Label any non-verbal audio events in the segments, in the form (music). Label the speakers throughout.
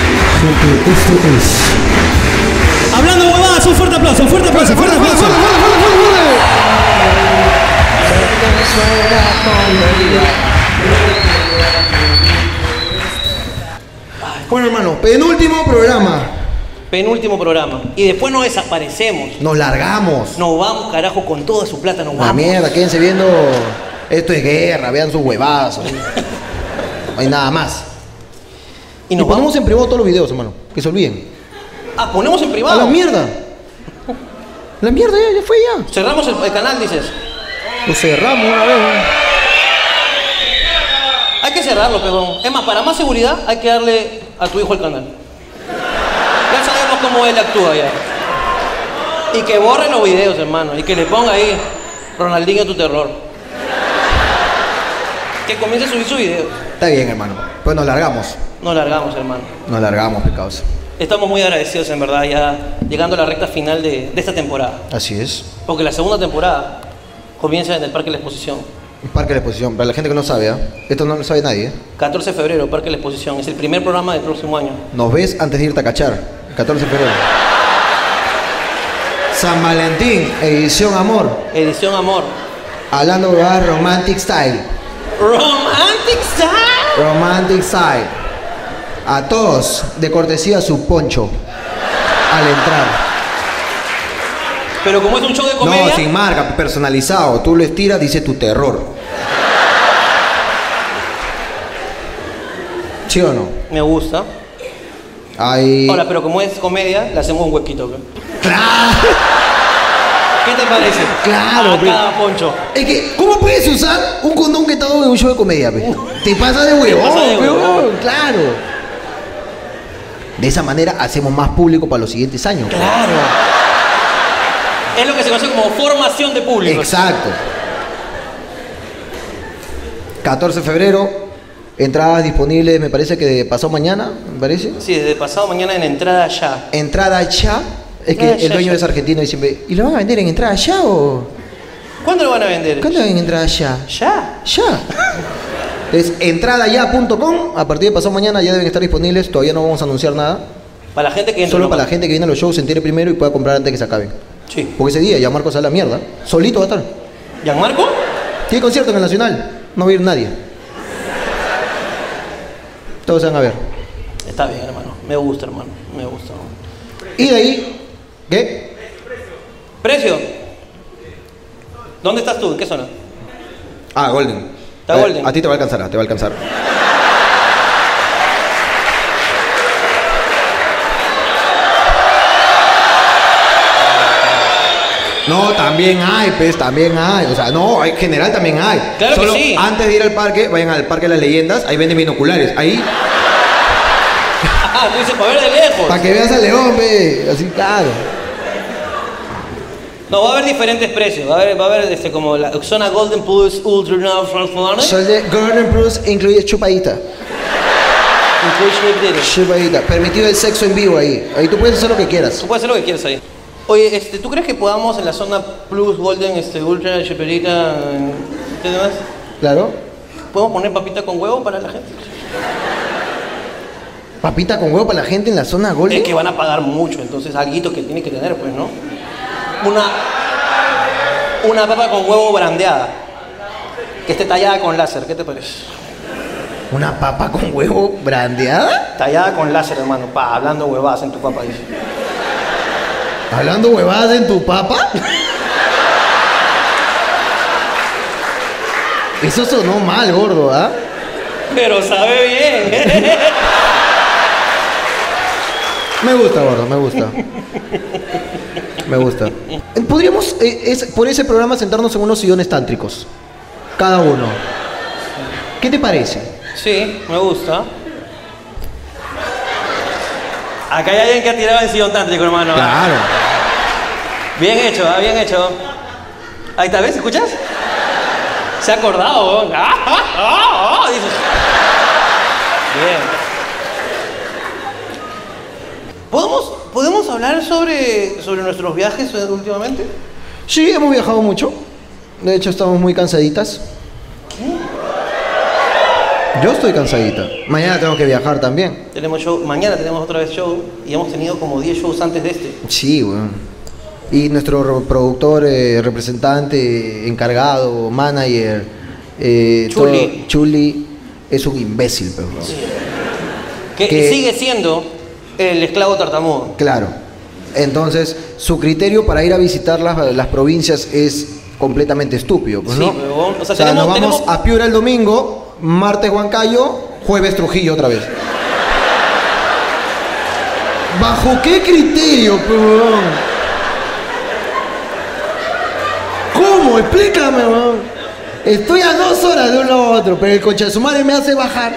Speaker 1: porque esto es.
Speaker 2: Hablando huevadas, un fuerte aplauso, un fuerte aplauso, fuerte aplauso.
Speaker 1: Bueno, hermano, penúltimo programa.
Speaker 3: Penúltimo programa. Y después nos desaparecemos.
Speaker 1: Nos largamos.
Speaker 3: Nos vamos, carajo, con toda su plata, nos
Speaker 1: La
Speaker 3: vamos.
Speaker 1: Ah, mierda, quédense viendo. Esto es guerra, vean sus huevadas. No hay nada más.
Speaker 3: Y
Speaker 1: Y
Speaker 3: nos
Speaker 1: ponemos
Speaker 3: vamos.
Speaker 1: en privado todos los videos, hermano. Que se olviden.
Speaker 3: Ah, ponemos en
Speaker 1: A la
Speaker 3: privado.
Speaker 1: mierda. La mierda, ya, ya fue ya.
Speaker 3: Cerramos el, el canal, dices.
Speaker 1: Lo cerramos una vez. weón.
Speaker 3: Hay que cerrarlo, perdón. Es más, para más seguridad hay que darle a tu hijo el canal. Ya sabemos cómo él actúa ya. Y que borre los videos, hermano. Y que le ponga ahí Ronaldinho tu terror. Que comience a subir sus videos.
Speaker 1: Está bien, hermano. Pues nos largamos.
Speaker 3: Nos largamos, hermano.
Speaker 1: Nos largamos, pecados.
Speaker 3: Estamos muy agradecidos, en verdad, ya llegando a la recta final de, de esta temporada.
Speaker 1: Así es.
Speaker 3: Porque la segunda temporada comienza en el Parque de la Exposición.
Speaker 1: Parque de la exposición. Para la gente que no sabe, ¿ah? esto no lo sabe nadie. ¿eh?
Speaker 3: 14 de febrero, Parque de la Exposición. Es el primer programa del próximo año.
Speaker 1: Nos ves antes de irte a cachar. el 14 de febrero. San Valentín, edición amor.
Speaker 3: Edición Amor.
Speaker 1: Hablando de Romantic Style.
Speaker 3: Romantic Style.
Speaker 1: Romantic Style. A todos, de cortesía su poncho. Al entrar.
Speaker 3: Pero como es un show de comedia,
Speaker 1: No, sin marca, personalizado. Tú lo estiras, dice tu terror. ¿Sí o no?
Speaker 3: me gusta.
Speaker 1: Hay.
Speaker 3: Ahora, pero como es comedia, le hacemos un huequito. bro.
Speaker 1: ¡Claro!
Speaker 3: ¿Qué te parece?
Speaker 1: Claro,
Speaker 3: A
Speaker 1: bro.
Speaker 3: cada poncho.
Speaker 1: Es que, ¿cómo puedes usar un condón que está en un show de comedia, pe? Te pasa de
Speaker 3: pasa de
Speaker 1: huevón,
Speaker 3: huevón.
Speaker 1: huevón, claro. De esa manera hacemos más público para los siguientes años. pe.
Speaker 3: Claro. Es lo que se conoce como formación de público.
Speaker 1: Exacto. 14 de febrero, entradas disponibles, me parece que de pasado mañana, me parece.
Speaker 3: Sí, desde pasado mañana en entrada ya.
Speaker 1: Entrada ya. Es que
Speaker 3: Entrada
Speaker 1: el
Speaker 3: Ah, ya,
Speaker 1: dueño
Speaker 3: ya.
Speaker 1: es argentino y siempre, ¿y lo van a vender en entrada ya o?
Speaker 3: ¿Cuándo lo van a vender?
Speaker 1: ¿Cuándo en entrada ya?
Speaker 3: Ya.
Speaker 1: Ya. Entonces, entradaya.com, a partir de pasado mañana ya deben estar disponibles, todavía no vamos a anunciar nada,
Speaker 3: Para la gente que entra.
Speaker 1: solo
Speaker 3: nomás.
Speaker 1: para la gente que viene a los shows se entere primero y pueda comprar antes que se acaben.
Speaker 3: Sí.
Speaker 1: Porque ese día ya Marcos sale a la mierda, solito va a estar.
Speaker 3: ¿Gianmarco?
Speaker 1: Tiene concierto en el Nacional, no va a ir nadie. Todos se van a ver.
Speaker 3: Está bien, hermano. Me gusta, hermano. Me gusta. hermano.
Speaker 1: Y de ahí, ¿qué?
Speaker 3: Precio. ¿Dónde estás tú? ¿En qué zona?
Speaker 1: Ah, Golden.
Speaker 3: Está
Speaker 1: A ver,
Speaker 3: Golden.
Speaker 1: A ti te va a alcanzar, te va a alcanzar. No, también hay, pues, también hay. O sea, no, en general también hay.
Speaker 3: Claro que
Speaker 1: Solo
Speaker 3: sí.
Speaker 1: Antes de ir al parque, vayan al Parque de las Leyendas, ahí venden binoculares. Ahí,
Speaker 3: Ah, tú dices para ver de lejos.
Speaker 1: para que veas al león, ve. Así, claro.
Speaker 3: No, va a haber diferentes precios. Va a haber, va a haber este, como la zona Golden Plus Ultra Now
Speaker 1: Soy de Golden Bruce, incluye chupadita. Chupadita. Permitido el sexo en vivo ahí. Ahí tú puedes hacer lo que quieras.
Speaker 3: Tú puedes hacer lo que quieras ahí. Oye, este, ¿tú crees que podamos en la zona Plus Golden, este, Ultra, Cheperita, ¿qué demás?
Speaker 1: Claro.
Speaker 3: ¿Podemos poner papita con huevo para la gente?
Speaker 1: Papita con huevo para la gente en la zona Golden.
Speaker 3: Es que van a pagar mucho, entonces alguito que tiene que tener, pues, ¿no? Una, una papa con huevo brandeada, que esté tallada con láser, ¿qué te parece?
Speaker 1: ¿Una papa con huevo brandeada?
Speaker 3: Tallada con láser, hermano, pa, hablando huevadas en tu papa, dice.
Speaker 1: ¿Hablando huevadas en tu papa? Eso sonó mal, gordo, ¿ah?
Speaker 3: Pero sabe bien, ¿eh?
Speaker 1: Me gusta, gordo, me gusta. Me gusta. Podríamos, eh, es- por ese programa, sentarnos en unos sillones tántricos. Cada uno. ¿Qué te parece?
Speaker 3: Sí, me gusta. Acá hay alguien que ha tirado el sillón tántrico, hermano. ¿ah?
Speaker 1: Claro.
Speaker 3: Bien hecho, ah, bien hecho. Ahí está, ¿ves? ¿Escuchas? Se ha acordado, weón. Ah, ah, ah, ah, dice. Bien. ¿Podemos, ¿Podemos hablar sobre, sobre nuestros viajes eh, últimamente?
Speaker 1: Sí, hemos viajado mucho. De hecho, estamos muy cansaditas. Yo estoy cansadita. Mañana tengo que viajar también.
Speaker 3: Tenemos show, mañana tenemos otra vez show y hemos tenido como 10 shows antes de este.
Speaker 1: Sí, weón. Y nuestro re- productor, eh, representante, encargado, manager, eh,
Speaker 3: Chuli.
Speaker 1: todo- Chuli, es un imbécil, pero.
Speaker 3: Que
Speaker 1: Que-
Speaker 3: sigue siendo el esclavo tartamudo.
Speaker 1: Claro. Entonces, su criterio para ir a visitar las, las provincias es completamente estúpido. pues,
Speaker 3: Sí,
Speaker 1: ¿no?
Speaker 3: huevón. O sea,
Speaker 1: O sea,
Speaker 3: tenemos-
Speaker 1: nos vamos
Speaker 3: tenemos-
Speaker 1: a Piura el domingo, martes Huancayo, jueves Trujillo otra
Speaker 3: (laughs)
Speaker 1: vez. ¿Bajo qué criterio, pues, huevón? ¿Cómo? Explícame, huevón. Estoy a dos horas de un lado a otro, pero el concha de su madre me hace bajar.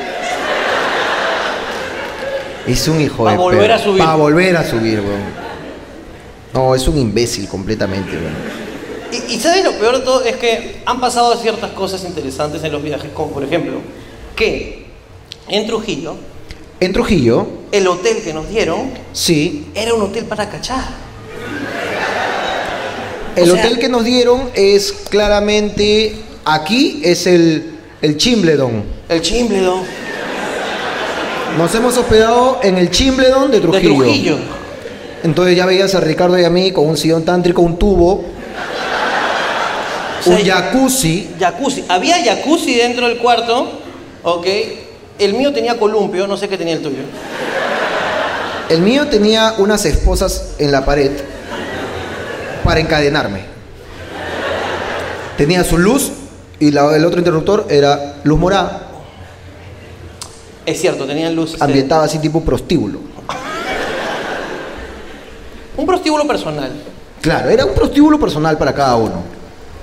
Speaker 1: Es un hijo
Speaker 3: Pa'
Speaker 1: de
Speaker 3: volver a subir.
Speaker 1: Para volver a subir, weón. No, es un imbécil completamente, weón.
Speaker 3: Y, y sabes lo peor de todo es que han pasado ciertas cosas interesantes en los viajes, como por ejemplo que en Trujillo
Speaker 1: En Trujillo,
Speaker 3: el hotel que nos dieron
Speaker 1: sí.
Speaker 3: era un hotel para cachar.
Speaker 1: El
Speaker 3: O sea-
Speaker 1: hotel que nos dieron es claramente. Aquí es el, el Chimbledon.
Speaker 3: El Chimbledon
Speaker 1: Nos hemos hospedado en el Chimbledon de
Speaker 3: de
Speaker 1: Trujillo.
Speaker 3: Trujillo.
Speaker 1: Entonces ya veías a Ricardo y a mí con un sillón tántrico, un tubo,
Speaker 3: O sea,
Speaker 1: un jacuzzi.
Speaker 3: Jacuzzi. Había jacuzzi dentro del cuarto, ok. El mío tenía columpio, no sé qué tenía el tuyo.
Speaker 1: El mío tenía unas esposas en la pared para encadenarme. Tenía su luz y la- el otro interruptor era luz morada,
Speaker 3: Es cierto, tenían luz.
Speaker 1: ambientada así tipo prostíbulo.
Speaker 3: Un prostíbulo personal.
Speaker 1: Claro, era un prostíbulo personal para cada uno.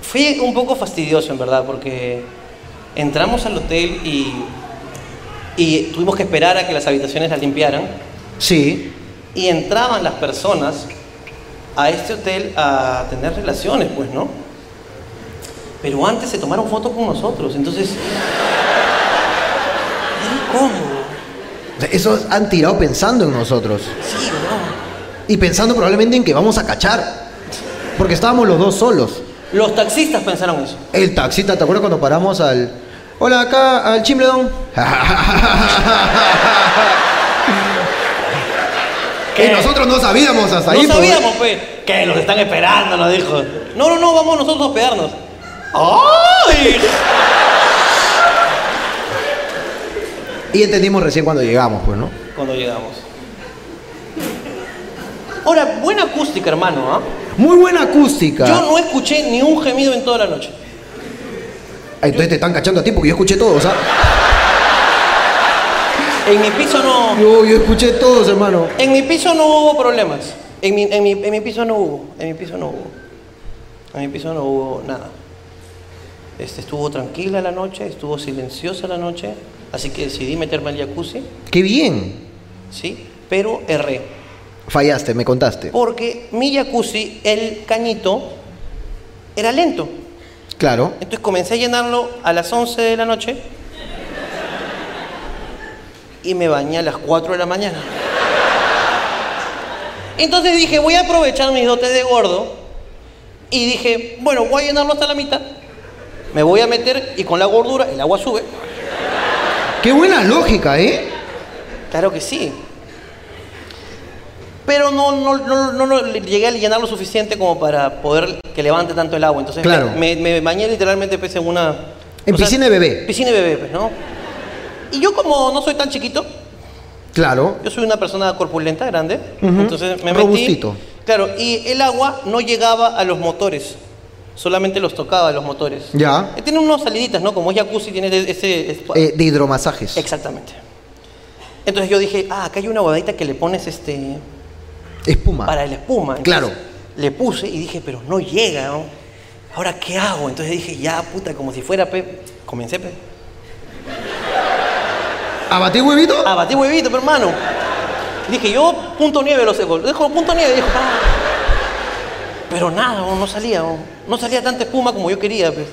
Speaker 3: Fue un poco fastidioso, en verdad, porque entramos al hotel y, y tuvimos que esperar a que las habitaciones las limpiaran.
Speaker 1: Sí,
Speaker 3: Y entraban las personas a este hotel a tener relaciones, pues, ¿no? Pero antes se tomaron fotos con nosotros, entonces... Era incómodo.
Speaker 1: O sea, eso han tirado pensando en nosotros.
Speaker 3: Sí, bro.
Speaker 1: Y pensando probablemente en que vamos a cachar. Porque estábamos los dos solos.
Speaker 3: Los taxistas pensaron eso.
Speaker 1: El taxista, ¿te acuerdas cuando paramos al. Hola, acá, al Chimbledon?
Speaker 3: ¿Qué?
Speaker 1: Y nosotros no sabíamos hasta ahí.
Speaker 3: no
Speaker 1: pues.
Speaker 3: sabíamos, pues. Que los están esperando, nos dijo. No, no, no, vamos nosotros a hospedarnos. ¡Ay!
Speaker 1: Y entendimos recién cuando llegamos, pues, ¿no?
Speaker 3: Cuando llegamos. Ahora, buena acústica, hermano, ¿ah?
Speaker 1: Muy buena acústica.
Speaker 3: Yo no escuché ni un gemido en toda la noche.
Speaker 1: Ah, Entonces te están cachando a ti porque yo escuché ¿ah? todo, o sea.
Speaker 3: En mi piso no...
Speaker 1: Yo, yo escuché todos, hermano.
Speaker 3: En mi piso no hubo problemas. En mi, en mi- en mi piso no hubo. En mi piso no hubo. En mi piso no hubo nada. Este, estuvo tranquila la noche, estuvo silenciosa la noche, así que decidí meterme al jacuzzi,
Speaker 1: Qué bien.
Speaker 3: ¿sí? Pero erré.
Speaker 1: Fallaste, me contaste.
Speaker 3: Porque mi jacuzzi, el cañito, era lento.
Speaker 1: Claro.
Speaker 3: Entonces comencé a llenarlo a las 11 de la noche y me bañé a las 4 de la mañana. Entonces dije, voy a aprovechar mis dotes de gordo y dije, bueno, voy a llenarlo hasta la mitad, me voy a meter y con la gordura el agua sube.
Speaker 1: Qué buena lógica, ¿eh?
Speaker 3: Claro que sí. Pero no, no, no, no, no le- llegué a llenar lo suficiente como para poder que levante tanto el agua. Entonces
Speaker 1: Claro.
Speaker 3: me, me bañé literalmente pues, en una...
Speaker 1: En piscina de bebé.
Speaker 3: Piscina de bebé, pues, ¿no? Y yo como no soy tan chiquito,
Speaker 1: Claro.
Speaker 3: yo soy una persona corpulenta, grande,
Speaker 1: Ujú.
Speaker 3: entonces me
Speaker 1: Robustito.
Speaker 3: metí... Claro, y el agua no llegaba a los motores, solamente los tocaba a los motores.
Speaker 1: Ya.
Speaker 3: Eh, Tiene unas saliditas, ¿no? Como es jacuzzi, tiene de- ese... espa-
Speaker 1: Eh, de hidromasajes.
Speaker 3: Exactamente. Entonces yo dije, ah, acá hay una guadita que le pones este
Speaker 1: Espuma.
Speaker 3: para la espuma. Entonces,
Speaker 1: Claro.
Speaker 3: Le puse y dije, pero no llega, ¿no? Ahora, ¿qué hago? Entonces dije, ya, puta, como si fuera, pe. Comencé, pe.
Speaker 1: ¿Abatí huevito?
Speaker 3: Ah, batí huevito, pero hermano. Dije, yo punto nieve lo seco. Dejo punto nieve, dijo, ah. Pero nada, no, no salía, no. No salía tanta espuma como yo quería, pues.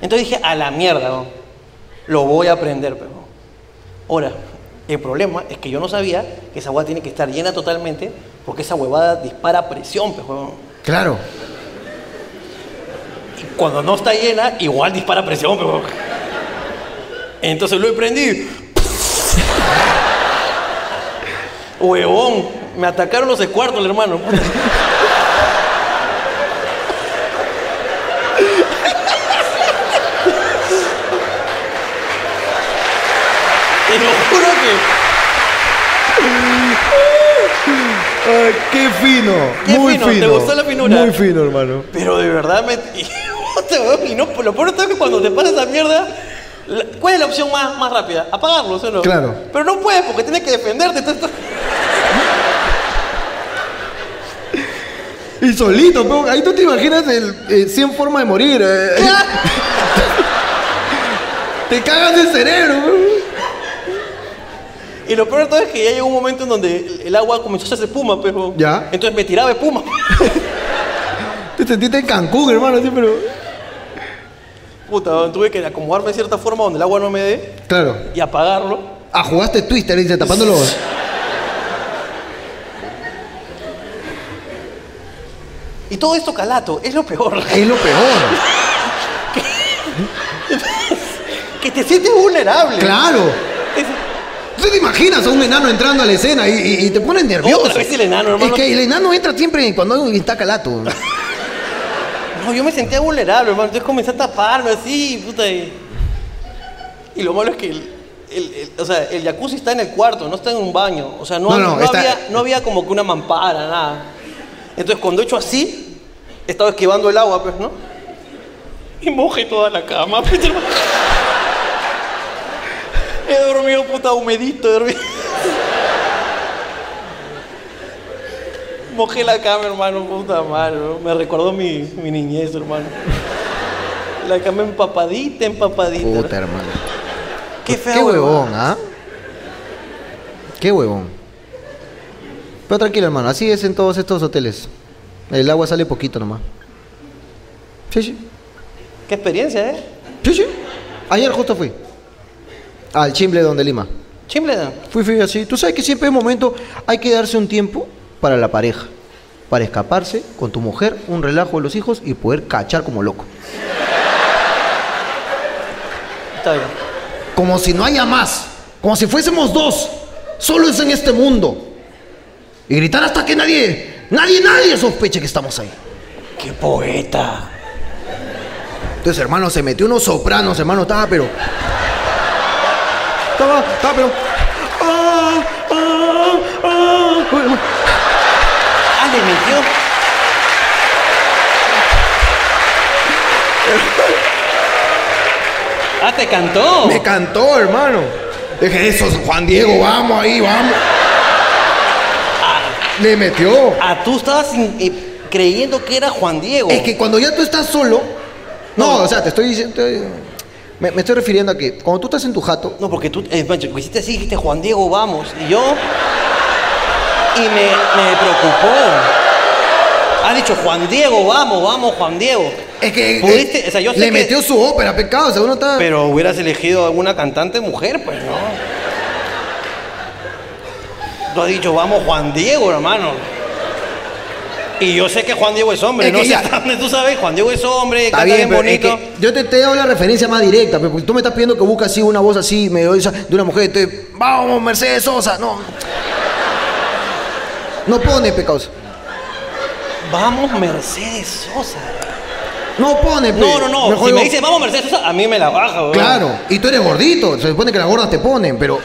Speaker 3: Entonces dije, a la mierda, no. Lo voy a aprender, pero. Ahora, el problema es que yo no sabía que esa hueá tiene que estar llena totalmente porque esa huevada dispara presión, pues, huevón.
Speaker 1: Claro.
Speaker 3: Y cuando no está llena, igual dispara presión, pues, huevón. Entonces lo emprendí. Huevón, me atacaron los escuartos, hermano. Te lo juro que.
Speaker 1: Ay, ¡Qué fino!
Speaker 3: Qué
Speaker 1: muy
Speaker 3: fino,
Speaker 1: fino,
Speaker 3: ¿te gustó la finura?
Speaker 1: Muy fino, hermano.
Speaker 3: Pero de verdad me. (laughs) y puta, huevón, Y no, lo peor es que cuando te pasa esa mierda. la- ¿Cuál es la opción más, más rápida? Apagarlo, ¿sí o no?
Speaker 1: Claro.
Speaker 3: Pero no puedes porque tienes que defenderte. entonces-
Speaker 1: Y solito, pero ahí tú te imaginas el eh, 100 formas de morir. (laughs) eh. te cagas el cerebro. pe.
Speaker 3: Y lo peor de todo es que ya llegó un momento en donde el- el agua comenzó a hacer espuma, pero.
Speaker 1: Ya.
Speaker 3: Entonces me tiraba espuma. (laughs)
Speaker 1: Te sentiste en Cancún, hermano, sí, pero...
Speaker 3: Puta, tuve que acomodarme de cierta forma donde el agua no me dé
Speaker 1: Claro.
Speaker 3: y apagarlo.
Speaker 1: Ah, jugaste Twister, dice, tapándolo.
Speaker 3: Y todo esto calato, es lo peor.
Speaker 1: Es lo peor.
Speaker 3: Que te sientes vulnerable.
Speaker 1: Claro.
Speaker 3: Es-
Speaker 1: ¿Tú te imaginas a un enano entrando a la escena y, y- y te pones nervioso?
Speaker 3: Otra vez el enano, hermano.
Speaker 1: Es que el enano entra siempre cuando hay un está (laughs) calato.
Speaker 3: No, yo me sentía vulnerable, hermano. Entonces comencé a taparme así, puta. Y, y lo malo es que el, el- el- o sea, el jacuzzi está en el cuarto, no está en un baño. O sea, no,
Speaker 1: No, no,
Speaker 3: no
Speaker 1: está-
Speaker 3: había, no había como que una mampara, nada. Entonces cuando he hecho así, he estado esquivando el agua, pues, ¿no? Y mojé toda la cama, (laughs) pues, hermano. He dormido, puta, humedito, he dormido. Mojé la cama, hermano, puta madre. ¿no? Me recordó mi, mi niñez, hermano. La cama empapadita, empapadita.
Speaker 1: Puta, hermano.
Speaker 3: Qué feo,
Speaker 1: Qué huevón,
Speaker 3: hermano.
Speaker 1: ¿ah? Qué huevón. Pero tranquilo, hermano, así es en todos estos hoteles. El agua sale poquito nomás. Sí, sí.
Speaker 3: Qué experiencia, ¿eh?
Speaker 1: Sí, sí. Ayer justo fui. Al chimble donde Lima.
Speaker 3: Chimbledon.
Speaker 1: Fui, fui así. Tú sabes que siempre hay momento, hay que darse un tiempo para la pareja. Para escaparse con tu mujer, un relajo de los hijos y poder cachar como loco.
Speaker 3: Está bien.
Speaker 1: Como si no haya más. Como si fuésemos dos. Solo es en este mundo. Y gritar hasta que nadie, nadie, nadie sospeche que estamos ahí.
Speaker 3: ¡Qué poeta!
Speaker 1: Entonces, hermano, se metió unos sopranos, hermano. Estaba, pero. Estaba, estaba, pero. Ah, ah, ah. Uy, hermano.
Speaker 3: ¡Ah, le metió! ¡Ah, te cantó!
Speaker 1: Me cantó, hermano. Dije, eso, Juan Diego, vamos ahí, vamos. Le metió.
Speaker 3: Ah, tú estabas in- eh, creyendo que era Juan Diego.
Speaker 1: Es que cuando ya tú estás solo. No, o sea, te estoy diciendo. te- Me, me estoy refiriendo a que cuando tú estás en tu jato.
Speaker 3: No, porque tú, eh, Pancho, lo hiciste así, dijiste Juan Diego, vamos. Y yo. Y me, me preocupó. Ha dicho Juan Diego, vamos, vamos, Juan Diego.
Speaker 1: Es que.
Speaker 3: Pudiste,
Speaker 1: eh,
Speaker 3: o sea, yo sé
Speaker 1: le
Speaker 3: que-
Speaker 1: metió su ópera, pecado. O sea, uno está.
Speaker 3: Pero hubieras elegido alguna cantante mujer, pues no. Tú has dicho, vamos, Juan Diego, hermano. Y yo sé que Juan Diego es hombre,
Speaker 1: Es
Speaker 3: no (laughs)
Speaker 1: que
Speaker 3: sé
Speaker 1: ya-
Speaker 3: hasta dónde tú sabes, Juan Diego es hombre,
Speaker 1: Está
Speaker 3: canta
Speaker 1: bien,
Speaker 3: bien,
Speaker 1: pero es
Speaker 3: bonito.
Speaker 1: que yo te, te he dado la referencia más directa, pero porque tú me estás pidiendo que busque así una voz así, medio esa, de una mujer, entonces, vamos, Mercedes Sosa, no. No pone, pecados.
Speaker 3: Vamos, Mercedes Sosa.
Speaker 1: No pone, pe.
Speaker 3: No, no, no.
Speaker 1: Mejor
Speaker 3: si me
Speaker 1: digo,
Speaker 3: dices, vamos, Mercedes Sosa, a mí me la baja, weón.
Speaker 1: Claro, y tú eres gordito, se supone que las gordas te ponen, pero.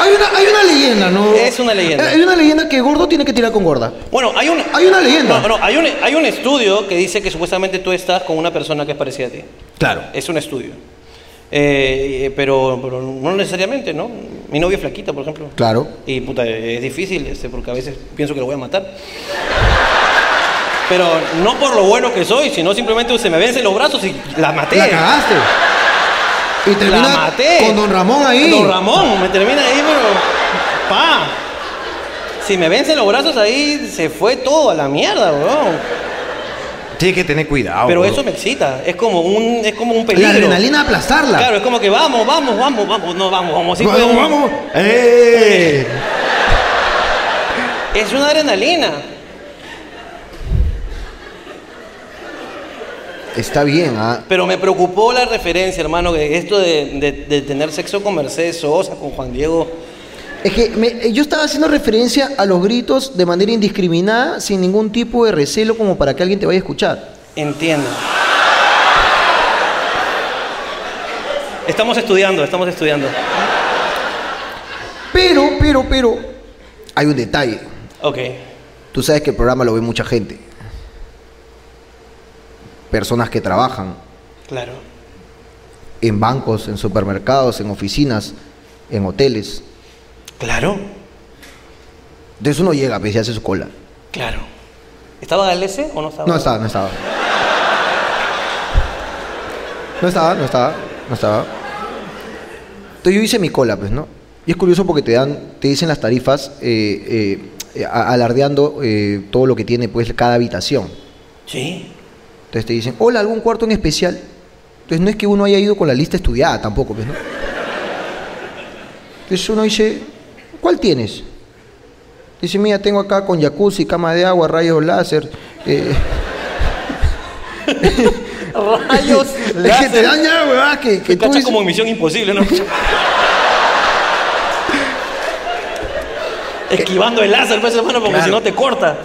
Speaker 1: Hay una, hay una leyenda, ¿no?
Speaker 3: Es una leyenda.
Speaker 1: Hay una leyenda que gordo tiene que tirar con gorda.
Speaker 3: Bueno, hay un,
Speaker 1: Hay una leyenda.
Speaker 3: No, no, hay, un, hay un estudio que dice que supuestamente tú estás con una persona que es parecida a ti.
Speaker 1: Claro.
Speaker 3: Es un estudio. Eh, eh, pero, pero no necesariamente, ¿no? Mi novia es flaquita, por ejemplo.
Speaker 1: Claro.
Speaker 3: Y puta, es difícil, este, porque a veces pienso que lo voy a matar. Pero no por lo bueno que soy, sino simplemente se me vencen los brazos y la maté.
Speaker 1: La cagaste. Y
Speaker 3: La
Speaker 1: termina
Speaker 3: maté.
Speaker 1: con Don Ramón ahí.
Speaker 3: Don Ramón, me termina ahí, pero. ¡Pa! Si me vencen los brazos ahí, se fue todo a la mierda, weón.
Speaker 4: Tienes que tener
Speaker 5: Ah,
Speaker 4: cuidado.
Speaker 3: Pero
Speaker 4: bro.
Speaker 3: eso me excita, es como un, es como un peligro.
Speaker 1: La adrenalina de aplastarla.
Speaker 3: Claro, es como que vamos, vamos, vamos, vamos, no, vamos, vamos, sí,
Speaker 4: Vamos,
Speaker 3: podemos.
Speaker 4: vamos. ¡Eh!
Speaker 3: Es una adrenalina.
Speaker 1: Está bien, ¿ah?
Speaker 3: Pero me preocupó la referencia, hermano, que esto de, de- de tener sexo con Mercedes Sosa, con Juan Diego.
Speaker 1: Es que me- yo estaba haciendo referencia a los gritos de manera indiscriminada, sin ningún tipo de recelo como para que alguien te vaya a escuchar.
Speaker 3: Entiendo. Estamos estudiando, estamos estudiando.
Speaker 1: Pero, pero, pero, hay un detalle.
Speaker 3: Ok.
Speaker 1: Tú sabes que el programa lo ve mucha gente. Personas que trabajan
Speaker 3: Claro.
Speaker 1: en bancos, en supermercados, en oficinas, en hoteles.
Speaker 3: Claro.
Speaker 1: Entonces uno llega, pues, y hace su cola.
Speaker 3: Claro. ¿Estaba Galese o no estaba?
Speaker 1: No estaba, no estaba. No estaba, no estaba, no estaba. Entonces yo hice mi cola, pues, ¿no? Y es curioso porque te dan, te dicen las tarifas eh, eh, a- alardeando eh, todo lo que tiene pues cada habitación.
Speaker 3: Sí.
Speaker 1: Entonces te dicen, hola, ¿algún cuarto en especial? Entonces no es que uno haya ido con la lista estudiada tampoco, pues, ¿no? Entonces uno dice, ¿cuál tienes? Dice, mira, tengo acá con jacuzzi, cama de agua, rayos láser. eh,
Speaker 3: (laughs) Rayos.
Speaker 1: Es que te
Speaker 3: láser.
Speaker 1: dan ya, huevada, que, que
Speaker 3: Te
Speaker 1: tú
Speaker 3: cachas
Speaker 1: dices-
Speaker 3: como en Misión
Speaker 1: (laughs)
Speaker 3: Imposible, ¿no? Esquivando el láser, pues, hermano, porque
Speaker 1: Claro.
Speaker 3: si no te corta.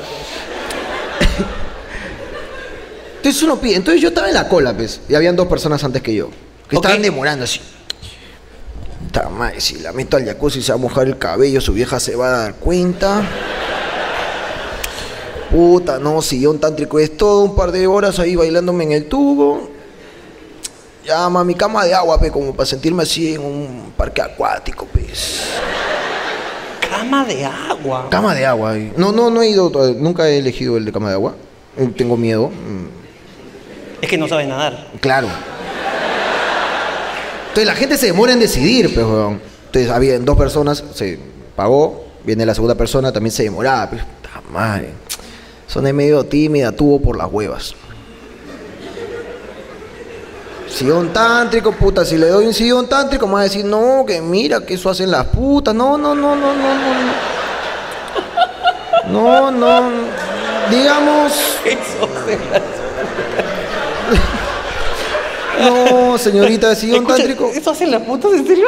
Speaker 1: Entonces uno pide. Entonces yo estaba en la cola, pues. Y habían dos personas antes que yo. Que
Speaker 3: Ok.
Speaker 1: estaban demorando así. Está madre, si la meto al jacuzzi se va a mojar el cabello, su vieja se va a dar cuenta. Puta, no, sillón tántrico es todo, un par de horas ahí bailándome en el tubo. Ya, mi cama de agua, pe, como para sentirme así en un parque acuático, pues.
Speaker 3: Cama de agua.
Speaker 1: Cama de agua. eh. No, no, no he ido, todavía, nunca he elegido el de cama de agua. Eh, Tengo miedo. mm.
Speaker 3: Es que no sabes nadar.
Speaker 1: Claro. Entonces la gente se demora en decidir, pues, weón. Entonces habían dos personas, se pagó, viene la segunda persona, también se demoraba, pues, puta madre. Son de medio tímida, tuvo por las huevas. Sillón tántrico, puta, si le doy un sillón tántrico, me va a decir, no, que mira, que eso hacen las putas, no, no, no, no, no, no. No, no, digamos...
Speaker 3: Eso
Speaker 1: (laughs) No, señorita, sillón tántrico.
Speaker 3: ¿Eso hacen las putas, en serio?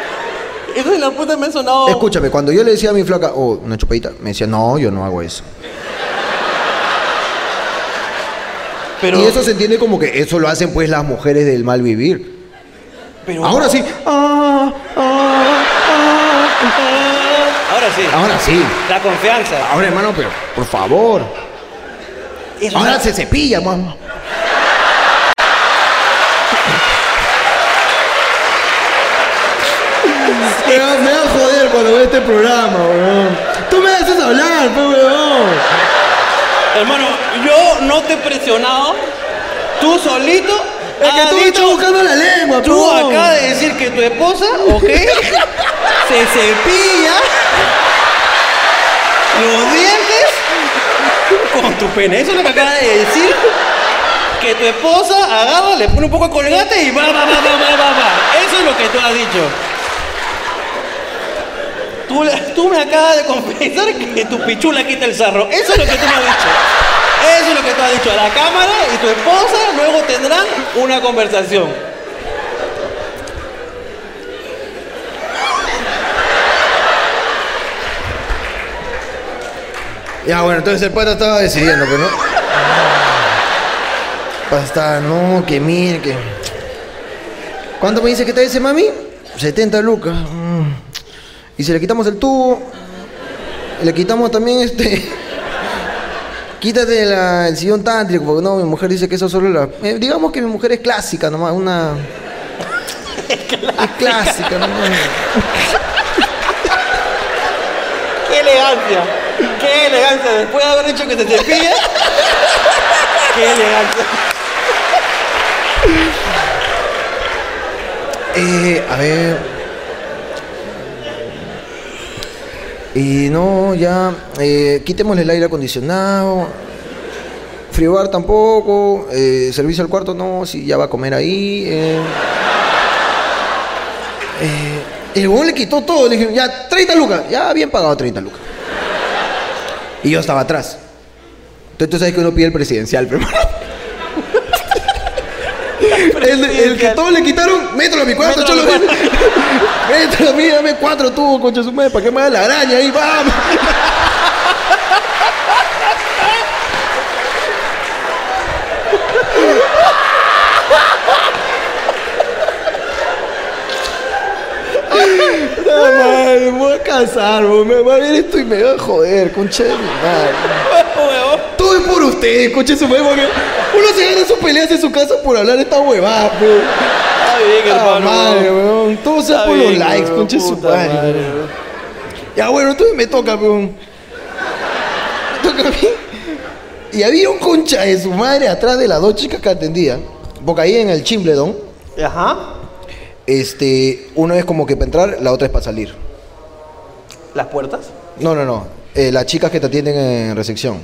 Speaker 3: (laughs) Eso de las putas me ha sonado.
Speaker 1: Escúchame, cuando yo le decía a mi flaca, oh, una chupadita, me decía, no, yo no hago eso.
Speaker 3: pero,
Speaker 1: Y eso se entiende como que eso lo hacen pues las mujeres del mal vivir.
Speaker 3: pero-
Speaker 1: Ahora sí. ah, ah, ah.
Speaker 3: Ahora sí.
Speaker 1: Ahora sí.
Speaker 3: La confianza.
Speaker 1: Ahora, hermano, pero por favor.
Speaker 3: Eso
Speaker 1: Ahora
Speaker 3: es-
Speaker 1: se cepilla, mamá. Me va, me va a joder cuando ve este programa, weón. Tú me haces hablar, pues, weón.
Speaker 3: Hermano, yo no te he presionado. Tú solito.
Speaker 1: Es que tú me
Speaker 3: has
Speaker 1: estás
Speaker 3: dicho-
Speaker 1: buscando la lengua, pues.
Speaker 3: Tú
Speaker 1: po.
Speaker 3: acabas de decir que tu esposa, ¿ok? se cepilla los dientes con tu pene. Eso es lo que acabas de decir. Que tu esposa agarra, le pone un poco de colgate y va, va, va, va, va, va, va. Eso es lo que tú has dicho. Tú, le- tú me acabas de confesar que tu pichula quita el sarro. Eso es lo que tú me has dicho. Eso es lo que tú has dicho a la cámara y tu esposa luego tendrán una conversación.
Speaker 1: Ya, bueno, entonces el pata estaba decidiendo, pero no. Pasta, no, que mire, que. ¿Cuánto me dice que te dice mami? 70 lucas. Mm. Y si le quitamos el tubo, y le quitamos también este. (laughs) Quítate la- el sillón tántrico, porque no, mi mujer dice que eso solo la. eh, digamos que mi mujer es clásica nomás, una. (laughs) Es clásica nomás.
Speaker 3: ¡Qué elegancia! ¡Qué elegancia! Después de haber dicho que te cepilla. ¡Qué elegancia!
Speaker 1: Eh, a ver. Y no, ya. eh, quitémosle el aire acondicionado. Fribar tampoco. eh, servicio al cuarto, no. Si ya va a comer ahí. eh. Eh, el huevón le quitó todo. Le dije, ya, 30 lucas. Ya, bien pagado 30 lucas. (laughs) Y yo estaba atrás. Entonces tú sabes que uno pide el presidencial, pero. El, el que todos le quitaron, mételo a mi cuarto,
Speaker 3: Mételo
Speaker 1: cholo.
Speaker 3: a mi
Speaker 1: (laughs) mételo a mí, dame cuatro tú, concha su madre, para que me haga la araña ahí, (laughs) vamos. No, madre, me voy a casar, bo, me va a ver esto y me va a joder, concha de mi madre. Todo es por ustedes, coche su madre, porque uno se gana sus peleas en su casa por hablar esta huevada, pe.
Speaker 3: Está
Speaker 1: Ah,
Speaker 3: bien, hermano.
Speaker 1: madre, weón. Todo sea
Speaker 3: Está
Speaker 1: por los
Speaker 3: bien,
Speaker 1: likes,
Speaker 3: weón,
Speaker 1: conche su
Speaker 3: puta
Speaker 1: madre.
Speaker 3: madre,
Speaker 1: weón.
Speaker 3: weón.
Speaker 1: Ya bueno, entonces me toca, weón. Me toca a mí. Y había un concha de su madre atrás de las dos chicas que atendían. Porque ahí en el chimbledón,
Speaker 3: Ajá.
Speaker 1: este, uno es como que para entrar, la otra es para salir.
Speaker 3: ¿Las puertas?
Speaker 1: No, no, no. Eh, las chicas que te atienden en recepción.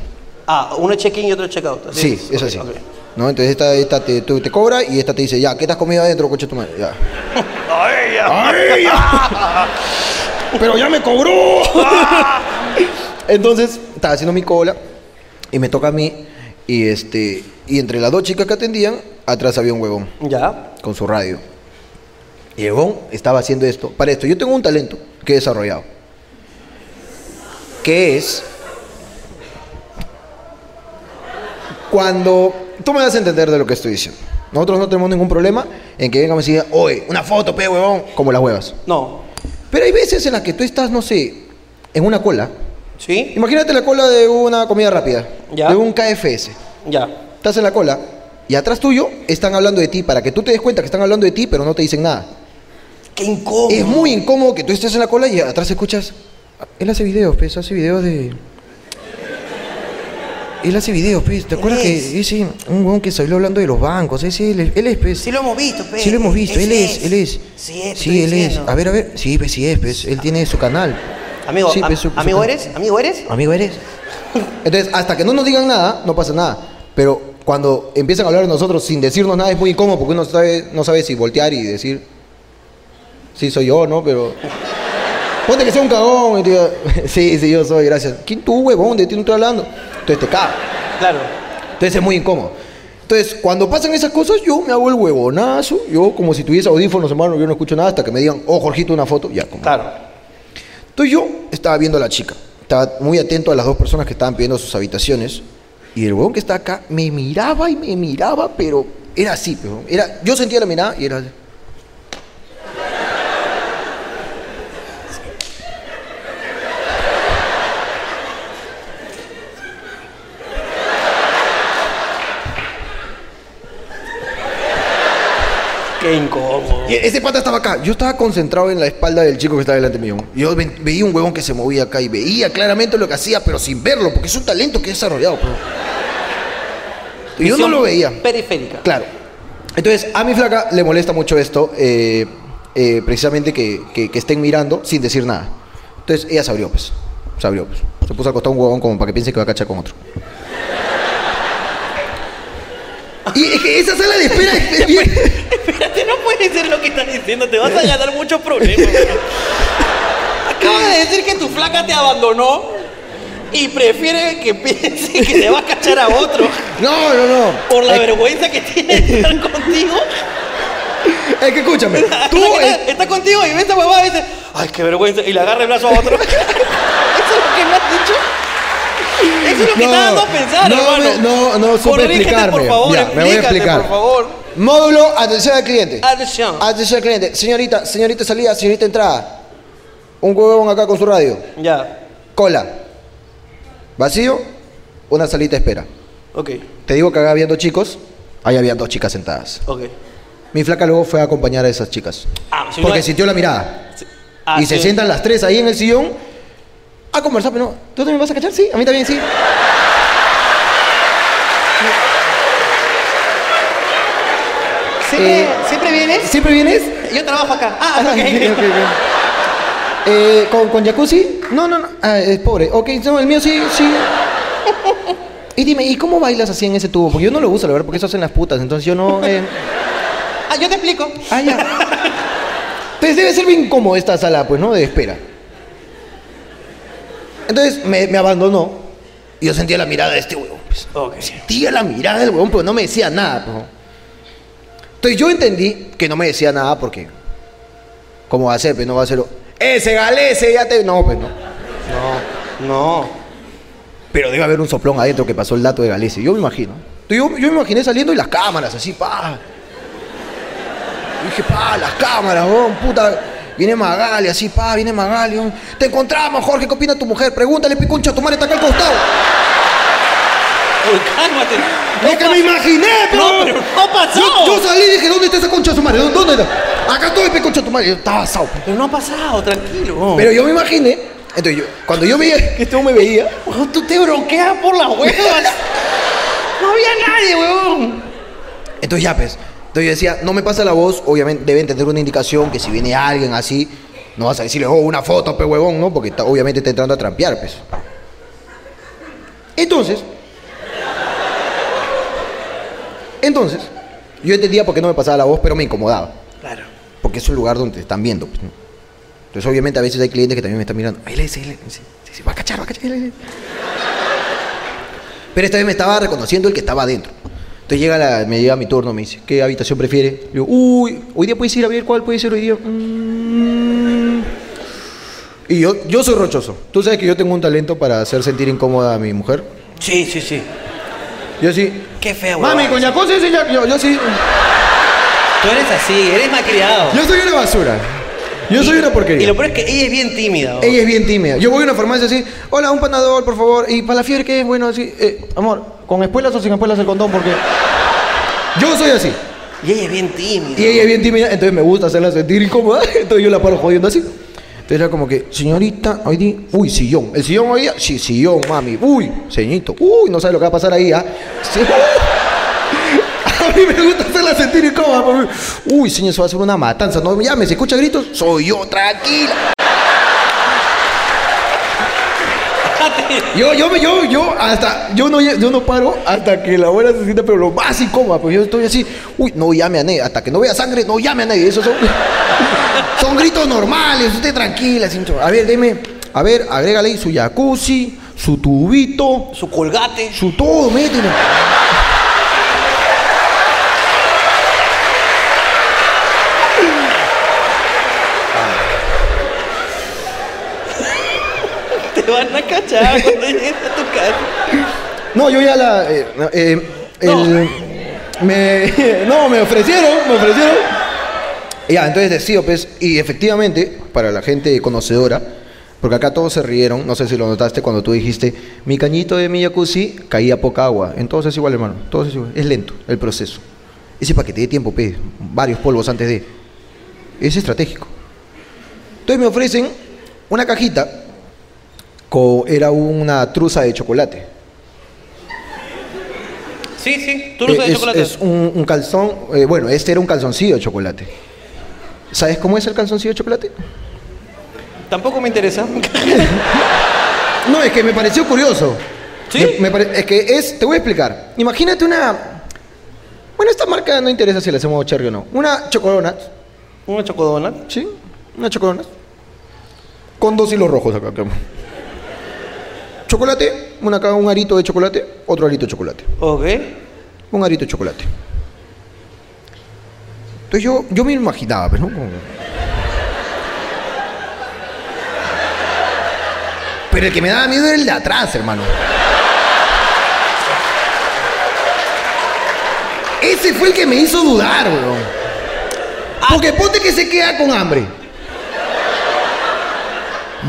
Speaker 3: Ah, uno es check-in y otro es check-out.
Speaker 1: Sí, es así.
Speaker 3: Ok, ok.
Speaker 1: ¿No? Entonces esta, esta te, tú te cobra y esta te dice, ya, ¿qué te has comido adentro, coche tu madre? Ya. ¡Ay, ya! ¡Pero ya me (laughs) cobró! Entonces, estaba haciendo mi cola y me toca a mí. Y este. Y entre las dos chicas que atendían, atrás había un huevón
Speaker 3: Ya.
Speaker 1: con su radio. Y el huevón estaba haciendo esto. Para esto, yo tengo un talento que he desarrollado. Que es. Cuando. Tú me das a entender de lo que estoy diciendo. Nosotros no tenemos ningún problema en que vengan y me digan, oye, una foto, pe, huevón. Como las huevas.
Speaker 3: No.
Speaker 1: Pero hay veces en las que tú estás, no sé, en una cola.
Speaker 3: ¿Sí?
Speaker 1: Imagínate la cola de una comida rápida.
Speaker 3: Ya.
Speaker 1: De un KFS.
Speaker 3: Ya.
Speaker 1: Estás en la cola y atrás tuyo están hablando de ti para que tú te des cuenta que están hablando de ti, pero no te dicen nada.
Speaker 3: Qué incómodo.
Speaker 1: Es muy incómodo que tú estés en la cola y atrás escuchas. Él hace videos, pues, hace videos de. Él hace videos, pues. ¿Te acuerdas
Speaker 3: Él
Speaker 1: que
Speaker 3: es.
Speaker 1: ese, un weón que salió hablando de los bancos? Ese, él, es- él es, pues.
Speaker 3: Sí lo hemos visto, pe.
Speaker 1: Sí lo hemos visto, él
Speaker 3: Ese
Speaker 1: es, él es.
Speaker 3: Sí, es,
Speaker 1: Sí,
Speaker 3: estoy
Speaker 1: él es.
Speaker 3: diciendo.
Speaker 1: A ver, a ver. Sí, pues, sí es, pues. Él tiene su canal.
Speaker 3: Amigo,
Speaker 1: Sí,
Speaker 3: am-
Speaker 1: pues, su- su-
Speaker 3: amigo eres, amigo eres.
Speaker 1: Amigo eres. Entonces, hasta que no nos digan nada, no pasa nada. Pero cuando empiezan a hablar de nosotros sin decirnos nada es muy incómodo porque uno sabe, no sabe si voltear y decir, sí, soy yo, ¿no? Pero... Ponte que sea un cagón y te diga, (laughs) sí, sí, yo soy, gracias. ¿Quién tú, huevón? ¿De ti no estoy hablando? Entonces te cago.
Speaker 3: Claro.
Speaker 1: Entonces es muy incómodo. Entonces, cuando pasan esas cosas, yo me hago el huevonazo. Yo, como si tuviese audífonos, hermano, yo no escucho nada hasta que me digan, oh, Jorgito, una foto. Ya, como.
Speaker 3: Claro.
Speaker 1: Entonces yo estaba viendo a la chica, estaba muy atento a las dos personas que estaban pidiendo sus habitaciones y el huevón que está acá me miraba y me miraba, pero era así, pero era, yo sentía la mirada y era así.
Speaker 3: Qué incómodo.
Speaker 1: Y ese pata estaba acá, yo estaba concentrado en la espalda del chico que estaba delante mío. Yo ve- veía un huevón que se movía acá y veía claramente lo que hacía, pero sin verlo, porque es un talento que he desarrollado. pero- Y yo no
Speaker 3: Visión
Speaker 1: lo veía.
Speaker 3: Periférica.
Speaker 1: Claro. Entonces, a mi flaca le molesta mucho esto, eh, eh, precisamente que, que- que estén mirando sin decir nada. Entonces, ella se abrió, pues. Se abrió, pues. Se puso a acostar un huevón como para que piense que va a cachar con otro. Y es que esa sala de espera es es bien...
Speaker 3: Espérate, no puedes decir lo que estás diciendo, te vas a ganar muchos
Speaker 1: (laughs)
Speaker 3: problemas. weón. Acabas de decir que tu flaca te abandonó y prefiere que piense que te va a cachar a otro
Speaker 1: No, no, no.
Speaker 3: por la
Speaker 1: es,
Speaker 3: vergüenza que tiene de estar contigo.
Speaker 1: es que escúchame.
Speaker 3: (laughs)
Speaker 1: Tú... eh.
Speaker 3: está,
Speaker 1: es-
Speaker 3: está contigo y ve esta huevada y dice, ay, qué vergüenza, y le agarra el brazo a otro. (laughs) Eso es lo que me has dicho. Eso es lo que
Speaker 1: No,
Speaker 3: estás dando a pensar,
Speaker 1: no
Speaker 3: hermano.
Speaker 1: me- no, no supe
Speaker 3: Corrígete,
Speaker 1: explicarme.
Speaker 3: por favor,
Speaker 1: Ya, me voy a
Speaker 3: explícate,
Speaker 1: explicar.
Speaker 3: por favor.
Speaker 1: Módulo, atención al cliente.
Speaker 3: Atención.
Speaker 1: Atención al cliente. Señorita, señorita salida, señorita entrada. Un huevón acá con su radio.
Speaker 3: Ya,
Speaker 1: Cola. Vacío. Una salita de espera.
Speaker 3: ok,
Speaker 1: Te digo que acá habían dos chicos. Ahí habían dos chicas sentadas.
Speaker 3: ok.
Speaker 1: Mi flaca luego fue a acompañar a esas chicas.
Speaker 3: Ah, si
Speaker 1: porque
Speaker 3: no-
Speaker 1: sintió la mirada.
Speaker 3: Ah,
Speaker 1: y se
Speaker 3: sí.
Speaker 1: sientan las tres ahí en el sillón a conversar. Pero no, ¿tú también vas a cachar? Sí, a mí también sí.
Speaker 3: ¿Siempre,
Speaker 1: Eh,
Speaker 3: ¿Siempre vienes?
Speaker 1: ¿Siempre vienes?
Speaker 3: Yo trabajo acá. Ah,
Speaker 1: Ah,
Speaker 3: ok.
Speaker 1: ok, ok, ok. Eh, ¿con, ¿Con jacuzzi? No, no, no. Ah, es pobre. Ok, no, el mío sí, sí. Y dime, ¿y cómo bailas así en ese tubo? Porque yo no lo uso, la verdad, porque eso hacen las putas. Entonces yo no. eh,
Speaker 3: Ah, yo te explico.
Speaker 1: Ah, ya. Entonces debe ser bien incómodo esta sala, pues, ¿no? De espera. Entonces me, me abandonó. Y yo sentía la mirada de este huevón. pues.
Speaker 3: Ok.
Speaker 1: Sentía la mirada del huevón, pero no me decía nada, pues. Entonces yo entendí que no me decía nada porque. ¿Cómo va a ser? Pues no va a ser. ¡Ese galese! Ya te. No, pues no. No, no. Pero debe haber un soplón adentro que pasó el dato de Galese. Yo me imagino. Yo, yo me imaginé saliendo y las cámaras, así, pa. Y dije, pa, las cámaras, weón, puta. Viene Magali, así, pa, viene Magali. weón. Te encontramos, Jorge, ¿qué opina tu mujer? Pregúntale, picuncha, tu madre está acá al costado.
Speaker 3: Uy, cálmate.
Speaker 1: Es que me imaginé,
Speaker 3: No,
Speaker 1: pero.
Speaker 3: pero no ha pasado.
Speaker 1: Yo, yo salí y dije, ¿dónde está esa concha de su madre? ¿Dónde, dónde está? Acá estoy, pe concha de tu madre. Yo estaba asado.
Speaker 3: Pero no ha pasado, tranquilo.
Speaker 1: Pero yo me imaginé. Entonces, yo, cuando yo veía que este hombre me veía,
Speaker 3: Weón, tú te bronqueas por las huevas. No había nadie, weón.
Speaker 1: entonces ya, pues. Entonces yo decía, no me pasa la voz, obviamente deben tener una indicación que si viene alguien así, no vas a decirle, oh, una foto, pe huevón, ¿no? Porque está- obviamente está entrando a trampear, pues. Entonces. Entonces, yo entendía por qué no me pasaba la voz, pero me incomodaba.
Speaker 3: Claro.
Speaker 1: Porque es un lugar donde te están viendo. pues, ¿no? Entonces, obviamente, a veces hay clientes que también me están mirando. Ahí le dice, ahí le dice, sí, sí, va a cachar, va a cachar. ahí le dice. (laughs) Pero esta vez me estaba reconociendo el que estaba adentro. Entonces llega la- me llega mi turno, me dice, ¿qué habitación prefiere? Le digo, uy, hoy día puedes ir a ver cuál puede ser hoy día. Mm. Y yo, yo soy rochoso. Tú sabes que yo tengo un talento para hacer sentir incómoda a mi mujer.
Speaker 3: Sí, sí, sí.
Speaker 1: Yo sí.
Speaker 3: Qué feo,
Speaker 1: Mami,
Speaker 3: weón.
Speaker 1: coñacón, sí, sí, ya", yo, yo sí.
Speaker 3: Tú eres así, eres malcriado.
Speaker 1: Yo soy una basura. Yo soy una porquería.
Speaker 3: Y lo peor es que ella es bien tímida. weón.
Speaker 1: Ella es bien tímida. Yo voy a una farmacia así, hola, un panador, por favor. Y para la fiebre, ¿qué es? Bueno, así, eh, amor, ¿con espuelas o sin espuelas el condón? Porque yo soy así.
Speaker 3: Y ella es bien tímida.
Speaker 1: Y ella es bien tímida, entonces me gusta hacerla sentir incómoda, (laughs) entonces yo la paro jodiendo así. Entonces era como que, señorita, hoy día, uy, sillón. ¿El sillón hoy día? Sí, sillón, mami. Uy, señorito. Uy, no sabe lo que va a pasar ahí, ¿ah? Sí. (laughs) A mí me gusta hacerla sentir incómoda. mami. Uy, señor, eso va a ser una matanza. No me llames, escucha gritos. Soy yo, tranquila. Yo, yo, me- yo, yo, hasta, yo no, lle- yo no paro hasta que la abuela se sienta, pero lo más incómoda, pues yo estoy así, uy, no llame a nadie, hasta que no vea sangre, no llame a nadie, esos son, (laughs) son gritos normales, usted tranquila, sin cho- a ver, deme, a ver, agrégale ahí su jacuzzi, su tubito,
Speaker 3: Su colgate. (laughs)
Speaker 1: su todo, mételo.
Speaker 3: Te van a cachar cuando llegues a tu casa.
Speaker 1: No, yo ya la, eh, no, eh, el- me, (laughs) no, me ofrecieron, me ofrecieron. Ya, entonces decido, pues, y efectivamente, para la gente conocedora, porque acá todos se rieron, no sé si lo notaste cuando tú dijiste, mi cañito de mi jacuzzi caía poca agua. Entonces igual, hermano, entonces igual. Es lento el proceso. Ese para que te dé tiempo, pe, varios polvos antes de. Es estratégico. Entonces me ofrecen una cajita, co- era una truza de chocolate.
Speaker 3: Sí, sí. Tú no sabes
Speaker 1: Eh, es,
Speaker 3: chocolate.
Speaker 1: es un, un calzón, eh, bueno, este era un calzoncillo de chocolate. ¿Sabes cómo es el calzoncillo de chocolate?
Speaker 3: Tampoco me interesa. (laughs)
Speaker 1: No, es que me pareció curioso.
Speaker 3: ¿Sí?
Speaker 1: Me- me pare- es que es, te voy a explicar. Imagínate una... Bueno, esta marca no interesa si le hacemos cherry o no. Una chocolonat,
Speaker 3: Una chocodona.
Speaker 1: ¿sí? Una chocolonat. Con dos hilos rojos acá. acá. Chocolate, una, acá un arito de chocolate, otro arito de chocolate.
Speaker 3: Ok.
Speaker 1: un arito de chocolate. Entonces yo, yo me imaginaba, pero no. Como- Pero el que me daba miedo era el de atrás, hermano. Ese fue el que me hizo dudar, weón. Porque ponte que se queda con hambre.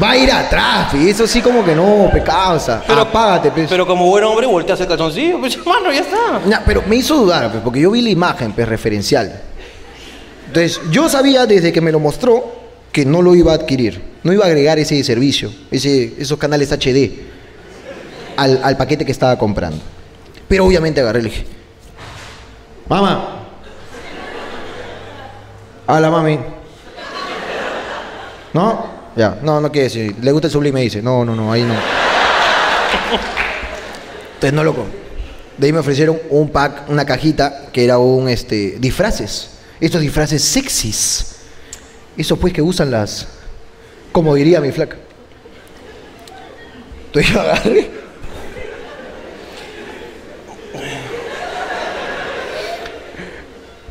Speaker 1: Va a ir atrás, pues, y eso sí como que no, pecado, o sea, apágate, pues.
Speaker 3: Pero como buen hombre, volteas el calzoncillo. Pues, hermano, ya está.
Speaker 1: Ya, pero me hizo dudar, pues, porque yo vi la imagen pues, referencial. Entonces, yo sabía desde que me lo mostró que no lo iba a adquirir. No iba a agregar ese servicio, ese, esos canales HD al, al paquete que estaba comprando. Pero obviamente agarré y le dije, mamá. Hola, mami. ¿No? Ya, no, no quiere decir. Le gusta el sublime, dice. No, no, no, ahí no. Entonces no lo compré. De ahí me ofrecieron un pack, una cajita que era un este disfraces. Estos disfraces sexys. Esos pues que usan las. Como diría mi flaca. Entonces (laughs) yo agarré.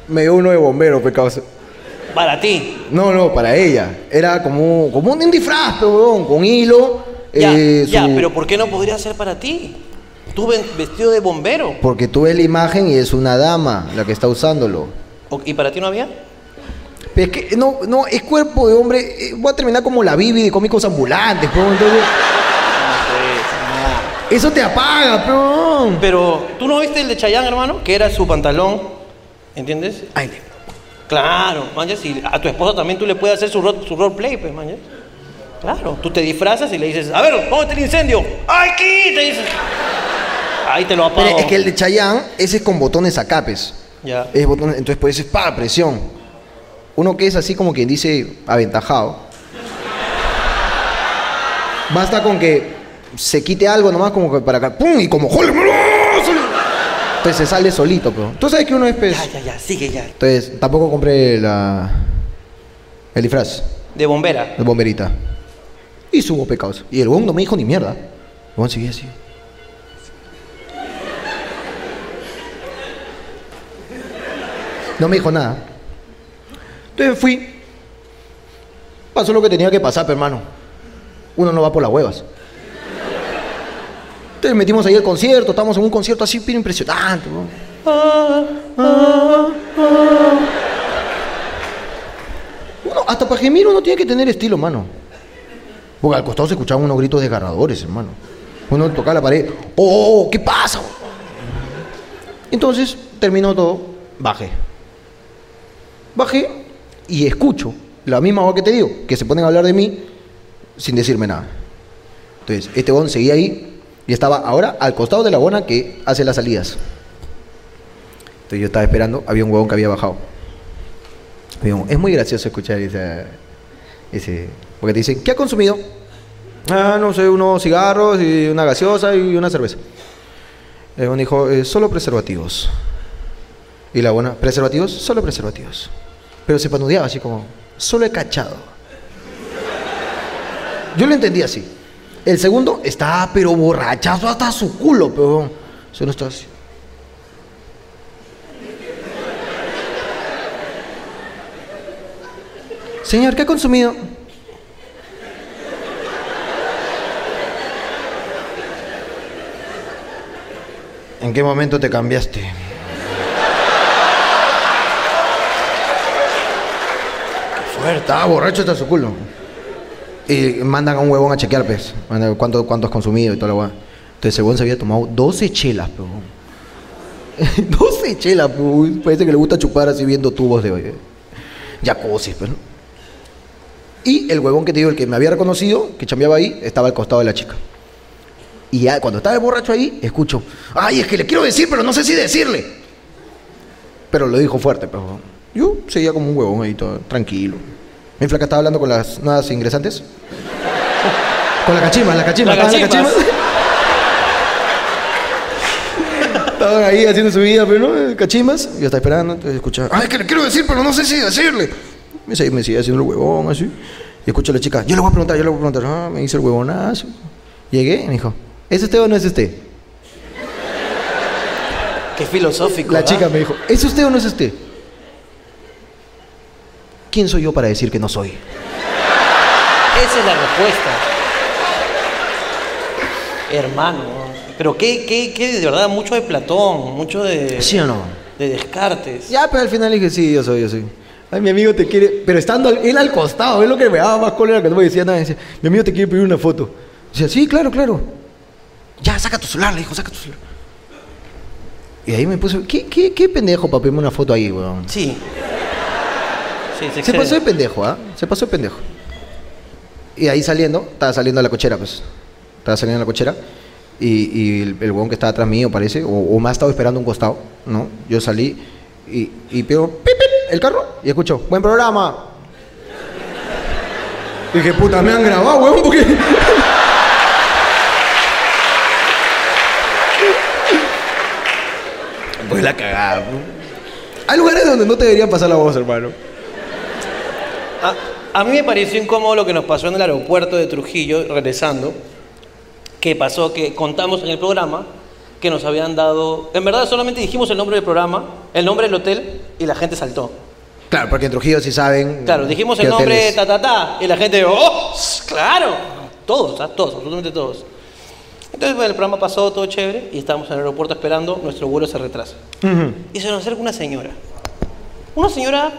Speaker 1: me dio uno de bombero, pecados.
Speaker 3: Para ti.
Speaker 1: No, no, para ella. Era como, como un disfraz, pe, huevón, con hilo.
Speaker 3: Ya,
Speaker 1: eh,
Speaker 3: ya,
Speaker 1: su-
Speaker 3: pero ¿por qué no podría ser para ti? Tú ven- vestido de bombero.
Speaker 1: Porque tú ves la imagen y es una dama la que está usándolo.
Speaker 3: O- ¿Y para ti no había?
Speaker 1: Pero es que, no, no, es cuerpo de hombre. eh, Voy a terminar como la Bibi de cómicos ambulantes, pero entonces. Eh, Eso te apaga, pero.
Speaker 3: Pero, ¿tú no viste el de Chayanne, hermano? Que era su pantalón, ¿entiendes?
Speaker 1: Ay, le-
Speaker 3: Claro, manches, y a tu esposa también tú le puedes hacer su, ro- su roleplay, pues, manches. Claro, tú te disfrazas y le dices, a ver, póngate el incendio. ¡Ay, aquí! Te dices. Ahí te lo apago.
Speaker 1: Pero es que el de Chayanne, ese es con botones a capes.
Speaker 3: Ya.
Speaker 1: Es botón, entonces por eso es para presión. Uno que es así como quien dice aventajado. Basta con que se quite algo nomás como que para acá. ¡Pum! Y como ¡Jole! Entonces se sale solito, pero. Tú sabes que uno es pues, pez.
Speaker 3: Ya, ya, ya, sigue ya.
Speaker 1: Entonces, tampoco compré la. el disfraz
Speaker 3: De bombera.
Speaker 1: de bomberita. Y subo pecados. Y el bon no me dijo ni mierda. El bon seguía así. No me dijo nada. Entonces fui. Pasó lo que tenía que pasar, pe, hermano. Uno no va por las huevas. Entonces metimos ahí el concierto, estábamos en un concierto así, pero impresionante. weón. Uno, hasta para gemir uno tiene que tener estilo, mano. Porque al costado se escuchaban unos gritos desgarradores, hermano. Uno tocaba la pared. ¡Oh, oh, oh, qué pasa! Entonces, terminó todo, bajé. Bajé y escucho la misma voz que te digo, que se ponen a hablar de mí sin decirme nada. Entonces, este bon seguía ahí y estaba ahora al costado de la bona que hace las salidas. Entonces yo estaba esperando, había un huevón que había bajado. Había un- Es muy gracioso escuchar esa, ese... Porque te dicen, ¿qué ha consumido? Ah, no sé, unos cigarros y una gaseosa y una cerveza. El huevón dijo, "Eh, solo preservativos. Y la buena, ¿preservativos? Solo preservativos. Pero se panudeaba así como, solo he cachado. Yo lo entendí así. El segundo está, pero borrachazo hasta su culo, pero se no está así. Señor, ¿qué ha consumido? ¿En qué momento te cambiaste? Fuerte, estaba borracho hasta su culo. Y mandan a un huevón a chequear, pues, manda cuánto, cuánto has consumido y toda la weá. Entonces el huevón se había tomado 12 chelas, pues. (laughs) huevón. 12 chelas, pues. huevón. Parece que le gusta chupar así viendo tubos de eh, jacuzzi, pues. ¿no? Y el huevón que te digo, el que me había reconocido, que chambeaba ahí, estaba al costado de la chica. Y ya cuando estaba el borracho ahí, escucho, ay, es que le quiero decir, pero no sé si decirle. Pero lo dijo fuerte, pues. huevón. Yo seguía como un huevón ahí, todo tranquilo. Mi flaca estaba hablando con las nuevas ingresantes. Con la cachimba, la cachimba,
Speaker 3: La
Speaker 1: estaban
Speaker 3: cachimbas.
Speaker 1: Estaban ahí haciendo su vida, pero no, Eh, cachimbas. Yo estaba esperando, entonces escuchaba, ay, es que le quiero decir, pero no sé si decirle. Me seguía, me seguía haciendo el huevón, así. Y escucho a la chica, yo le voy a preguntar, yo le voy a preguntar. Ah, me hizo el huevonazo. Llegué y me dijo, ¿es usted o no es este?". usted?
Speaker 3: Qué filosófico.
Speaker 1: La
Speaker 3: ¿ah?
Speaker 1: chica me dijo, ¿es usted o no es usted? ¿Quién soy yo para decir que no soy?
Speaker 3: Esa es la respuesta. Hermano. Pero qué, qué, qué, de verdad, mucho de Platón, mucho de.
Speaker 1: ¿Sí o no?
Speaker 3: De Descartes.
Speaker 1: Ya, pero al final dije, sí, yo soy, yo soy. Ay, mi amigo te quiere, pero estando al- él al costado, es lo que me daba más cólera que no me decía nada. Decía, mi amigo te quiere pedir una foto. Decía, sí, claro, claro. Ya, saca tu celular, le dijo, saca tu celular. Y ahí me puso, ¿qué, qué, qué pendejo para pedirme una foto ahí, weón?
Speaker 3: Sí. Sí, se
Speaker 1: Se
Speaker 3: excede.
Speaker 1: pasó de pendejo, ¿ah? Se pasó de pendejo. Y ahí saliendo, estaba saliendo a la cochera, pues. Estaba saliendo a la cochera. Y, y el, el huevón que estaba atrás mío, parece, o, o me ha estado esperando a un costado, ¿no? Yo salí y, y pego, pip, pip, el carro, y escucho, buen programa. Y dije, puta, me han grabado, huevón, porque.
Speaker 4: Pues la cagada. pu.
Speaker 1: Hay lugares donde no te deberían pasar la voz, hermano.
Speaker 3: A, a mí me pareció incómodo lo que nos pasó en el aeropuerto de Trujillo, regresando, que pasó que contamos en el programa que nos habían dado, en verdad solamente dijimos el nombre del programa, el nombre del hotel y la gente saltó.
Speaker 1: Claro, porque en Trujillo sí saben.
Speaker 3: Claro, dijimos
Speaker 1: qué
Speaker 3: el nombre
Speaker 1: hoteles.
Speaker 3: ta ta ta y la gente, ¡oh! ¡Claro! Todos, ah, todos, absolutamente todos. Entonces, bueno, el programa pasó, todo chévere, y estábamos en el aeropuerto esperando, nuestro vuelo se retrasa.
Speaker 1: Ujú.
Speaker 3: Y se nos acerca una señora. Una señora,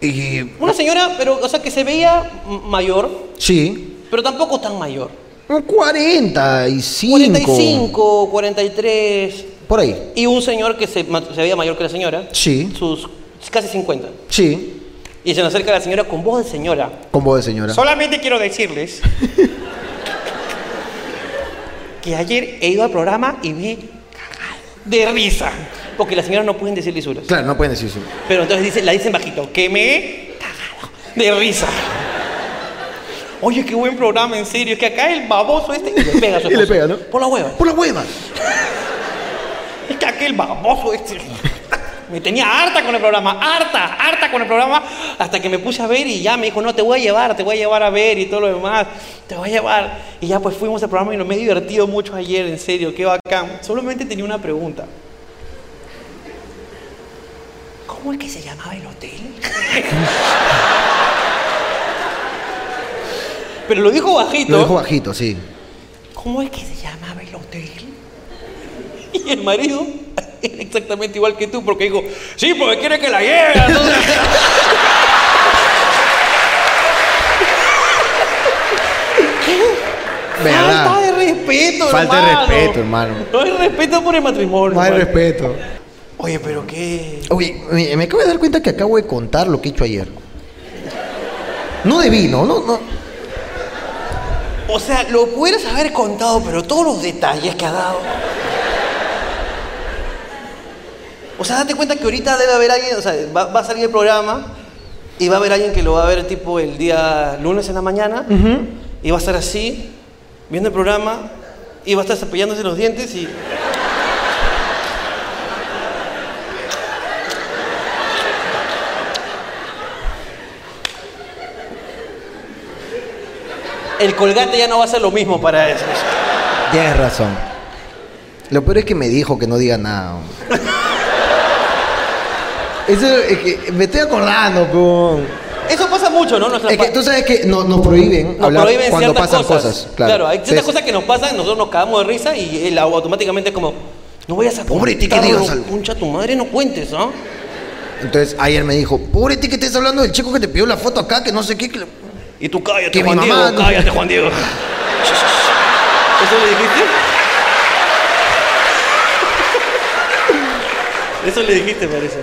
Speaker 4: Y.
Speaker 1: Ah.
Speaker 3: una señora, pero, o sea, que se veía m- mayor,
Speaker 1: Sí.
Speaker 3: pero tampoco tan mayor.
Speaker 1: Un 45.
Speaker 3: 45, 43,
Speaker 1: Por ahí.
Speaker 3: y un señor que se, ma- se veía mayor que la señora,
Speaker 1: Sí.
Speaker 3: sus casi 50.
Speaker 1: Sí.
Speaker 3: Y se nos acerca la señora con voz de señora.
Speaker 1: Con voz de señora.
Speaker 6: Solamente quiero decirles que ayer he ido al programa y me he cagado de risa.
Speaker 3: Porque las señoras no pueden decir lisuras.
Speaker 1: Claro, no pueden decir eso.
Speaker 3: Pero entonces dice, la dicen bajito.
Speaker 6: Que me he cagado de risa. Oye, qué buen programa, en serio. Es que acá el baboso este...
Speaker 3: Y le pega a
Speaker 1: (laughs)
Speaker 3: su
Speaker 1: Y le
Speaker 3: esposo.
Speaker 1: pega, ¿no?
Speaker 3: Por la hueva.
Speaker 1: Por la hueva.
Speaker 6: Es que aquel baboso este... (laughs) Me tenía harta con el programa, harta, harta con el programa, hasta que me puse a ver y ya me dijo, no, te voy a llevar, te voy a llevar a ver y todo lo demás, te voy a llevar. Y ya pues fuimos al programa y nos me he divertido mucho ayer, en serio, qué bacán. Solamente tenía una pregunta. ¿Cómo es que se llamaba el hotel? (laughs)
Speaker 3: Pero lo dijo bajito.
Speaker 1: Lo dijo bajito, sí.
Speaker 6: ¿Cómo es que se llamaba el hotel?
Speaker 3: (laughs) Y el marido (laughs) era exactamente igual que tú porque dijo, sí, porque quiere que la lleve.
Speaker 1: (laughs)
Speaker 3: entonces". Falta de
Speaker 1: Verdad.
Speaker 3: respeto,
Speaker 1: Falta de
Speaker 3: hermano.
Speaker 1: respeto, hermano.
Speaker 3: No hay respeto por el matrimonio.
Speaker 1: No hay
Speaker 3: hermano.
Speaker 1: respeto.
Speaker 6: Oye, pero qué...
Speaker 1: Oye, me, me acabo de dar cuenta que acabo de contar lo que he hecho ayer. No debí, ¿no? No, no.
Speaker 6: O sea, lo pudieras haber contado, pero todos los detalles que ha dado.
Speaker 3: O sea, date cuenta que ahorita debe haber alguien, o sea, va, va a salir el programa y va a haber alguien que lo va a ver tipo el día lunes en la mañana y va a estar así, viendo el programa y va a estar cepillándose los dientes y... El colgate ya no va a ser lo mismo para eso.
Speaker 1: Tienes razón. Lo peor es que me dijo que no diga nada.
Speaker 3: (laughs)
Speaker 1: hombre. Eso es que me estoy acordando, con.
Speaker 3: Eso pasa mucho, ¿no? Nuestra
Speaker 1: Es que
Speaker 3: pa-
Speaker 1: tú sabes que no- nos prohíben
Speaker 3: Nos
Speaker 1: hablar
Speaker 3: prohíben
Speaker 1: cuando
Speaker 3: ciertas
Speaker 1: pasan cosas. claro.
Speaker 3: hay ciertas
Speaker 1: Entonces,
Speaker 3: cosas que nos pasan, nosotros nos cagamos de risa y él automáticamente es como, no vayas a
Speaker 1: Pobre ti que
Speaker 3: contarlo,
Speaker 1: digas algo.
Speaker 3: Concha, tu madre no cuentes, ¿ah? ¿no?
Speaker 1: Entonces ayer me dijo, pobre ti que estés hablando del chico que te pidió la foto acá, que no sé qué. que le-
Speaker 6: Y tú cállate,
Speaker 1: Que mi
Speaker 6: Juan
Speaker 1: mamá
Speaker 6: Diego,
Speaker 1: no-
Speaker 6: cállate, Juan Diego.
Speaker 3: ¿Eso le dijiste? (laughs) Eso le dijiste, parece.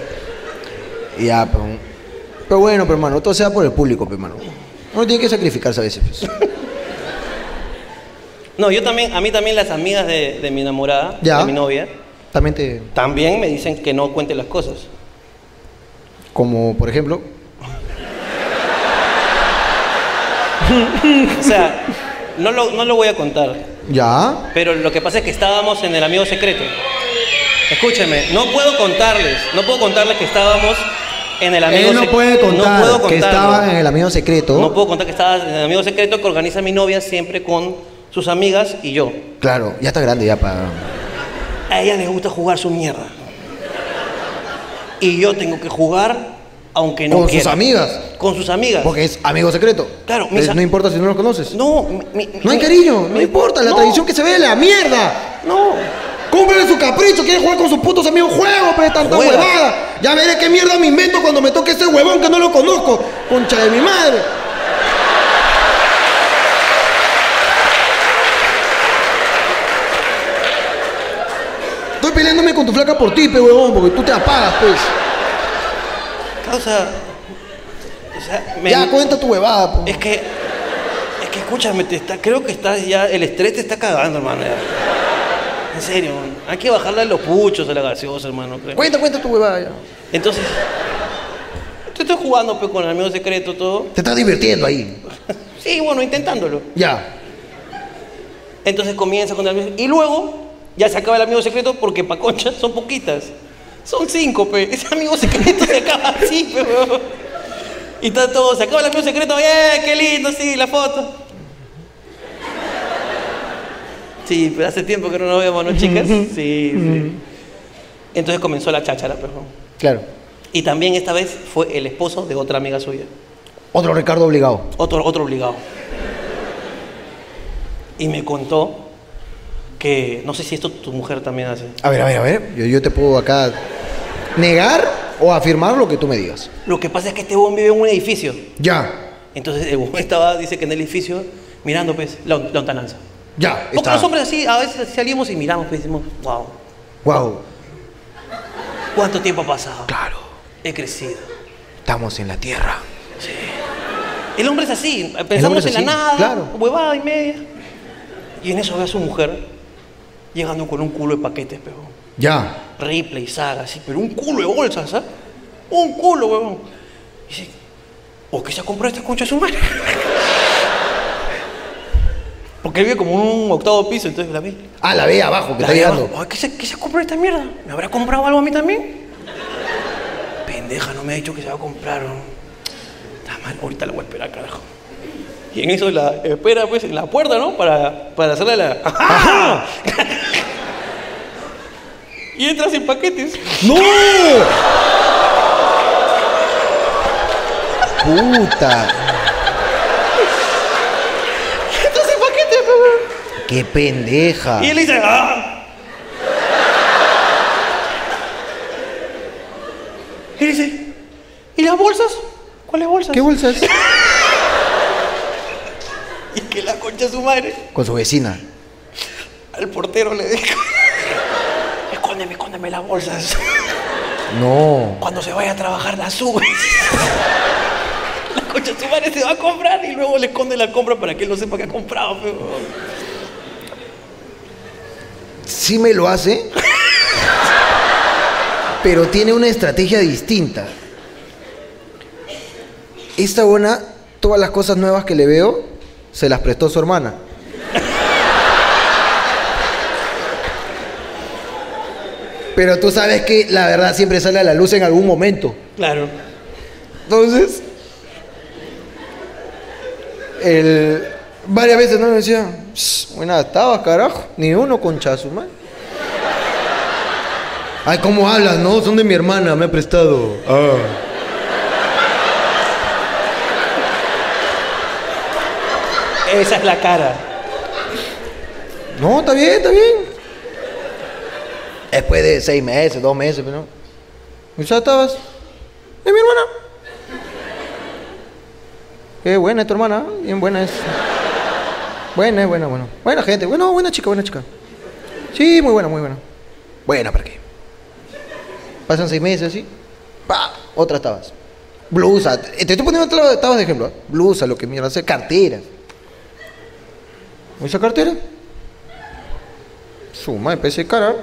Speaker 1: Y ya, pero. Pero bueno, pero hermano, todo sea por el público, pero hermano. Uno tiene que sacrificarse a veces. pues.
Speaker 3: No, yo también, a mí también las amigas de, de mi enamorada,
Speaker 1: Ya.
Speaker 3: de mi novia,
Speaker 1: También te.
Speaker 3: también me dicen que no cuente las cosas.
Speaker 1: Como, por ejemplo.
Speaker 3: O sea, no lo, no lo voy a contar.
Speaker 1: Ya.
Speaker 3: Pero lo que pasa es que estábamos en el amigo secreto. Escúchame, no puedo contarles, no puedo contarles que estábamos en el amigo
Speaker 1: Él no
Speaker 3: sec-
Speaker 1: puede contar
Speaker 3: no puedo
Speaker 1: que
Speaker 3: contarlo.
Speaker 1: estaba en el amigo secreto.
Speaker 3: No puedo contar que estaba en el amigo secreto que organiza mi novia siempre con sus amigas y yo.
Speaker 1: Claro, ya está grande ya
Speaker 3: (laughs)
Speaker 1: para.
Speaker 3: A ella les gusta jugar su mierda. Y yo tengo que jugar aunque no
Speaker 1: Con sus
Speaker 3: quiera.
Speaker 1: amigas.
Speaker 3: Con sus amigas.
Speaker 1: Porque es amigo secreto.
Speaker 3: Claro, mis
Speaker 1: Entonces,
Speaker 3: a-
Speaker 1: no importa si no lo conoces. No,
Speaker 3: No, mi- mi-
Speaker 1: hay
Speaker 3: mi-
Speaker 1: cariño, no
Speaker 3: mi-
Speaker 1: importa, la
Speaker 3: no,
Speaker 1: tradición que se ve, la mierda.
Speaker 3: No.
Speaker 1: Cúmplele su capricho, quiere jugar con sus putos amigos, juego, pero tanta
Speaker 3: Juega.
Speaker 1: huevada. Ya veré qué mierda me invento cuando me toque ese huevón que no lo conozco. Concha de mi madre. Estoy peleándome con tu flaca por ti, pe huevón, porque tú te apagas, pues.
Speaker 3: Causa. O sea, me-
Speaker 1: Ya, cuenta tu huevada, pues. po.
Speaker 3: Es que, es que escúchame, te está, creo que estás ya, el estrés te está cagando, hermano. ya. En serio, man. hay que bajarle a los puchos a la gaseosa, hermano. creo.
Speaker 1: Eh, Cuenta, cuenta tu huevada ya.
Speaker 3: Entonces, te estoy jugando pues, con el amigo secreto, todo.
Speaker 1: Te estás divirtiendo ahí.
Speaker 3: Sí, bueno, intentándolo.
Speaker 1: Ya.
Speaker 3: Entonces comienza con el amigo Y luego, ya se acaba el amigo secreto porque pa' concha son poquitas. Son cinco, pe. Ese amigo secreto se acaba así, pe, weón. Y está todo, se acaba el amigo secreto. ¡Eh, qué lindo, sí, la foto! Sí, pero hace tiempo que no nos vemos, ¿no, chicas? Sí, sí. Entonces comenzó la cháchara, pe, weón.
Speaker 1: Claro.
Speaker 3: Y también esta vez fue el esposo de otra amiga suya.
Speaker 1: Otro Ricardo obligado.
Speaker 3: Otro, otro obligado. Y me contó que, no sé si esto tu mujer también hace.
Speaker 1: A ver, a ver, a ver. Yo, yo te puedo acá negar o afirmar lo que tú me digas.
Speaker 3: Lo que pasa es que este huevón vive en un edificio.
Speaker 1: Ya,
Speaker 3: Entonces el huevón (laughs) estaba, dice que en el edificio, mirando pues, la la lontananza.
Speaker 1: ya.
Speaker 3: Porque
Speaker 1: Está.
Speaker 3: los hombres así, a veces salimos y miramos pues, decimos, wow,
Speaker 1: Wow.
Speaker 3: ¿cuánto tiempo ha pasado?
Speaker 5: Claro,
Speaker 3: He crecido.
Speaker 5: estamos en la tierra.
Speaker 3: El hombre es así, pensamos
Speaker 1: es
Speaker 3: en la
Speaker 1: así,
Speaker 3: nada,
Speaker 1: claro.
Speaker 3: huevada y media. Y en eso ve a su mujer llegando con un culo de paquetes, pues, pero
Speaker 1: Ya.
Speaker 3: Ripley, Saga, sí, pero un culo de bolsas, ¿sabes? Un culo, huevón. Dice, ¿o qué se ha comprado esta concha de su madre? (laughs) Porque él vive como en un octavo piso, entonces la vi.
Speaker 1: Ah, la ve abajo, que
Speaker 3: La
Speaker 1: está
Speaker 3: vi
Speaker 1: llegando.
Speaker 3: abajo. Ay, ¿Qué se, ¿Qué se ha comprado esta mierda? ¿Me habrá comprado algo a mí también? Pendeja, no me ha dicho que se va a comprar. ¿no? Está mal, ahorita la voy a esperar, carajo. Y en eso la espera, pues, en la puerta, ¿no? Para, para hacerle la. (laughs) ¡Ajá! y entra sin paquetes.
Speaker 1: ¡No! Puta.
Speaker 3: Entra sin paquetes, pues, huevón.
Speaker 1: Qué pendeja.
Speaker 3: Y él dice, ¡ah! Y dice, ¿y las bolsas? ¿Cuáles bolsas?
Speaker 1: ¿Qué bolsas?
Speaker 3: (laughs) y que la concha de su madre
Speaker 1: Con su vecina.
Speaker 3: al portero le dijo, (laughs) escóndeme, escóndeme las bolsas.
Speaker 1: No.
Speaker 3: Cuando se vaya a trabajar las subes. (laughs) la concha de su madre se va a comprar y luego le esconde la compra para que él no sepa que ha comprado. pe, huevón.
Speaker 1: Sí me lo hace. pero tiene una estrategia distinta. Esta buena, todas las cosas nuevas que le veo, se las prestó su hermana. Pero tú sabes que la verdad siempre sale a la luz en algún momento.
Speaker 3: Claro.
Speaker 1: Entonces, el, varias veces no me decía, "Shh, buena estabas, carajo, ni uno conchazo, man. Ay, ¿cómo hablas, no? Son de mi hermana, me ha prestado. Ah.
Speaker 3: Esa es la cara.
Speaker 1: No, está bien, está bien. Después de seis meses, dos meses, pero no. ¿Y ya estabas? Es mi hermana. Qué buena es tu hermana, ¿eh? bien buena es. Buena, es buena, buena. Buena gente, bueno, buena chica, buena chica. Sí, muy buena, muy buena. Buena, ¿para qué? Pasan seis meses, así. Pa, otra estabas. Blusa, te estoy poniendo otra tabas de ejemplo. ¿eh? Blusa, lo que mierda, hacer cartera. ¿Esa cartera? Suma de PC cara.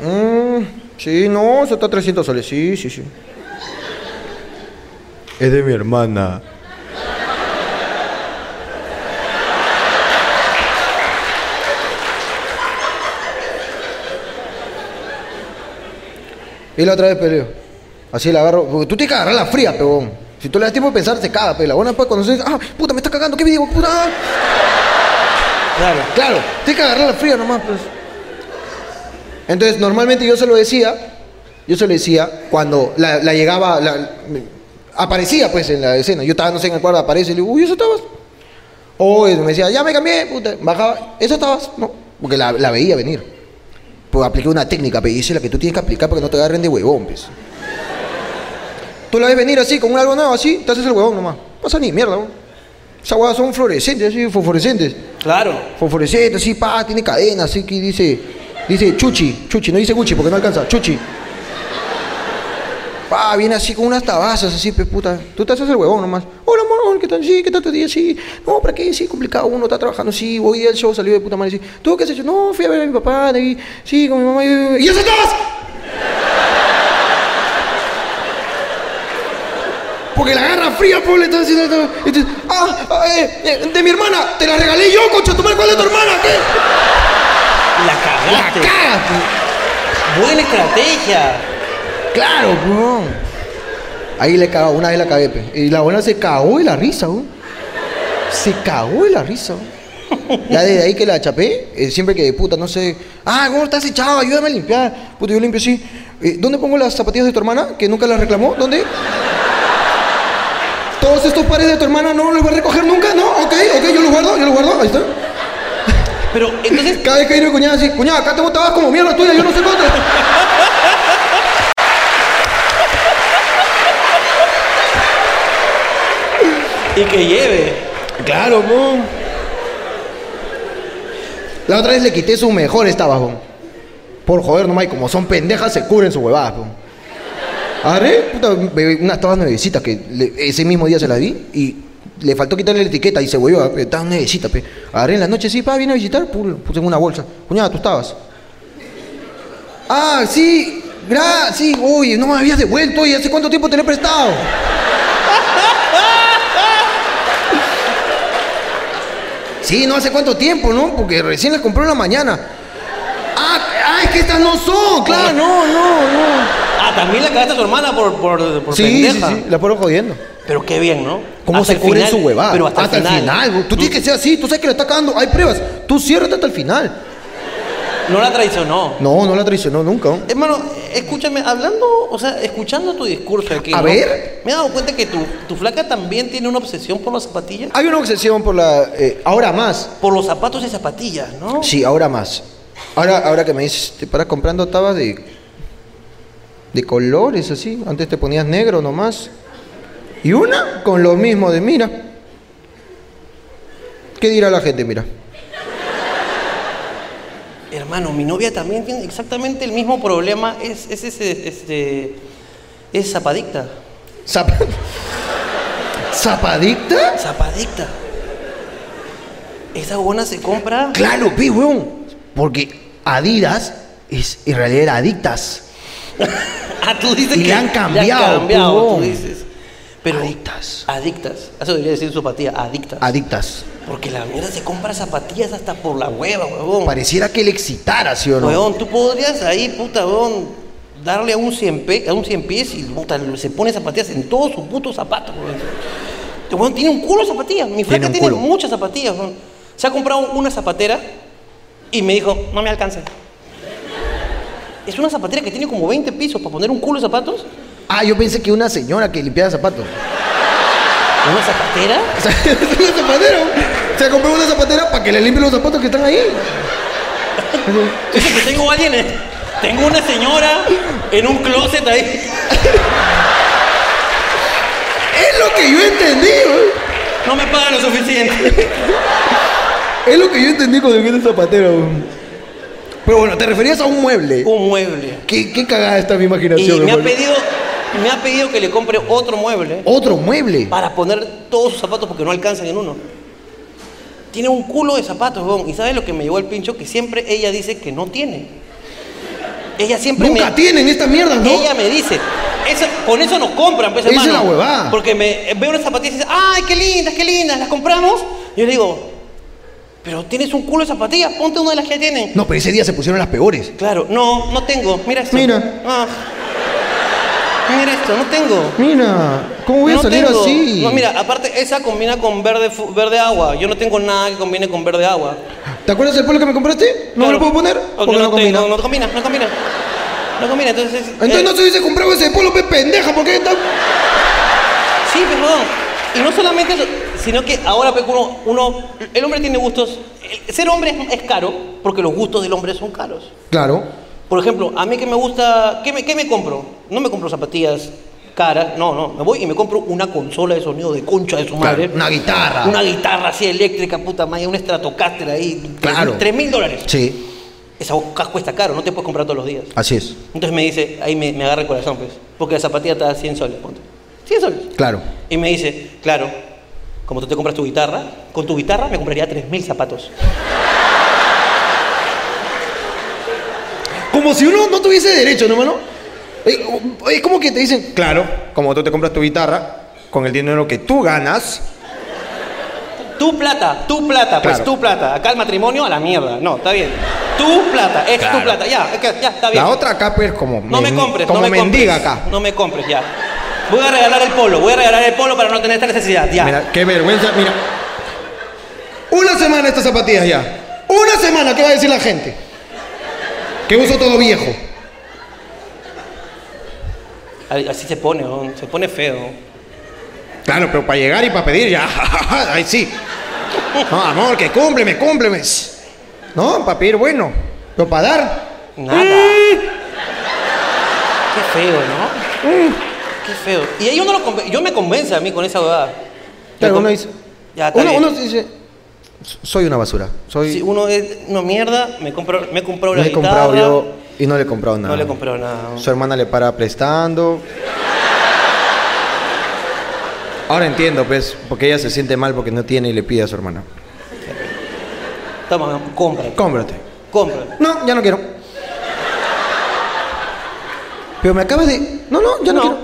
Speaker 1: Mm, sí, no, eso está a 300 soles. Sí, sí, sí. Es de mi hermana. Y la otra vez peleó. Así la agarro. Porque tú tienes que agarrar la fría, pegón. Si tú le das tiempo de pensar, se caga, pero la buena después cuando se dice, ah, puta, me está cagando, ¿qué me digo? Puta, ah".
Speaker 3: Claro.
Speaker 1: Claro, tienes que agarrar la fría nomás, pues. Entonces, normalmente yo se lo decía, yo se lo decía cuando la, la llegaba, la- aparecía pues en la escena. Yo estaba, no sé, en el cuarto, aparece y le digo, uy, ¿eso estabas? O él me decía, ya me cambié, puta, bajaba, ¿eso estabas? No, porque la, la veía venir. Pues apliqué una técnica, pe, y esa es la que tú tienes que aplicar para que no te agarren de huevón, pues. Tú la ves venir así, con un algo nuevo así, te haces el huevón nomás. Pasa ni mierda, weón. Esas huevas son fluorescentes, así, fosforescentes
Speaker 3: Claro.
Speaker 1: fosforescente, así, pa, tiene cadena, así que dice, dice Chuchi, Chuchi, no dice Gucci porque no alcanza, Chuchi. Pa, viene así con unas tabazas, así, pe puta. Tú te haces el huevón nomás. Hola, amor, ¿qué tal? Sí, ¿qué tal tu día? Sí. No, ¿para qué? Sí, complicado, uno está trabajando, sí. Hoy día el show salió de puta madre, sí. ¿Tú qué has hecho? No, fui a ver a mi papá, de ahí, sí, con mi mamá. Y, ¡Y eso estabas! Porque la garra fría, pobre, está haciendo esto. Entonces, ah, ah, eh, eh, de mi hermana, te la regalé yo, concha, tu madre, ¿cuál es tu hermana? ¿Qué?
Speaker 3: La cagaste.
Speaker 1: ¡Cagas!
Speaker 3: Buena estrategia.
Speaker 1: Claro, weón. Ahí le cagó, una vez la cagué, pe. Y la buena se cagó de la risa, weón. Se cagó de la risa, weón. Ya desde ahí que la chapé, eh, siempre que, puta, no sé. Ah, ¿cómo estás echado? Ayúdame a limpiar. Puta, yo limpio así. eh, ¿dónde pongo las zapatillas de tu hermana? Que nunca las reclamó. ¿Dónde? Todos estos pares de tu hermana no los va a recoger nunca, ¿no? Ok, ok, yo los guardo, yo los guardo. Ahí está.
Speaker 3: Pero entonces,
Speaker 1: Cada vez que viene mi cuñada así, cuñada, acá tengo tabas como mierda tuya, yo no sé dónde.
Speaker 3: y que lleve.
Speaker 1: Claro, po. La otra vez le quité su mejor estaba, po. Por joder, nomás, y como son pendejas, se cubren sus huevadas, po. Agarré, puta, be- unas tabas nuevecitas que le- ese mismo día se las di y le faltó quitarle la etiqueta y se volvió, ah, pe, estaban nuevecitas, pe. Agarré en la noche, sí, pa, viene a visitar, pum, puse en una bolsa. Cuñada, tú estabas. Ah, sí, gra, sí, oye, no me habías devuelto y hace cuánto tiempo te lo he prestado. Sí, no hace cuánto tiempo, ¿no? Porque recién las compré en la mañana. Ah, ah, es que estas no son, claro, no, no, no.
Speaker 3: Ah, también la cagaste a tu hermana por, por, por
Speaker 1: Sí, sí,
Speaker 3: pendeja.
Speaker 1: sí, la puedo jodiendo.
Speaker 3: Pero qué bien, ¿no?
Speaker 1: ¿Cómo
Speaker 3: Hasta
Speaker 1: se
Speaker 3: el
Speaker 1: cubre
Speaker 3: final,
Speaker 1: su huevada?
Speaker 3: Pero hasta, el final.
Speaker 1: güey. Tú tienes que ser así, tú sabes que lo está cagando, hay pruebas. Tú ciérrate hasta el final.
Speaker 3: No la traicionó.
Speaker 1: No, no la traicionó nunca. ¿no?
Speaker 3: Hermano, escúchame, hablando, o sea, escuchando tu discurso aquí.
Speaker 1: A
Speaker 3: ¿no?
Speaker 1: ver.
Speaker 3: Me he dado cuenta que tu, tu flaca también tiene una obsesión por las zapatillas.
Speaker 1: Hay una obsesión por la... eh, ahora más.
Speaker 3: Por los zapatos y zapatillas, ¿no?
Speaker 1: Sí, ahora más. Ahora, ahora que me dices, te paras comprando tabas de... De colores, así. Antes te ponías negro nomás. Y una con lo mismo de mira. ¿Qué dirá la gente, mira?
Speaker 3: Hermano, mi novia también tiene exactamente el mismo problema. Es, es, ese- este, es zapadicta.
Speaker 1: Zap- (laughs) ¿Zapadicta?
Speaker 3: Zapadicta. Esa buena se compra.
Speaker 1: Claro, pi, weón. Porque Adidas es en realidad era adictas.
Speaker 3: Ah, tú dices
Speaker 1: Y
Speaker 3: que
Speaker 1: le han cambiado,
Speaker 3: cambiado, tú
Speaker 1: huevón.
Speaker 3: dices. Pero
Speaker 1: Adictas.
Speaker 3: Adictas. Eso debería decir zapatilla, adictas.
Speaker 1: Adictas.
Speaker 3: Porque la mierda se compra zapatillas hasta por la hueva, huevón.
Speaker 1: Pareciera que le excitara, ¿sí o no?
Speaker 3: Huevón, tú podrías ahí, puta, huevón, darle a un cien, pe- a un cien pies y puta, se pone zapatillas en todos sus putos zapatos, huevón. Este huevón tiene un culo de zapatillas. Mi flaca
Speaker 1: un
Speaker 3: tiene,
Speaker 1: culo.
Speaker 3: muchas zapatillas, huevón. Se ha comprado una zapatera y me dijo, no me alcanza. Es una zapatera que tiene como 20 pisos para poner un culo de zapatos.
Speaker 1: Ah, yo pensé que una señora que limpiaba zapatos.
Speaker 3: ¿Una zapatera?
Speaker 1: O sea, es una zapatera. Se compró una zapatera para que le limpie los zapatos que están ahí.
Speaker 3: Dice que tengo a alguien, eh, tengo una señora en un closet ahí.
Speaker 1: Es lo que yo entendí, weón.
Speaker 3: No me paga lo suficiente.
Speaker 1: Es lo que yo entendí cuando vi una zapatera, weón. Pero bueno, te referías a un mueble.
Speaker 3: Un mueble.
Speaker 1: ¿Qué, qué cagada está mi
Speaker 3: Y
Speaker 1: imaginación,
Speaker 3: me ha
Speaker 1: hermano.
Speaker 3: pedido, me ha pedido que le compre otro mueble
Speaker 1: Otro mueble.
Speaker 3: para poner todos sus zapatos porque no alcanzan en uno. Tiene un culo de zapatos, weón. ¿Y sabes lo que me llevó el pincho? Que siempre ella dice que no tiene. Ella siempre
Speaker 1: Nunca
Speaker 3: me...
Speaker 1: tienen estas mierdas, ¿no?
Speaker 3: Ella me dice, eso- con eso nos compran, pues
Speaker 1: Esa
Speaker 3: hermano.
Speaker 1: es la huevada.
Speaker 3: Porque me eh, veo unas zapatillas y dice, ay, qué lindas, qué lindas, las compramos. Yo le digo, pero tienes un culo de zapatillas, ponte una de las que ya tienen.
Speaker 1: No, pero ese día se pusieron las peores.
Speaker 3: Claro, no, no tengo, mira esto.
Speaker 1: Mira.
Speaker 3: Ah. Mira esto, no tengo.
Speaker 1: Mira, ¿cómo voy a
Speaker 3: No
Speaker 1: salir
Speaker 3: tengo.
Speaker 1: así?
Speaker 3: No, mira, aparte esa combina con verde, fu- verde agua. Yo no tengo nada que combine con verde agua.
Speaker 1: ¿Te acuerdas del polo que me compraste? No me
Speaker 3: Claro.
Speaker 1: lo puedo poner
Speaker 3: Porque
Speaker 1: porque
Speaker 3: no,
Speaker 1: no,
Speaker 3: te-
Speaker 1: combina.
Speaker 3: No, no combina, no combina. No combina, entonces.
Speaker 1: Entonces
Speaker 3: eh,
Speaker 1: no se hubiese comprado ese polo, pe pendeja, porque está...
Speaker 3: Sí, perdón. Y pues, no solamente eso, sino que ahora pues, uno, uno, el hombre tiene gustos. el- ser hombre es, es caro porque los gustos del hombre son caros.
Speaker 1: Claro.
Speaker 3: Por ejemplo, a mí que me gusta, ¿qué me, qué me compro? No me compro zapatillas caras, no, no, me voy y me compro una consola de sonido de concha de su
Speaker 1: Claro,
Speaker 3: madre.
Speaker 1: una guitarra.
Speaker 3: Una guitarra así eléctrica, puta madre, un Stratocaster ahí.
Speaker 1: Claro.
Speaker 3: Tres mil dólares.
Speaker 1: Sí,
Speaker 3: Esa hoja cuesta caro, no te puedes comprar todos los días.
Speaker 1: así es.
Speaker 3: Entonces me dice, ahí me, me agarra el corazón, pues, porque la zapatilla está a 100 soles, ponte. 100 soles.
Speaker 1: Claro.
Speaker 3: Y me dice, claro, como tú te compras tu guitarra, con tu guitarra me compraría 3.000 zapatos.
Speaker 1: Como si uno no tuviese derecho, ¿no, hermano? Eh, Es como que te dicen, claro, como tú te compras tu guitarra, con el dinero que tú ganas,
Speaker 3: Tu plata, tu plata, pues
Speaker 1: Claro.
Speaker 3: tu plata. Acá el matrimonio a la mierda. No, está bien. Tu plata, es tu
Speaker 1: Claro.
Speaker 3: plata. Ya, es que- ya, está bien.
Speaker 1: la otra acá pues, como...
Speaker 3: No me
Speaker 1: men-
Speaker 3: compres,
Speaker 1: Como
Speaker 3: no me
Speaker 1: mendiga
Speaker 3: compres.
Speaker 1: acá.
Speaker 3: No me compres, ya. Voy a regalar el polo, voy a regalar el polo para no tener esta necesidad, ya.
Speaker 1: Mira, qué vergüenza, mira. Una semana estas zapatillas ya. Una semana, ¿qué va a decir la gente? Que uso todo viejo.
Speaker 3: Así se pone, ¿no? se pone feo.
Speaker 5: Claro, pero para llegar y para
Speaker 1: (laughs)
Speaker 5: pedir ya. Ahí sí. No, amor, que cúmpleme, cúmpleme. No, para pedir bueno. Pero para dar.
Speaker 3: Nada.
Speaker 1: Mm.
Speaker 3: Qué feo, ¿no?
Speaker 1: Mm.
Speaker 3: Qué feo. Y ahí uno lo conven- yo me convence a mí con esa huevada. Me
Speaker 1: Claro,
Speaker 3: con-
Speaker 1: uno dice.
Speaker 3: Ya, está
Speaker 1: uno,
Speaker 3: bien.
Speaker 1: uno dice. Soy una basura. Soy.
Speaker 3: Si uno es una mierda, me compro, me he comprado
Speaker 1: no
Speaker 3: la
Speaker 1: he
Speaker 3: guitarra.
Speaker 1: comprado yo y no le he comprado nada.
Speaker 3: No le he comprado nada.
Speaker 1: Su hermana le para prestando. Ahora entiendo, pues, porque ella se siente mal porque no tiene y le pide a su hermana.
Speaker 3: Toma, compra.
Speaker 1: Cómprate.
Speaker 3: Compra.
Speaker 1: No, ya no quiero. Pero me acabas de. No, no, ya no, quiero.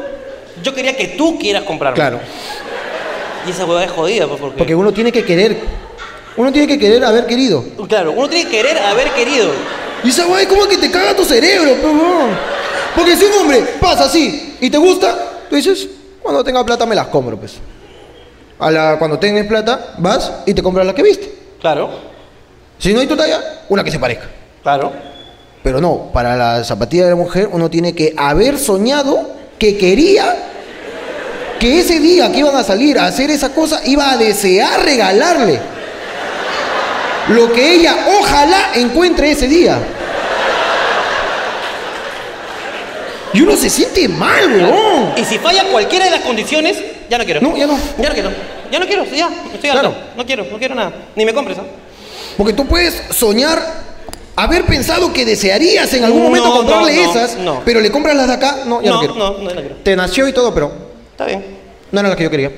Speaker 3: Yo quería que tú quieras comprarme.
Speaker 1: Claro,
Speaker 3: Y esa huevada es jodida, pues, porque.
Speaker 1: porque uno tiene que querer. Uno tiene que querer haber querido.
Speaker 3: Claro, uno tiene que querer haber querido.
Speaker 1: Y esa weá es como que te caga tu cerebro, pe, weón. Porque si un hombre pasa así y te gusta, tú dices, cuando tenga plata me las compro, pues. A la, cuando tengas plata, vas y te compras la que viste.
Speaker 3: Claro,
Speaker 1: Si no hay tu talla, una que se parezca.
Speaker 3: claro.
Speaker 1: Pero no, para la zapatilla de la mujer uno tiene que haber soñado que quería que ese día que iban a salir a hacer esa cosa iba a desear regalarle lo que ella ojalá encuentre ese día. Y uno se siente mal, weón.
Speaker 3: Y si falla cualquiera de las condiciones, ya no quiero.
Speaker 1: No, ya no.
Speaker 3: Ya no quiero. Ya no quiero, ya. Estoy harto.
Speaker 1: Claro.
Speaker 3: No quiero, no quiero nada. Ni me compres, ¿ah?
Speaker 1: Porque tú puedes soñar haber pensado que desearías en algún momento
Speaker 3: No, no,
Speaker 1: comprarle
Speaker 3: no,
Speaker 1: esas,
Speaker 3: no.
Speaker 1: pero le compras las de acá, no, ya no,
Speaker 3: No,
Speaker 1: quiero.
Speaker 3: no, no, ya no quiero.
Speaker 1: Te nació y todo, pero
Speaker 3: Está bien.
Speaker 1: No era la que yo quería.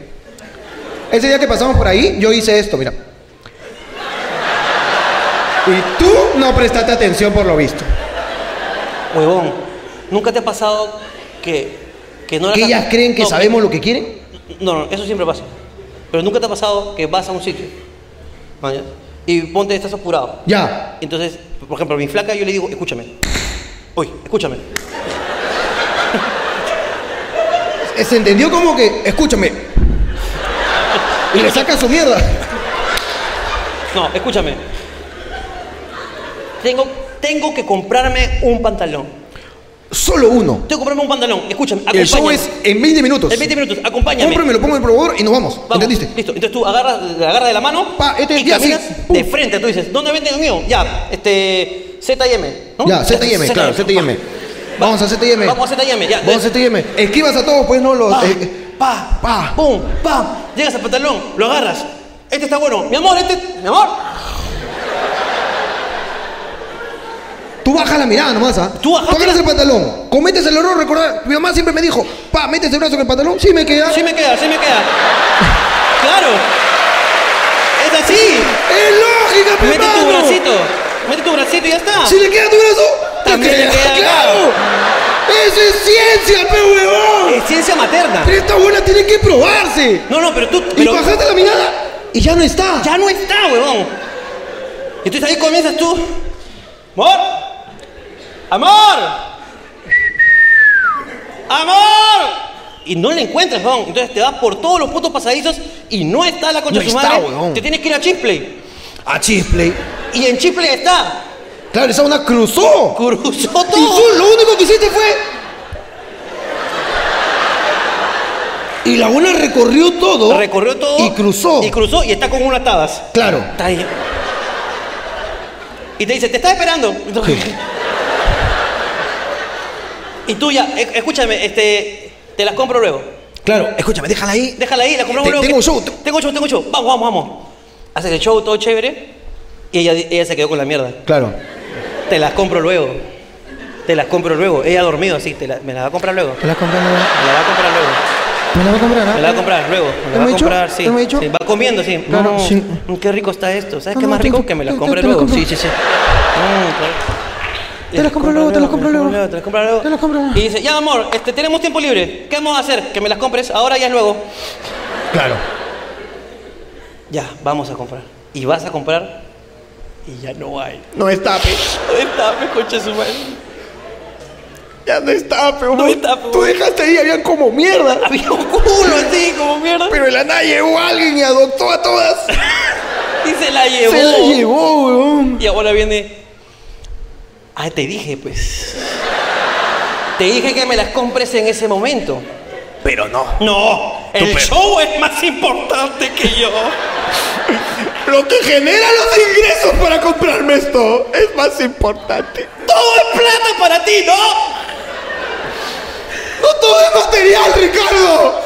Speaker 1: Ese día que pasamos por ahí, yo hice esto, mira. Y tú no prestaste atención por lo visto.
Speaker 3: Huevón, ¿nunca te ha pasado que, que no la
Speaker 1: ¿Que ellas creen que
Speaker 3: no,
Speaker 1: sabemos lo que quieren?
Speaker 3: No, no, eso siempre pasa. Pero nunca te ha pasado que vas a un sitio maña, y ponte, estás apurado.
Speaker 1: Ya.
Speaker 3: Entonces, por ejemplo, a mi flaca yo le digo, escúchame. Uy, escúchame.
Speaker 1: Se entendió como que, escúchame. Y le saca su mierda.
Speaker 3: No, escúchame. Tengo, tengo que comprarme un pantalón.
Speaker 1: Solo uno.
Speaker 3: Tengo que comprarme un pantalón. Escúchame,
Speaker 1: El show
Speaker 3: acompáñame.
Speaker 1: es en 20 minutos.
Speaker 3: En 20 minutos, acompáñame.
Speaker 1: Cómprame, lo pongo en el probador y nos vamos.
Speaker 3: Vamos,
Speaker 1: ¿Entendiste?
Speaker 3: Listo. Entonces tú agarras, la agarras de la mano
Speaker 1: Pa, este,
Speaker 3: y
Speaker 1: ya,
Speaker 3: caminas
Speaker 1: sí.
Speaker 3: de
Speaker 1: Pum.
Speaker 3: frente. Tú dices, ¿dónde venden el mío? Ya, este, ZM. ¿no?
Speaker 1: Ya, ZM, claro, ZM. Vamos a ZM.
Speaker 3: Vamos a ZM, ya.
Speaker 1: Vamos a ZM. Esquivas a todos, pues no los.
Speaker 3: Pa,
Speaker 1: eh, eh.
Speaker 3: pa,
Speaker 1: pa.
Speaker 3: pum, pa. Llegas al pantalón, lo agarras. Este está bueno. Mi amor, este, mi amor.
Speaker 1: Tú bajas la mirada nomás, ¿ah?
Speaker 3: Tú bajaste
Speaker 1: agarras
Speaker 3: la-
Speaker 1: el pantalón. Cometes el error, recordar. Mi mamá siempre me dijo, pa, metes el brazo en el pantalón. Sí, me queda.
Speaker 3: Sí me queda, sí me queda. Claro. Es así.
Speaker 1: ¡Es lógica,
Speaker 3: Mete tu
Speaker 1: hermano!
Speaker 3: bracito. Mete tu bracito y ya está.
Speaker 1: Si le queda tu brazo, te
Speaker 3: También le queda,
Speaker 1: ¡Claro! ¡Eso es ciencia, pe huevón!
Speaker 3: Es ciencia materna.
Speaker 1: Esta buena tiene que probarse.
Speaker 3: No, no, pero tú.
Speaker 1: Y
Speaker 3: pero-
Speaker 1: bajaste la mirada y ya no está.
Speaker 3: Ya no está, huevón. Entonces ahí comienzas tú. ¡Amor! ¡Amor! ¡Amor! Y no la encuentras, huevón. Entonces te vas por todos los putos pasadizos y no está la concha
Speaker 1: No
Speaker 3: de su
Speaker 1: está,
Speaker 3: madre.
Speaker 1: huevón.
Speaker 3: Te tienes que ir a Chipley.
Speaker 1: A Chisplay.
Speaker 3: Y en Chipley está.
Speaker 1: Claro, esa una cruzó.
Speaker 3: Cruzó
Speaker 1: Y
Speaker 3: todo.
Speaker 1: tú lo único que hiciste fue. Y la buena recorrió todo.
Speaker 3: Recorrió todo.
Speaker 1: Y cruzó.
Speaker 3: Y cruzó y está con unas tabas.
Speaker 1: Claro.
Speaker 3: Está ahí. Y te dice, te está esperando. Y tú ya, e- escúchame, este, te las compro luego.
Speaker 1: Claro, escúchame, déjala ahí.
Speaker 3: Déjala ahí, la compramos
Speaker 1: Te-
Speaker 3: luego.
Speaker 1: tengo
Speaker 3: que-
Speaker 1: show.
Speaker 3: Tengo show, tengo show. Vamos, vamos, vamos. Haces el show todo chévere. Y ella, ella se quedó con la mierda.
Speaker 1: Claro.
Speaker 3: Te las compro luego. Te las compro luego. Ella ha dormido así, te la- me las va a comprar luego.
Speaker 1: ¿Me la compras?
Speaker 3: Me las va a comprar luego.
Speaker 1: ¿Me la va a comprar? ah?
Speaker 3: Me la va a comprar luego. Me la va
Speaker 1: ¿Hemos
Speaker 3: a
Speaker 1: dicho?
Speaker 3: comprar, sí.
Speaker 1: ¿Hemos dicho?
Speaker 3: Sí, Va comiendo, sí.
Speaker 1: Claro,
Speaker 3: Mm,
Speaker 1: sí.
Speaker 3: mm, Qué rico está esto. ¿Sabes
Speaker 1: No,
Speaker 3: qué
Speaker 1: no,
Speaker 3: más
Speaker 1: te-
Speaker 3: rico? Que me las
Speaker 1: te-
Speaker 3: compre
Speaker 1: te las
Speaker 3: luego.
Speaker 1: compro.
Speaker 3: Sí, sí, sí. Mm, claro.
Speaker 1: Te las compro luego, te las compro luego.
Speaker 3: Te las compro luego.
Speaker 1: Te las compro luego.
Speaker 3: Y dice, ya amor, este, tenemos tiempo libre. ¿Qué vamos a hacer? Que me las compres. Ahora ya es luego.
Speaker 1: Claro.
Speaker 3: Ya, vamos a comprar. Y vas a comprar y ya no hay.
Speaker 5: No está, pe.
Speaker 3: No está, me escucha su (laughs) madre.
Speaker 5: Ya no está, pe.
Speaker 3: No está, pe.
Speaker 5: Tú dejaste ahí, habían como mierda.
Speaker 3: (laughs) Había un culo así, como mierda.
Speaker 5: Pero el ANA llegó a alguien y adoptó a todas.
Speaker 3: (laughs) Y se la llevó.
Speaker 5: Se la llevó, weón.
Speaker 3: Y ahora viene. Ah, te dije, pues.
Speaker 6: Te dije que me las compres en ese momento.
Speaker 5: Pero no.
Speaker 3: No, el
Speaker 5: Tú, pero-
Speaker 3: show es más importante que yo.
Speaker 1: Lo que genera los ingresos para comprarme esto es más importante.
Speaker 3: Todo es plata para ti, ¿no?
Speaker 1: No todo es material, Ricardo.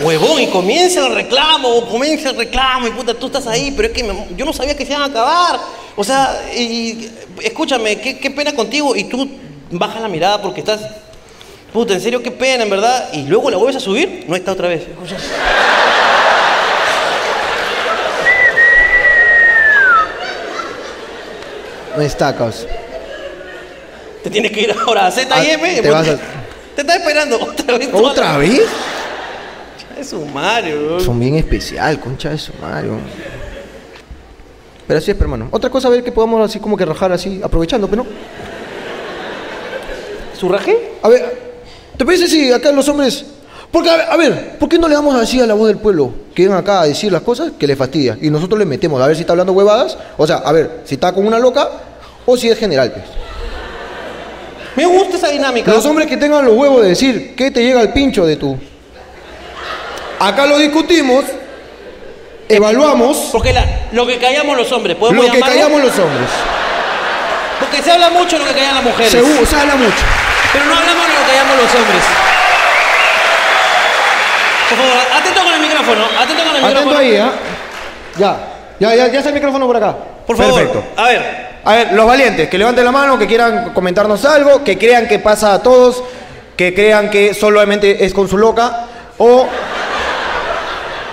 Speaker 3: Huevón, y comienza el reclamo, comienza el reclamo, y puta, tú estás ahí, pero es que me- yo no sabía que se iban a acabar. O sea, y, escúchame, qué, qué pena contigo, y tú bajas la mirada porque estás, puta, en serio, qué pena, en verdad, y luego la vuelves a subir, no está otra vez.
Speaker 7: No está, caos.
Speaker 3: Te tienes que ir ahora a ZM.
Speaker 7: Ah, te
Speaker 3: porque
Speaker 7: vas a-
Speaker 3: te está esperando otra vez. toda
Speaker 1: ¿Otra
Speaker 3: la-
Speaker 1: vez?
Speaker 3: Es un Mario.
Speaker 7: Son bien especial, concha de su madre. weón. Pero así es, pero, hermano. Otra cosa, a ver que podamos así como que rajar así, aprovechando, pero no.
Speaker 6: ¿Surraje?
Speaker 7: A ver, ¿te parece si acá los hombres... Porque, a ver, a ver, ¿por qué no le damos así a la voz del pueblo? Que vengan acá a decir las cosas que les fastidia. Y nosotros les metemos, a ver si está hablando huevadas. O sea, a ver, si está con una loca o si es general. pues.
Speaker 6: Me gusta esa dinámica.
Speaker 7: Los hombres que tengan los huevos de decir qué te llega al pincho de tú. Acá lo discutimos, evaluamos
Speaker 6: Porque la- lo que callamos los hombres, podemos
Speaker 7: lo que
Speaker 6: llamarlo?
Speaker 7: callamos los hombres.
Speaker 6: Porque se habla mucho de lo que callan las mujeres.
Speaker 7: Seguro, se habla mucho.
Speaker 6: Pero no hablamos de lo que callamos los hombres. Por favor, atento con el micrófono, atento con el
Speaker 7: Atento
Speaker 6: micrófono.
Speaker 7: ahí, ¿ah? Ya, ya, ya, ya está el micrófono por acá.
Speaker 3: Por favor.
Speaker 1: Perfecto.
Speaker 3: A ver.
Speaker 1: A ver, los valientes, que levanten la mano, que quieran comentarnos algo, que crean que pasa a todos, que crean que solamente es con su loca, o,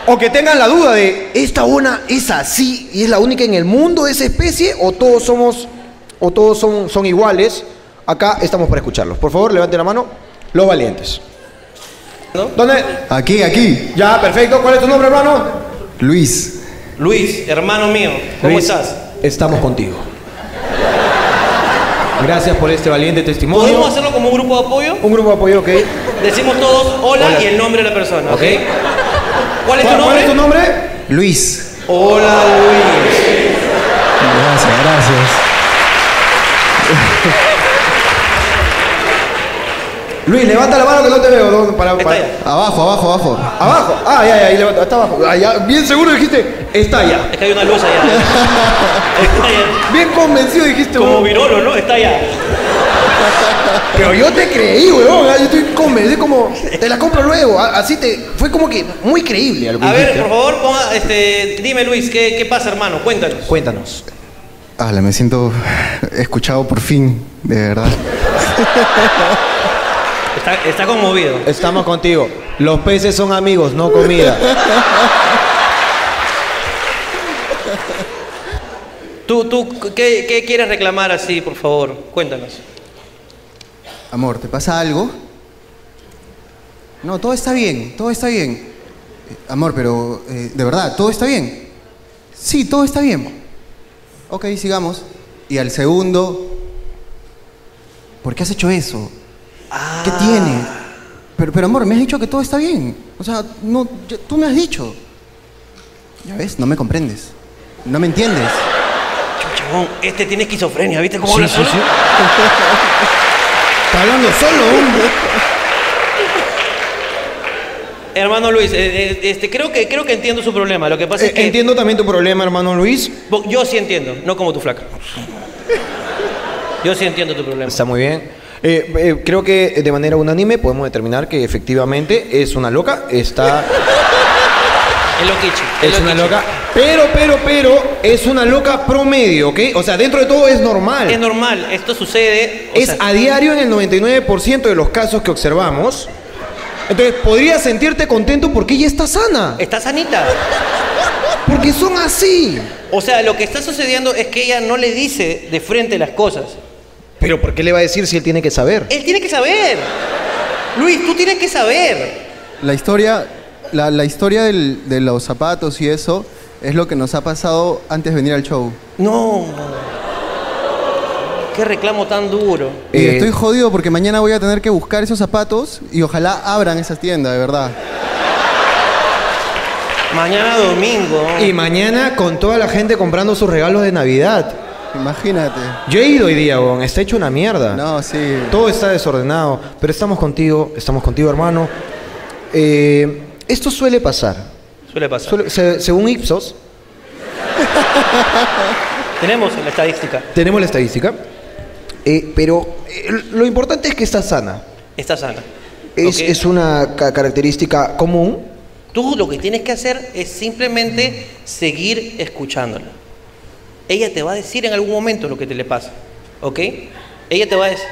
Speaker 1: o que tengan la duda de,
Speaker 7: ¿Esta una es así y es la única en el mundo de esa especie o todos somos o todos son, son iguales? Acá estamos para escucharlos. Por favor, levanten la mano. Los valientes.
Speaker 1: ¿dónde?
Speaker 8: Aquí, aquí,
Speaker 1: Ya, perfecto. ¿Cuál es tu nombre, hermano?
Speaker 8: Luis.
Speaker 3: Luis, hermano mío, ¿cómo estás?
Speaker 1: Estamos contigo. Gracias por este valiente
Speaker 3: ¿Podemos
Speaker 1: testimonio.
Speaker 3: hacerlo como un grupo de apoyo?
Speaker 1: Un grupo de apoyo, ok.
Speaker 3: Decimos todos hola, y el nombre de la persona, ¿ok? ¿Cuál es
Speaker 1: ¿Cuál,
Speaker 3: tu
Speaker 1: cuál
Speaker 3: nombre?
Speaker 1: es tu nombre?
Speaker 8: Luis.
Speaker 3: Hola, Luis.
Speaker 8: Gracias, gracias.
Speaker 1: Luis, levanta la mano que no te veo. ¿dónde? Para-
Speaker 3: Está
Speaker 1: para-
Speaker 3: allá.
Speaker 8: Abajo, abajo, abajo.
Speaker 1: Abajo. Ah, ya, ya, ahí levanta. Está abajo. Ah, ya, Bien seguro dijiste, está allá.
Speaker 3: Es que hay una luz allá.
Speaker 1: (laughs)
Speaker 3: Está allá.
Speaker 1: Bien convencido dijiste,
Speaker 3: Como
Speaker 1: weón.
Speaker 3: virolo, ¿no? Está allá.
Speaker 1: Pero yo te creí, weón. Yo estoy convencido como. Te la compro luego. A- Así te. Fue como que muy creíble a lo que
Speaker 3: A ver,
Speaker 1: dijiste.
Speaker 3: por favor, ponga, este, dime Luis, ¿qué, qué pasa, hermano? Cuéntanos.
Speaker 1: Cuéntanos.
Speaker 8: Hala, me siento escuchado por fin, de verdad.
Speaker 3: Está, está conmovido.
Speaker 1: Estamos contigo. Los peces son amigos, no comida.
Speaker 3: ¿Tú, tú qué, qué quieres reclamar así, por favor? Cuéntanos.
Speaker 8: Amor, ¿te pasa algo? No, todo está bien, todo está bien. Eh, Amor, pero eh, de verdad, todo está bien. Sí, todo está bien. Ok, sigamos. Y al segundo, ¿por qué has hecho eso?
Speaker 1: Ah.
Speaker 8: ¿Qué tiene? Pero, pero amor, me has dicho que todo está bien. O sea, no, ya- tú me has dicho. Ya ves, no me comprendes. No me entiendes.
Speaker 3: Chabón, este tiene esquizofrenia, ¿viste cómo habla solo?
Speaker 5: (laughs)
Speaker 1: Está hablando solo, hombre.
Speaker 3: Hermano Luis, eh, eh, este, creo, que, creo que entiendo su problema. Lo que pasa es que.
Speaker 1: Eh, entiendo también tu problema, hermano Luis.
Speaker 3: Bo- Yo sí entiendo, no como tu flaca. Yo sí entiendo tu problema.
Speaker 1: Está muy bien. Eh, eh, creo que de manera unánime podemos determinar que efectivamente es una loca. Está.
Speaker 3: (laughs) Es loquichi.
Speaker 1: Es una
Speaker 3: loquichi.
Speaker 1: loca, pero, pero, pero, es una loca promedio, ¿ok? O sea, dentro de todo es normal.
Speaker 3: Es normal, esto sucede. o
Speaker 1: es
Speaker 3: sea,
Speaker 1: a diario en el 99% de los casos que observamos. Entonces, podrías sentirte contento porque ella está sana.
Speaker 3: está sanita.
Speaker 1: Porque son así.
Speaker 3: O sea, lo que está sucediendo es que ella no le dice de frente las cosas.
Speaker 1: Pero, ¿por qué le va a decir si él tiene que saber?
Speaker 3: Él tiene que saber. Luis, tú tienes que saber.
Speaker 8: La historia, la, la historia del- de los zapatos y eso es lo que nos ha pasado antes de venir al show.
Speaker 3: No. Qué reclamo tan duro.
Speaker 8: Y
Speaker 1: Eh,
Speaker 8: estoy jodido porque mañana voy a tener que buscar esos zapatos y ojalá abran esa tienda, de verdad.
Speaker 3: Mañana domingo.
Speaker 1: Y mañana con toda la gente comprando sus regalos de Navidad.
Speaker 8: Imagínate.
Speaker 1: Yo he ido hoy día, weón. Está hecho una mierda.
Speaker 8: No, sí.
Speaker 1: Todo está desordenado, pero estamos contigo, estamos contigo, hermano. Eh, esto suele pasar.
Speaker 3: Suele pasar.
Speaker 1: Suele- se- según Ipsos,
Speaker 3: Tenemos en la estadística.
Speaker 1: tenemos la estadística, eh, pero eh, lo importante es que está sana.
Speaker 3: Está sana.
Speaker 1: Es,
Speaker 3: Ok.
Speaker 1: es una ca- característica común.
Speaker 3: Tú lo que tienes que hacer es simplemente seguir escuchándola. Ella te va a decir en algún momento lo que te le pasa, ¿ok? Ella te va a decir...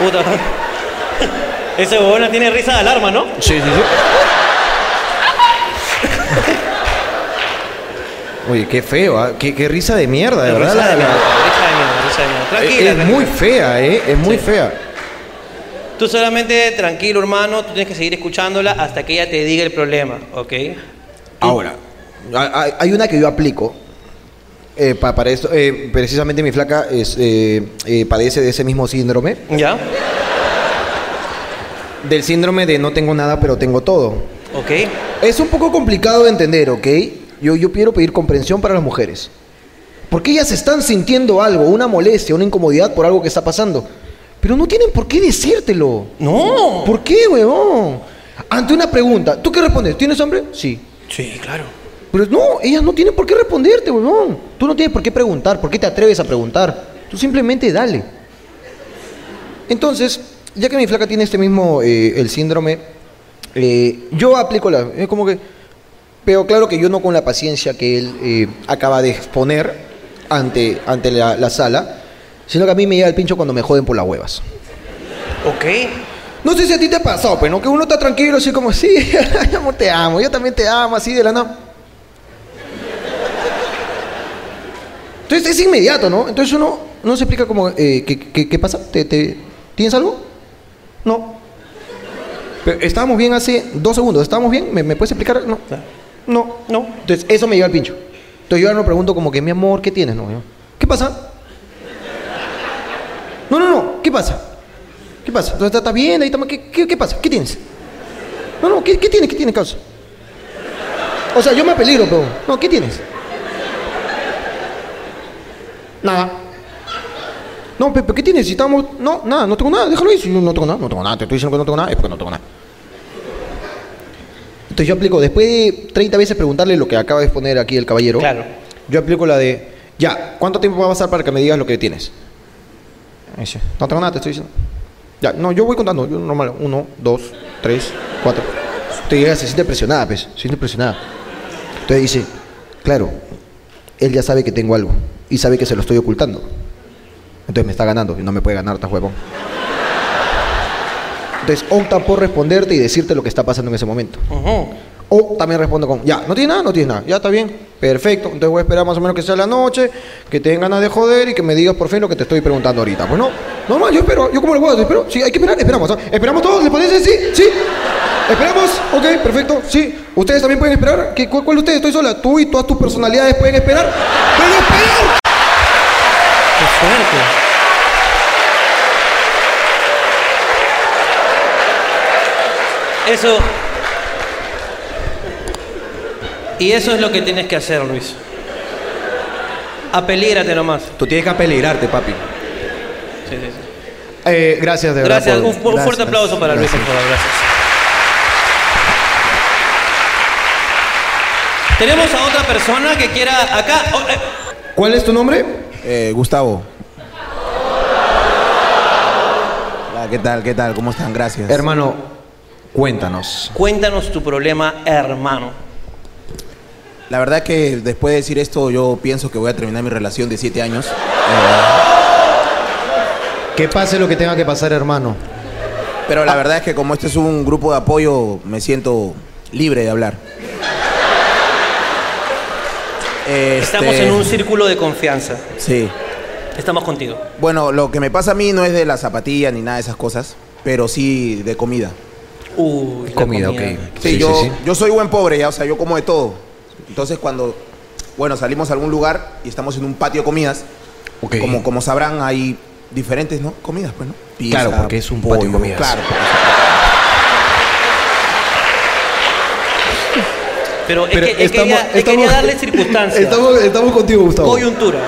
Speaker 3: Puta. (laughs) Ese huevón tiene risa de alarma, ¿no?
Speaker 1: Sí, sí, sí. (laughs) Oye, qué feo, ¿ah? qué, qué risa de mierda, de verdad.
Speaker 3: Risa
Speaker 1: la-
Speaker 3: de
Speaker 1: la-
Speaker 3: mierda, risa de mierda, risa de mierda. Tranquila,
Speaker 1: es
Speaker 3: tranquila.
Speaker 1: muy fea, ¿eh? Es muy
Speaker 3: Sí.
Speaker 1: fea.
Speaker 3: Tú solamente tranquilo, hermano, tú tienes que seguir escuchándola hasta que ella te diga el problema, ¿ok?
Speaker 1: Ahora, ha- hay, hay una que yo aplico eh, pa- para esto. eh, precisamente mi flaca es, eh, eh, padece de ese mismo síndrome.
Speaker 3: ¿Ya?
Speaker 1: Del síndrome de no tengo nada, pero tengo todo.
Speaker 3: ¿Ok?
Speaker 1: Es un poco complicado de entender, ¿ok? Yo, yo quiero pedir comprensión para las mujeres. Porque ellas están sintiendo algo, una molestia, una incomodidad por algo que está pasando. Pero no tienen por qué decírtelo.
Speaker 3: No.
Speaker 1: ¿Por qué, huevón? Ante una pregunta, ¿tú qué respondes? ¿Tienes hambre? Sí.
Speaker 3: Sí, claro.
Speaker 1: Pero no, ellas no tienen por qué responderte, huevón. Tú no tienes por qué preguntar, ¿por qué te atreves a preguntar? Tú simplemente dale. Entonces, ya que mi flaca tiene este mismo, eh, el síndrome, eh, yo aplico la... Es como que... Pero claro que yo no con la paciencia que él eh, acaba de exponer ante, ante la, la sala, sino que a mí me llega el pincho cuando me joden por las huevas.
Speaker 3: ¿Ok?
Speaker 1: No sé si a ti te ha pasado, pero ¿no? que uno está tranquilo así como, sí, (laughs) ay, amor, te amo, yo también te amo, así de la nada. Entonces es inmediato, ¿no? Entonces uno no se explica como, eh, ¿qué, qué, qué pasa? ¿Te, te, tienes algo? No. Pero estábamos bien hace dos segundos, ¿estábamos bien? ¿Me, me puedes explicar? No. No, no. Entonces eso me lleva al pincho. Entonces yo ahora no pregunto como que, mi amor, ¿qué tienes? No, yo, ¿qué pasa? No, no, no, ¿qué pasa? ¿Qué pasa? ¿Tú estás bien? Ahí estamos. ¿Qué, qué, qué pasa? ¿Qué tienes? No, no, ¿qué, qué tienes? ¿Qué tienes, causa? O sea, yo me peligro, pero. No, ¿qué tienes? Nada. No, pe- pero ¿qué tienes? Si estamos. No, nada, no tengo nada, déjalo ahí. Si no, no tengo nada, no tengo nada, te estoy diciendo que no tengo nada, es porque no tengo nada. Entonces yo aplico, después de 30 veces preguntarle lo que acaba de exponer aquí el caballero,
Speaker 3: Claro.
Speaker 1: yo aplico la de, ya, ¿cuánto tiempo va a pasar para que me digas lo que tienes? Me dice, no tengo nada, te estoy diciendo. Ya, no, yo voy contando, yo normal, uno, dos, tres, cuatro. Te llega, se siente presionada, pues, se siente presionada. Entonces dice, claro, él ya sabe que tengo algo y sabe que se lo estoy ocultando. Entonces me está ganando y no me puede ganar, estás huevón. Entonces opta por responderte y decirte lo que está pasando en ese momento.
Speaker 3: Ujú.
Speaker 1: O también respondo con, ya, no tienes nada, no tienes nada, ya está bien, perfecto. Entonces voy a esperar más o menos que sea la noche, que te den ganas de joder y que me digas por fin lo que te estoy preguntando ahorita. Pues no, normal, yo espero, yo como lo puedo, espero, sí, hay que esperar, esperamos, ¿ah? esperamos todos, ¿les parece? Sí, sí, esperamos, ok, perfecto, sí. Ustedes también pueden esperar, ¿Qué, cuál, ¿cuál de ustedes? Estoy sola, tú y todas tus personalidades pueden esperar, ¡pueden esperar!
Speaker 3: ¡Qué fuerte! Eso. Y eso es lo que tienes que hacer, Luis. Apelírate nomás.
Speaker 1: Tú tienes que apeligrarte, papi.
Speaker 3: Sí, sí, sí.
Speaker 1: Eh, gracias de verdad.
Speaker 3: Gracias. Un,
Speaker 1: por-
Speaker 3: un fuerte
Speaker 1: gracias.
Speaker 3: aplauso para Luis, por favor. Gracias. Tenemos a otra persona que quiera acá. oh, eh,
Speaker 1: ¿Cuál es tu nombre?
Speaker 4: Eh, Gustavo. Ah, ¿Qué tal? ¿Qué tal? ¿Cómo están? Gracias.
Speaker 1: Hermano, cuéntanos.
Speaker 3: cuéntanos tu problema, hermano.
Speaker 4: La verdad que después de decir esto, yo pienso que voy a terminar mi relación de 7 años.
Speaker 1: Que pase lo que tenga que pasar, hermano.
Speaker 4: Pero la verdad es que como este es un grupo de apoyo, me siento libre de hablar.
Speaker 3: Estamos
Speaker 4: Este,
Speaker 3: en un círculo de confianza.
Speaker 4: Sí.
Speaker 3: Estamos contigo.
Speaker 4: Bueno, lo que me pasa a mí no es de la zapatilla ni nada de esas cosas, pero sí de comida.
Speaker 3: Uy, la
Speaker 1: Comida, ok.
Speaker 4: Sí,
Speaker 1: Sí,
Speaker 4: yo,
Speaker 1: sí, sí.
Speaker 4: yo soy buen pobre, ya, o sea, yo como de todo. Entonces cuando, bueno, salimos a algún lugar y estamos en un patio de comidas,
Speaker 1: Ok.
Speaker 4: como, como sabrán, hay diferentes, ¿no? Comidas, pues, ¿no?
Speaker 1: Claro, porque es un patio de comidas.
Speaker 4: Claro. porque-
Speaker 3: Pero, es
Speaker 1: Pero
Speaker 3: que, es que quería, es que quería darle circunstancias.
Speaker 1: Estamos, estamos contigo, Gustavo.
Speaker 3: coyuntura.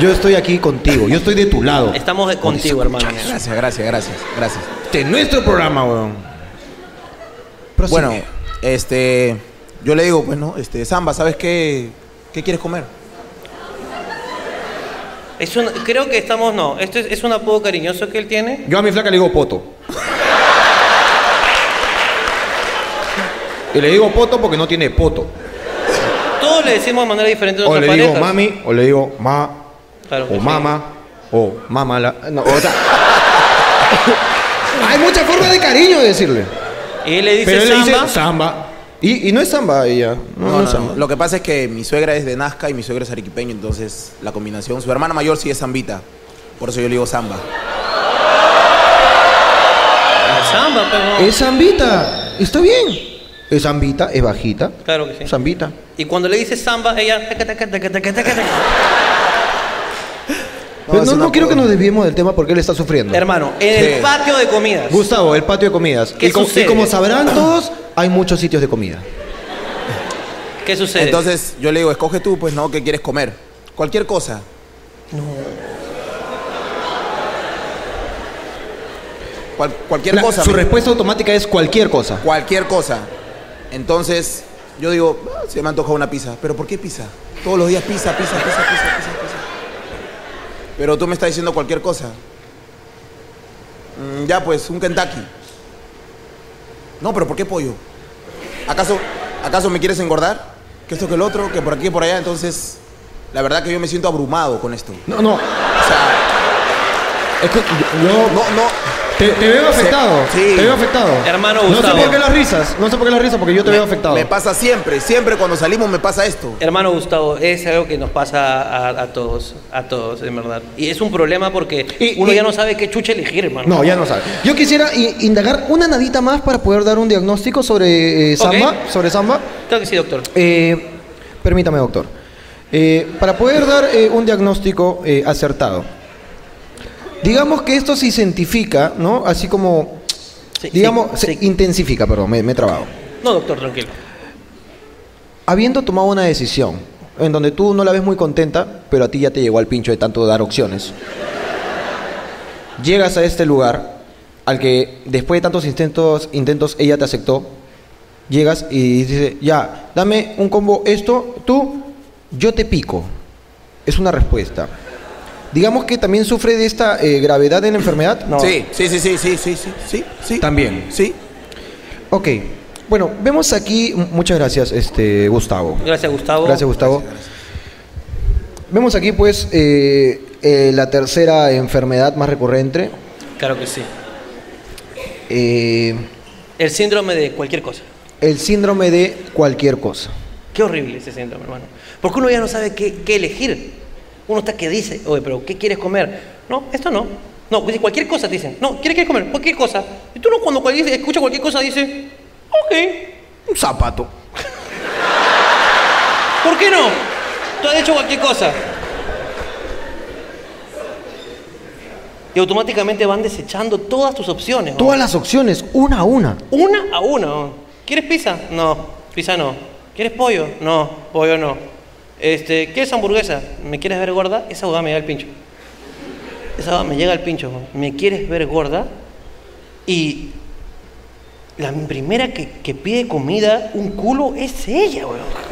Speaker 1: Yo estoy aquí contigo, yo estoy de tu lado.
Speaker 3: Estamos contigo, hermano.
Speaker 4: Gracias, gracias, gracias, gracias.
Speaker 1: Este es nuestro programa, weón.
Speaker 5: Pues
Speaker 4: Bueno, este, yo le digo, pues no, este, Samba, ¿sabes qué, qué quieres comer?
Speaker 3: Es un- creo que estamos, no. Esto es, es un apodo cariñoso que él tiene.
Speaker 5: Yo a mi flaca le digo poto. Y le digo poto porque no tiene poto.
Speaker 3: Todos le decimos de manera diferente a
Speaker 5: O
Speaker 3: nuestras
Speaker 5: le digo
Speaker 3: parejas.
Speaker 5: mami, o le digo ma,
Speaker 3: Claro que
Speaker 5: o
Speaker 3: sí.
Speaker 5: mama, o mama la. No, o sea,
Speaker 1: Hay muchas formas de cariño de decirle.
Speaker 3: Y él le dice
Speaker 5: pero él le dice
Speaker 3: samba.
Speaker 5: samba. Y, y no es samba ella. No, no,
Speaker 4: No,
Speaker 5: es
Speaker 4: no,
Speaker 5: samba.
Speaker 4: no. Lo que pasa es que mi suegra es de Nazca y mi suegro es arequipeño, entonces la combinación, su hermana mayor sí es zambita, por eso yo le digo Samba.
Speaker 3: samba, pero no.
Speaker 1: Es zambita. Está bien. Es zambita, es bajita.
Speaker 3: Claro que sí.
Speaker 1: Zambita.
Speaker 3: Y cuando le dice samba, ella. taca, taca, taca, taca, taca, taca.
Speaker 1: Pero
Speaker 4: es
Speaker 1: no,
Speaker 4: una
Speaker 1: no quiero que
Speaker 4: poda.
Speaker 1: nos desviemos del tema porque él está sufriendo.
Speaker 3: Hermano, en
Speaker 4: Sí.
Speaker 3: el patio de comidas.
Speaker 1: Gustavo, el patio de comidas.
Speaker 3: ¿Qué
Speaker 1: y, co- y
Speaker 3: sucede?
Speaker 1: como sabrán todos, hay muchos sitios de comida.
Speaker 3: ¿Qué sucede?
Speaker 4: Entonces yo le digo, escoge tú, pues no, ¿qué quieres comer? Cualquier cosa. No. cualquier
Speaker 1: La-
Speaker 4: cosa.
Speaker 1: su
Speaker 4: me-
Speaker 1: respuesta automática es cualquier cosa.
Speaker 4: cualquier cosa. Entonces, yo digo, "Ah, se me antoja una pizza. ¿Pero por qué pizza? Todos los días pizza, pizza, pizza, pizza, pizza, pizza. Pero tú me estás diciendo cualquier cosa. "Mm, ya, pues, un Kentucky. No, pero ¿por qué pollo? ¿Acaso, ¿Acaso me quieres engordar? Que esto, que el otro, que por aquí, por allá. Entonces, la verdad que yo me siento abrumado con esto.
Speaker 1: No, no.
Speaker 4: O sea,
Speaker 1: Es que yo, yo-
Speaker 4: no, no.
Speaker 1: te, te veo afectado.
Speaker 4: sí.
Speaker 1: Te veo afectado.
Speaker 3: Hermano
Speaker 1: No
Speaker 3: Gustavo.
Speaker 1: sé por qué las risas. No sé por qué las risas porque yo te veo afectado.
Speaker 4: Me pasa siempre, siempre cuando salimos me pasa esto.
Speaker 3: Hermano Gustavo, es algo que nos pasa a, a todos, a todos, en verdad. Y es un problema porque
Speaker 1: Y-
Speaker 3: uno
Speaker 1: y-
Speaker 3: ya no sabe qué chucha elegir, hermano.
Speaker 1: No, ya no sabe. Yo quisiera i- indagar una nadita más para poder dar un diagnóstico sobre eh,
Speaker 3: Ok.
Speaker 1: samba, sobre samba.
Speaker 3: Creo que sí, doctor.
Speaker 1: Eh, permítame, doctor. Eh, para poder dar eh, un diagnóstico eh, acertado, digamos que esto se identifica, ¿no? Así como,
Speaker 3: Sí,
Speaker 1: digamos,
Speaker 3: sí,
Speaker 1: se
Speaker 3: sí.
Speaker 1: intensifica, perdón, me, me he trabado.
Speaker 3: No, doctor, tranquilo.
Speaker 1: Habiendo tomado una decisión en donde tú no la ves muy contenta, pero a ti ya te llegó al pincho de tanto dar opciones, llegas a este lugar al que después de tantos intentos, intentos ella te aceptó, llegas y dice, ya, dame un combo esto, tú, yo te pico. Es una respuesta. Digamos que también sufre de esta eh, gravedad en la enfermedad.
Speaker 4: Sí, sí, sí, sí, sí, sí, sí, sí, sí.
Speaker 1: También.
Speaker 4: Sí.
Speaker 1: Ok. Bueno, vemos aquí, m- muchas gracias, este, Gustavo.
Speaker 3: Gracias, Gustavo.
Speaker 1: Gracias, Gustavo. Vemos aquí, pues, eh, eh, la tercera enfermedad más recurrente.
Speaker 3: Claro que sí.
Speaker 1: eh,
Speaker 3: El síndrome de cualquier cosa.
Speaker 1: el síndrome de cualquier cosa.
Speaker 3: Qué horrible ese síndrome, hermano. Porque uno ya no sabe qué, qué elegir. Uno está que dice, oye, pero ¿qué quieres comer? No, esto no. No, dice cualquier cosa, te dicen. No, ¿quieres, quieres comer? Cualquier cosa. Y tú no, cuando cual- dice- escucha cualquier cosa, dice, ok,
Speaker 4: Un zapato.
Speaker 3: ¿Por qué no? Tú has hecho cualquier cosa. Y automáticamente van desechando todas tus opciones. ¿no?
Speaker 1: Todas las opciones, una a una.
Speaker 3: Una a una. ¿no? ¿Quieres pizza? No, pizza no. ¿Quieres pollo? No, pollo no. Este, ¿Quieres hamburguesa? ¿Me quieres ver gorda? Esa abogada me llega al pincho. Esa abogada me llega al pincho. ¿no? ¿Me quieres ver gorda? Y la primera que, que pide comida, un culo, es ella, weón.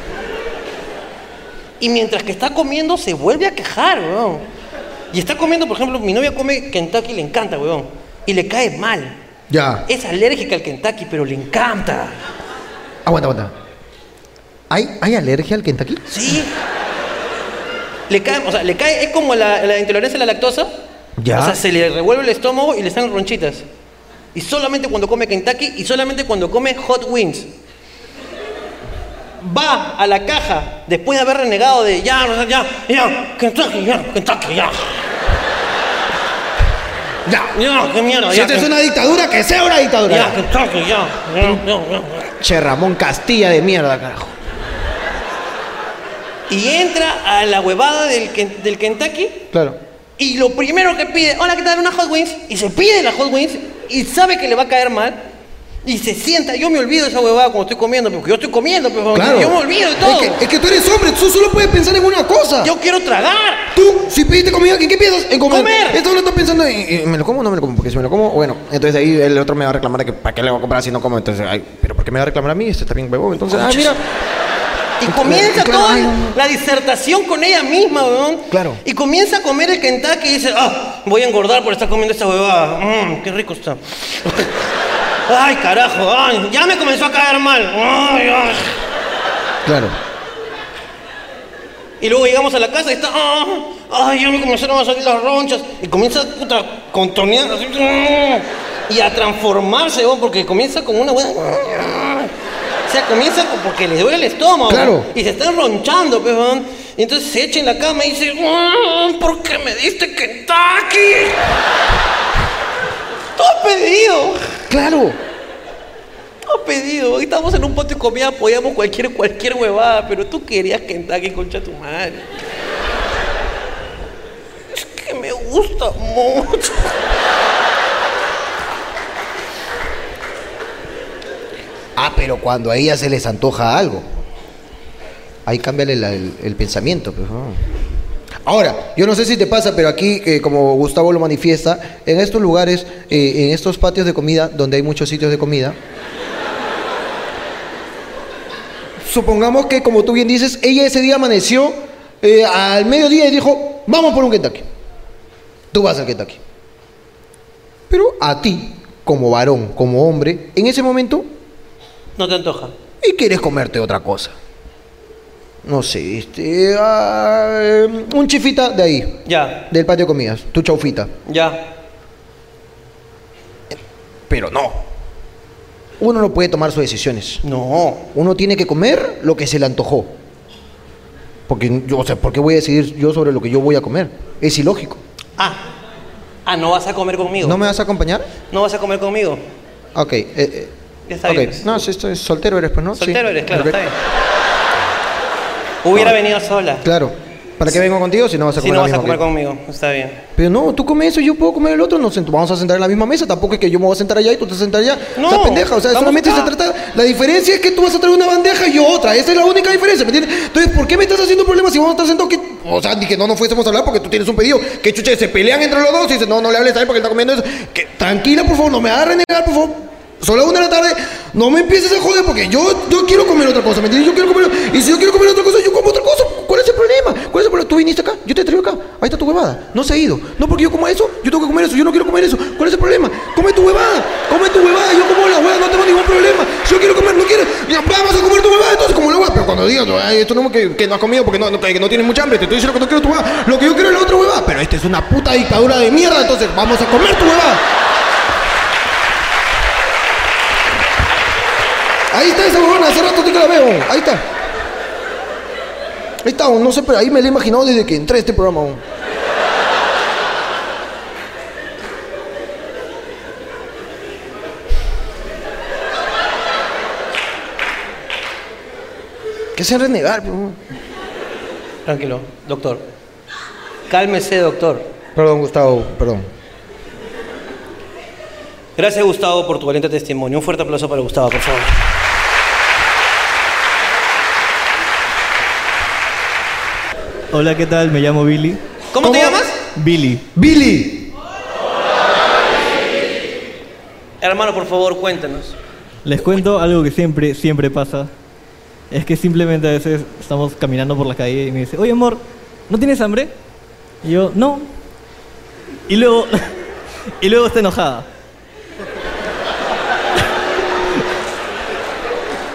Speaker 3: Y mientras que está comiendo, se vuelve a quejar, weón. Y está comiendo, por ejemplo, mi novia come Kentucky, le encanta, weón. Y le cae mal.
Speaker 1: Ya.
Speaker 3: Es alérgica al Kentucky, pero le encanta.
Speaker 1: Aguanta, aguanta. ¿Hay, ¿Hay alergia al Kentucky?
Speaker 3: Sí. Le cae, o sea, le cae, es como la, la intolerancia a la lactosa.
Speaker 1: Ya.
Speaker 3: O sea, se le revuelve el estómago y le salen ronchitas. Y solamente cuando come Kentucky y solamente cuando come Hot Wings. Va a la caja después de haber renegado de ya, no, ya, ya, Kentucky, ya, Kentucky, ya. Ya, ya, qué mierda, ya. Ken-
Speaker 1: dictadura, que sea una dictadura.
Speaker 3: ya, Kentucky, ya, ya, ya, ya.
Speaker 1: Che, Ramón Castilla de mierda, carajo.
Speaker 3: Y entra a la huevada del, Ken- del Kentucky
Speaker 1: Claro.
Speaker 3: y lo primero que pide, hola, ¿qué tal? Una Hot Wings. Y se pide la Hot Wings y sabe que le va a caer mal. Y se sienta, yo me olvido de esa huevada cuando estoy comiendo, porque yo estoy comiendo, pero
Speaker 1: Claro.
Speaker 3: yo me olvido de todo.
Speaker 1: Es que, es que tú eres hombre, tú solo puedes pensar en una cosa.
Speaker 3: Yo quiero tragar.
Speaker 1: Tú, si pediste comida, ¿en qué piensas? En comer.
Speaker 3: ¡Comer!
Speaker 1: Esto no estás pensando en, en, ¿me lo como o no me lo como? Porque si me lo como, bueno, entonces ahí el otro me va a reclamar de que ¿para qué le voy a comprar si no como? Entonces, ay, ¿pero por qué me va a reclamar a mí? Este está bien huevón. Entonces, ah, mira.
Speaker 3: Y comienza
Speaker 1: Claro,
Speaker 3: toda
Speaker 1: ay, no, no.
Speaker 3: la disertación con ella misma, weón.
Speaker 1: Claro.
Speaker 3: Y comienza a comer el Kentucky y dice, ah, voy a engordar por estar comiendo esta huevada. Mmm, qué rico está. (laughs) ay, carajo, ay, ya me comenzó a caer mal. Ay, ay.
Speaker 1: Claro.
Speaker 3: Y luego llegamos a la casa y está, ah, ay, ya me comenzaron a salir las ronchas. Y comienza puta, a contornear así, ah, y a transformarse, weón, porque comienza con una buena. O sea, comienza con- porque le duele el estómago.
Speaker 1: Claro.
Speaker 3: weón, Y se está ronchando, pues, weón. Y entonces se echa en la cama y dice, ah, ¿por qué me diste Kentucky? Todo pedido,
Speaker 1: Claro.
Speaker 3: todo pedido. Hoy estamos en un patio de comida, apoyamos cualquier, cualquier huevada, pero tú querías Kentucky, concha tu madre. Es que me gusta mucho.
Speaker 1: Ah, pero cuando a ella se les antoja algo. Ahí cámbiale la- el, el pensamiento. pues, ¿no? Ahora, yo no sé si te pasa, pero aquí, eh, como Gustavo lo manifiesta, en estos lugares, eh, en estos patios de comida, donde hay muchos sitios de comida, supongamos que, como tú bien dices, ella ese día amaneció eh, al mediodía y dijo, vamos por un Kentucky. Tú vas al Kentucky. Pero a ti, como varón, como hombre, en ese momento
Speaker 3: No te antoja.
Speaker 1: y quieres comerte otra cosa. No sé, este, ah, em, un chifita de ahí,
Speaker 3: Ya,
Speaker 1: del patio de comidas, tu chaufita.
Speaker 3: ya.
Speaker 1: Pero no. Uno no puede tomar sus decisiones.
Speaker 3: No.
Speaker 1: Uno tiene que comer lo que se le antojó. Porque, yo, o sea, ¿por qué voy a decidir yo sobre lo que yo voy a comer? Es ilógico.
Speaker 3: Ah. Ah, no vas a comer conmigo.
Speaker 1: ¿No me vas a acompañar?
Speaker 3: No vas a comer conmigo.
Speaker 1: Ok. eh, eh,
Speaker 3: Ya está
Speaker 1: ok.
Speaker 3: bien, pues.
Speaker 1: No, si estoy soltero eres, pues, ¿no? Sí.
Speaker 3: Soltero eres, claro,
Speaker 1: Ok.
Speaker 3: está bien. Hubiera venido sola.
Speaker 1: Claro. ¿Para qué vengo contigo si no vas a
Speaker 3: Si
Speaker 1: comer
Speaker 3: no
Speaker 1: la
Speaker 3: vas a
Speaker 1: misma
Speaker 3: comer
Speaker 1: que-
Speaker 3: conmigo, está bien.
Speaker 1: Pero no, tú comes eso y yo puedo comer el otro. Nos sent- vamos a sentar en la misma mesa. Tampoco es que yo me voy a sentar allá y tú te sentar allá.
Speaker 3: No,
Speaker 1: Estás pendeja. O sea,
Speaker 3: estamos
Speaker 1: solamente
Speaker 3: acá.
Speaker 1: se trata. La diferencia es que tú vas a traer una bandeja y yo otra. Esa es la única diferencia, ¿me entiendes? Entonces, ¿por qué me estás haciendo problemas si vamos a estar sentados que. O sea, ni que no nos fuésemos a hablar porque tú tienes un pedido. Que chuche, se pelean entre los dos y dicen, no, no le hables a él porque él está comiendo eso. Que tranquila, por favor, no me hagas renegar, por favor. Son las una de la tarde, no me empieces a joder porque yo, yo quiero comer otra cosa, ¿me entiendes? Yo quiero comer. Y si yo quiero comer otra cosa, yo como otra cosa. ¿Cuál es el problema? ¿Cuál es el problema? Tú viniste acá, yo te traigo acá. Ahí está tu huevada. No se ha ido. No porque yo como eso, yo tengo que comer eso. Yo no quiero comer eso. ¿Cuál es el problema? Come tu huevada. Come tu huevada. Yo como la huevada, no tengo ningún problema. Yo quiero comer, no quiero. Ya, vamos a comer tu huevada. Entonces, como la huevada. Pero cuando digas, "Ay, esto no que, que no has comido porque no, no, que no tienes mucha hambre, te estoy diciendo que no quiero tu huevada. Lo que yo quiero es la otra huevada. Pero esta es una puta dictadura de mierda. Entonces, vamos a comer tu huevada. Ahí está esa huevona, hace rato que la veo. Ahí está. Ahí está, no sé, pero ahí me la he imaginado desde que entré a este programa. aún. ¿Qué se renegar, pero?
Speaker 3: Tranquilo, doctor. Cálmese, doctor.
Speaker 1: Perdón, Gustavo, perdón.
Speaker 3: Gracias, Gustavo, por tu valiente testimonio. Un fuerte aplauso para Gustavo, por favor.
Speaker 2: Hola, ¿qué tal? Me llamo Billy.
Speaker 3: ¿Cómo, te llamas?
Speaker 2: Billy.
Speaker 1: Billy,
Speaker 3: Hermano, por favor, cuéntanos.
Speaker 2: Les cuento algo que siempre, siempre pasa. Es que simplemente a veces estamos caminando por la calle y me dice, oye amor, ¿no tienes hambre? Y yo, no. Y luego, (laughs) y luego está enojada.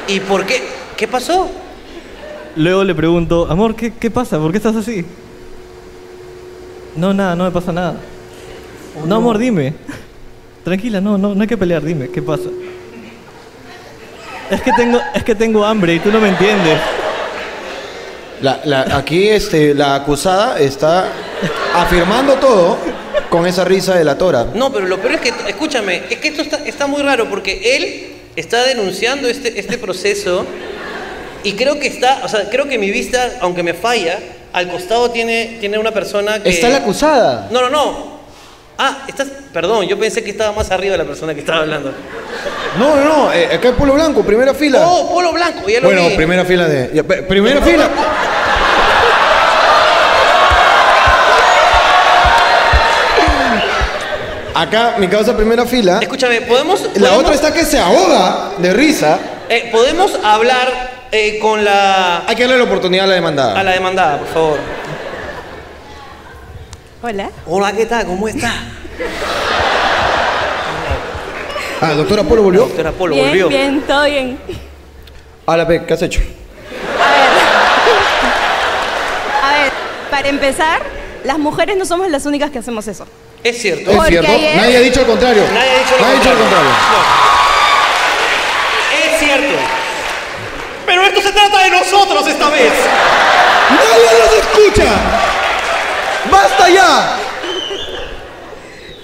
Speaker 3: ¿Y por qué? ¿Qué pasó?
Speaker 2: Luego le pregunto, amor, ¿qué, qué pasa? ¿Por qué estás así? No, nada, no me pasa nada. no, amor, dime. Tranquila, no, no, no hay que pelear, dime, ¿qué pasa? Es que tengo, es que tengo hambre y tú no me entiendes.
Speaker 5: La- la- aquí este, la acusada está afirmando todo con esa risa de la tora.
Speaker 3: No, pero lo peor es que, escúchame, es que esto está, está muy raro porque él está denunciando este, este proceso y creo que está, o sea, creo que mi vista, aunque me falla, al costado tiene, tiene una persona que...
Speaker 1: está la acusada.
Speaker 3: No, no, no. Ah, estás. Perdón, yo pensé que estaba más arriba la persona que estaba hablando.
Speaker 1: No, no, no. eh, acá hay Polo Blanco, primera fila.
Speaker 3: Oh, polo blanco, ya lo
Speaker 1: bueno,
Speaker 3: vi.
Speaker 1: primera fila de. ya, pe- Primera fila. Acá, mi causa primera fila.
Speaker 3: Escúchame, ¿podemos,
Speaker 1: La
Speaker 3: podemos-
Speaker 1: otra está que se ahoga de risa.
Speaker 3: eh, ¿podemos hablar eh, con la...
Speaker 1: Hay que darle la oportunidad a la demandada.
Speaker 3: a la demandada, por favor?
Speaker 9: Hola.
Speaker 3: Hola, ¿qué tal? ¿Cómo está?
Speaker 1: Ah, doctora Polo volvió.
Speaker 3: Doctora Polo,
Speaker 9: bien,
Speaker 3: volvió.
Speaker 9: bien, todo bien.
Speaker 1: Hola, Pe, ¿qué has hecho?
Speaker 9: A ver. A ver, para empezar, las mujeres no somos las únicas que hacemos eso.
Speaker 3: Es cierto.
Speaker 1: Es
Speaker 9: Porque
Speaker 1: cierto.
Speaker 9: ayer-
Speaker 1: Nadie ha dicho el contrario.
Speaker 3: Nadie ha dicho lo
Speaker 1: Nadie ha dicho lo contrario.
Speaker 3: No. Es cierto. Pero esto se trata de nosotros esta vez.
Speaker 1: ¡Nadie los escucha! ¡Basta ya!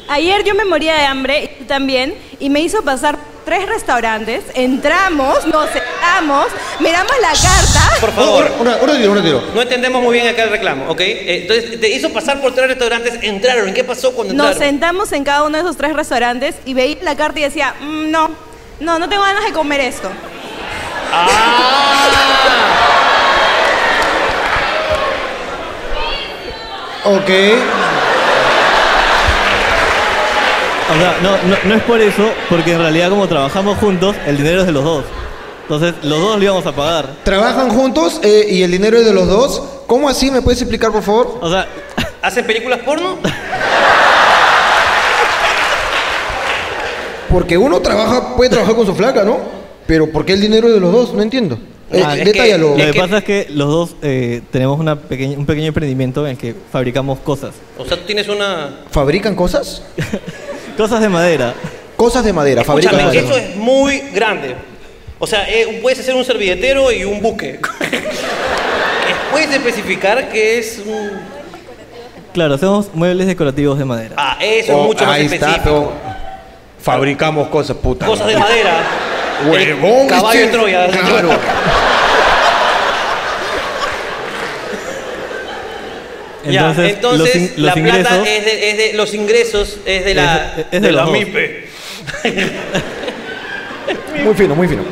Speaker 9: Ayer yo me moría de hambre y tú también, y me hizo pasar tres restaurantes. Entramos, nos sentamos, miramos la carta.
Speaker 3: Por favor.
Speaker 1: Un, un retiro, un retiro.
Speaker 3: No entendemos muy bien acá el reclamo, ¿ok? Eh, Entonces, te hizo pasar por tres restaurantes, entraron. ¿Qué pasó cuando
Speaker 9: Nos
Speaker 3: entraron?
Speaker 9: sentamos en cada uno de esos tres restaurantes y veía la carta y decía, "Mm, no, no, no tengo ganas de comer esto.
Speaker 3: ¡Ah!
Speaker 1: Ok.
Speaker 2: O sea, no, no, no es por eso, porque en realidad como trabajamos juntos, el dinero es de los dos. Entonces, los dos lo íbamos a pagar.
Speaker 1: Trabajan juntos eh, y el dinero es de los dos. ¿Cómo así? ¿Me puedes explicar, por favor?
Speaker 2: O sea, (laughs)
Speaker 3: ¿Hacen películas porno?
Speaker 1: Porque uno trabaja, puede trabajar con su flaca, ¿no? Pero ¿por qué el dinero es de los dos? No entiendo. Eh,
Speaker 3: Ah, es que-
Speaker 1: detállalo.
Speaker 2: lo que
Speaker 3: que-
Speaker 2: pasa es que los dos eh, tenemos una pequeña, un pequeño emprendimiento en el que fabricamos cosas.
Speaker 3: O sea, tú tienes una...
Speaker 1: ¿Fabrican cosas?
Speaker 2: Cosas de madera.
Speaker 1: Cosas de madera, fabrican
Speaker 3: Escúchame,
Speaker 1: cosas.
Speaker 3: eso es muy grande. O sea, eh, puedes hacer un servilletero y un buque. (laughs) ¿Puedes especificar que es un
Speaker 2: Claro, hacemos muebles decorativos de madera.
Speaker 3: Ah, eso
Speaker 1: Oh,
Speaker 3: es mucho más
Speaker 1: ahí está,
Speaker 3: específico.
Speaker 1: pero Fabricamos cosas, puta.
Speaker 3: Cosas de madera.
Speaker 1: Huevón,
Speaker 3: El Caballo
Speaker 1: este-
Speaker 3: de Troya.
Speaker 1: Claro.
Speaker 3: Ya,
Speaker 2: Entonces, los, in-
Speaker 3: entonces
Speaker 2: los
Speaker 3: la
Speaker 2: ingresos...
Speaker 3: plata es de, es de- los ingresos es de la
Speaker 2: Es- es de los
Speaker 3: la
Speaker 2: dos.
Speaker 3: MIPE.
Speaker 1: Muy fino, muy fino.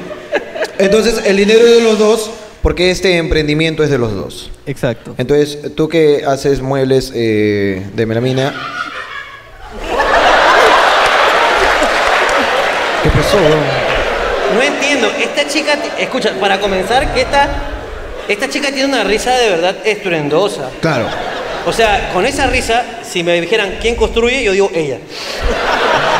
Speaker 1: Entonces, el dinero es de los dos porque este emprendimiento es de los dos.
Speaker 2: Exacto.
Speaker 1: Entonces, tú que haces muebles eh, de melamina. ¿Qué pasó, weón?
Speaker 3: No entiendo, esta chica, ti- escucha, para comenzar que esta esta chica tiene una risa de verdad estruendosa.
Speaker 1: Claro.
Speaker 3: O sea, con esa risa, si me dijeran quién construye, yo digo ella.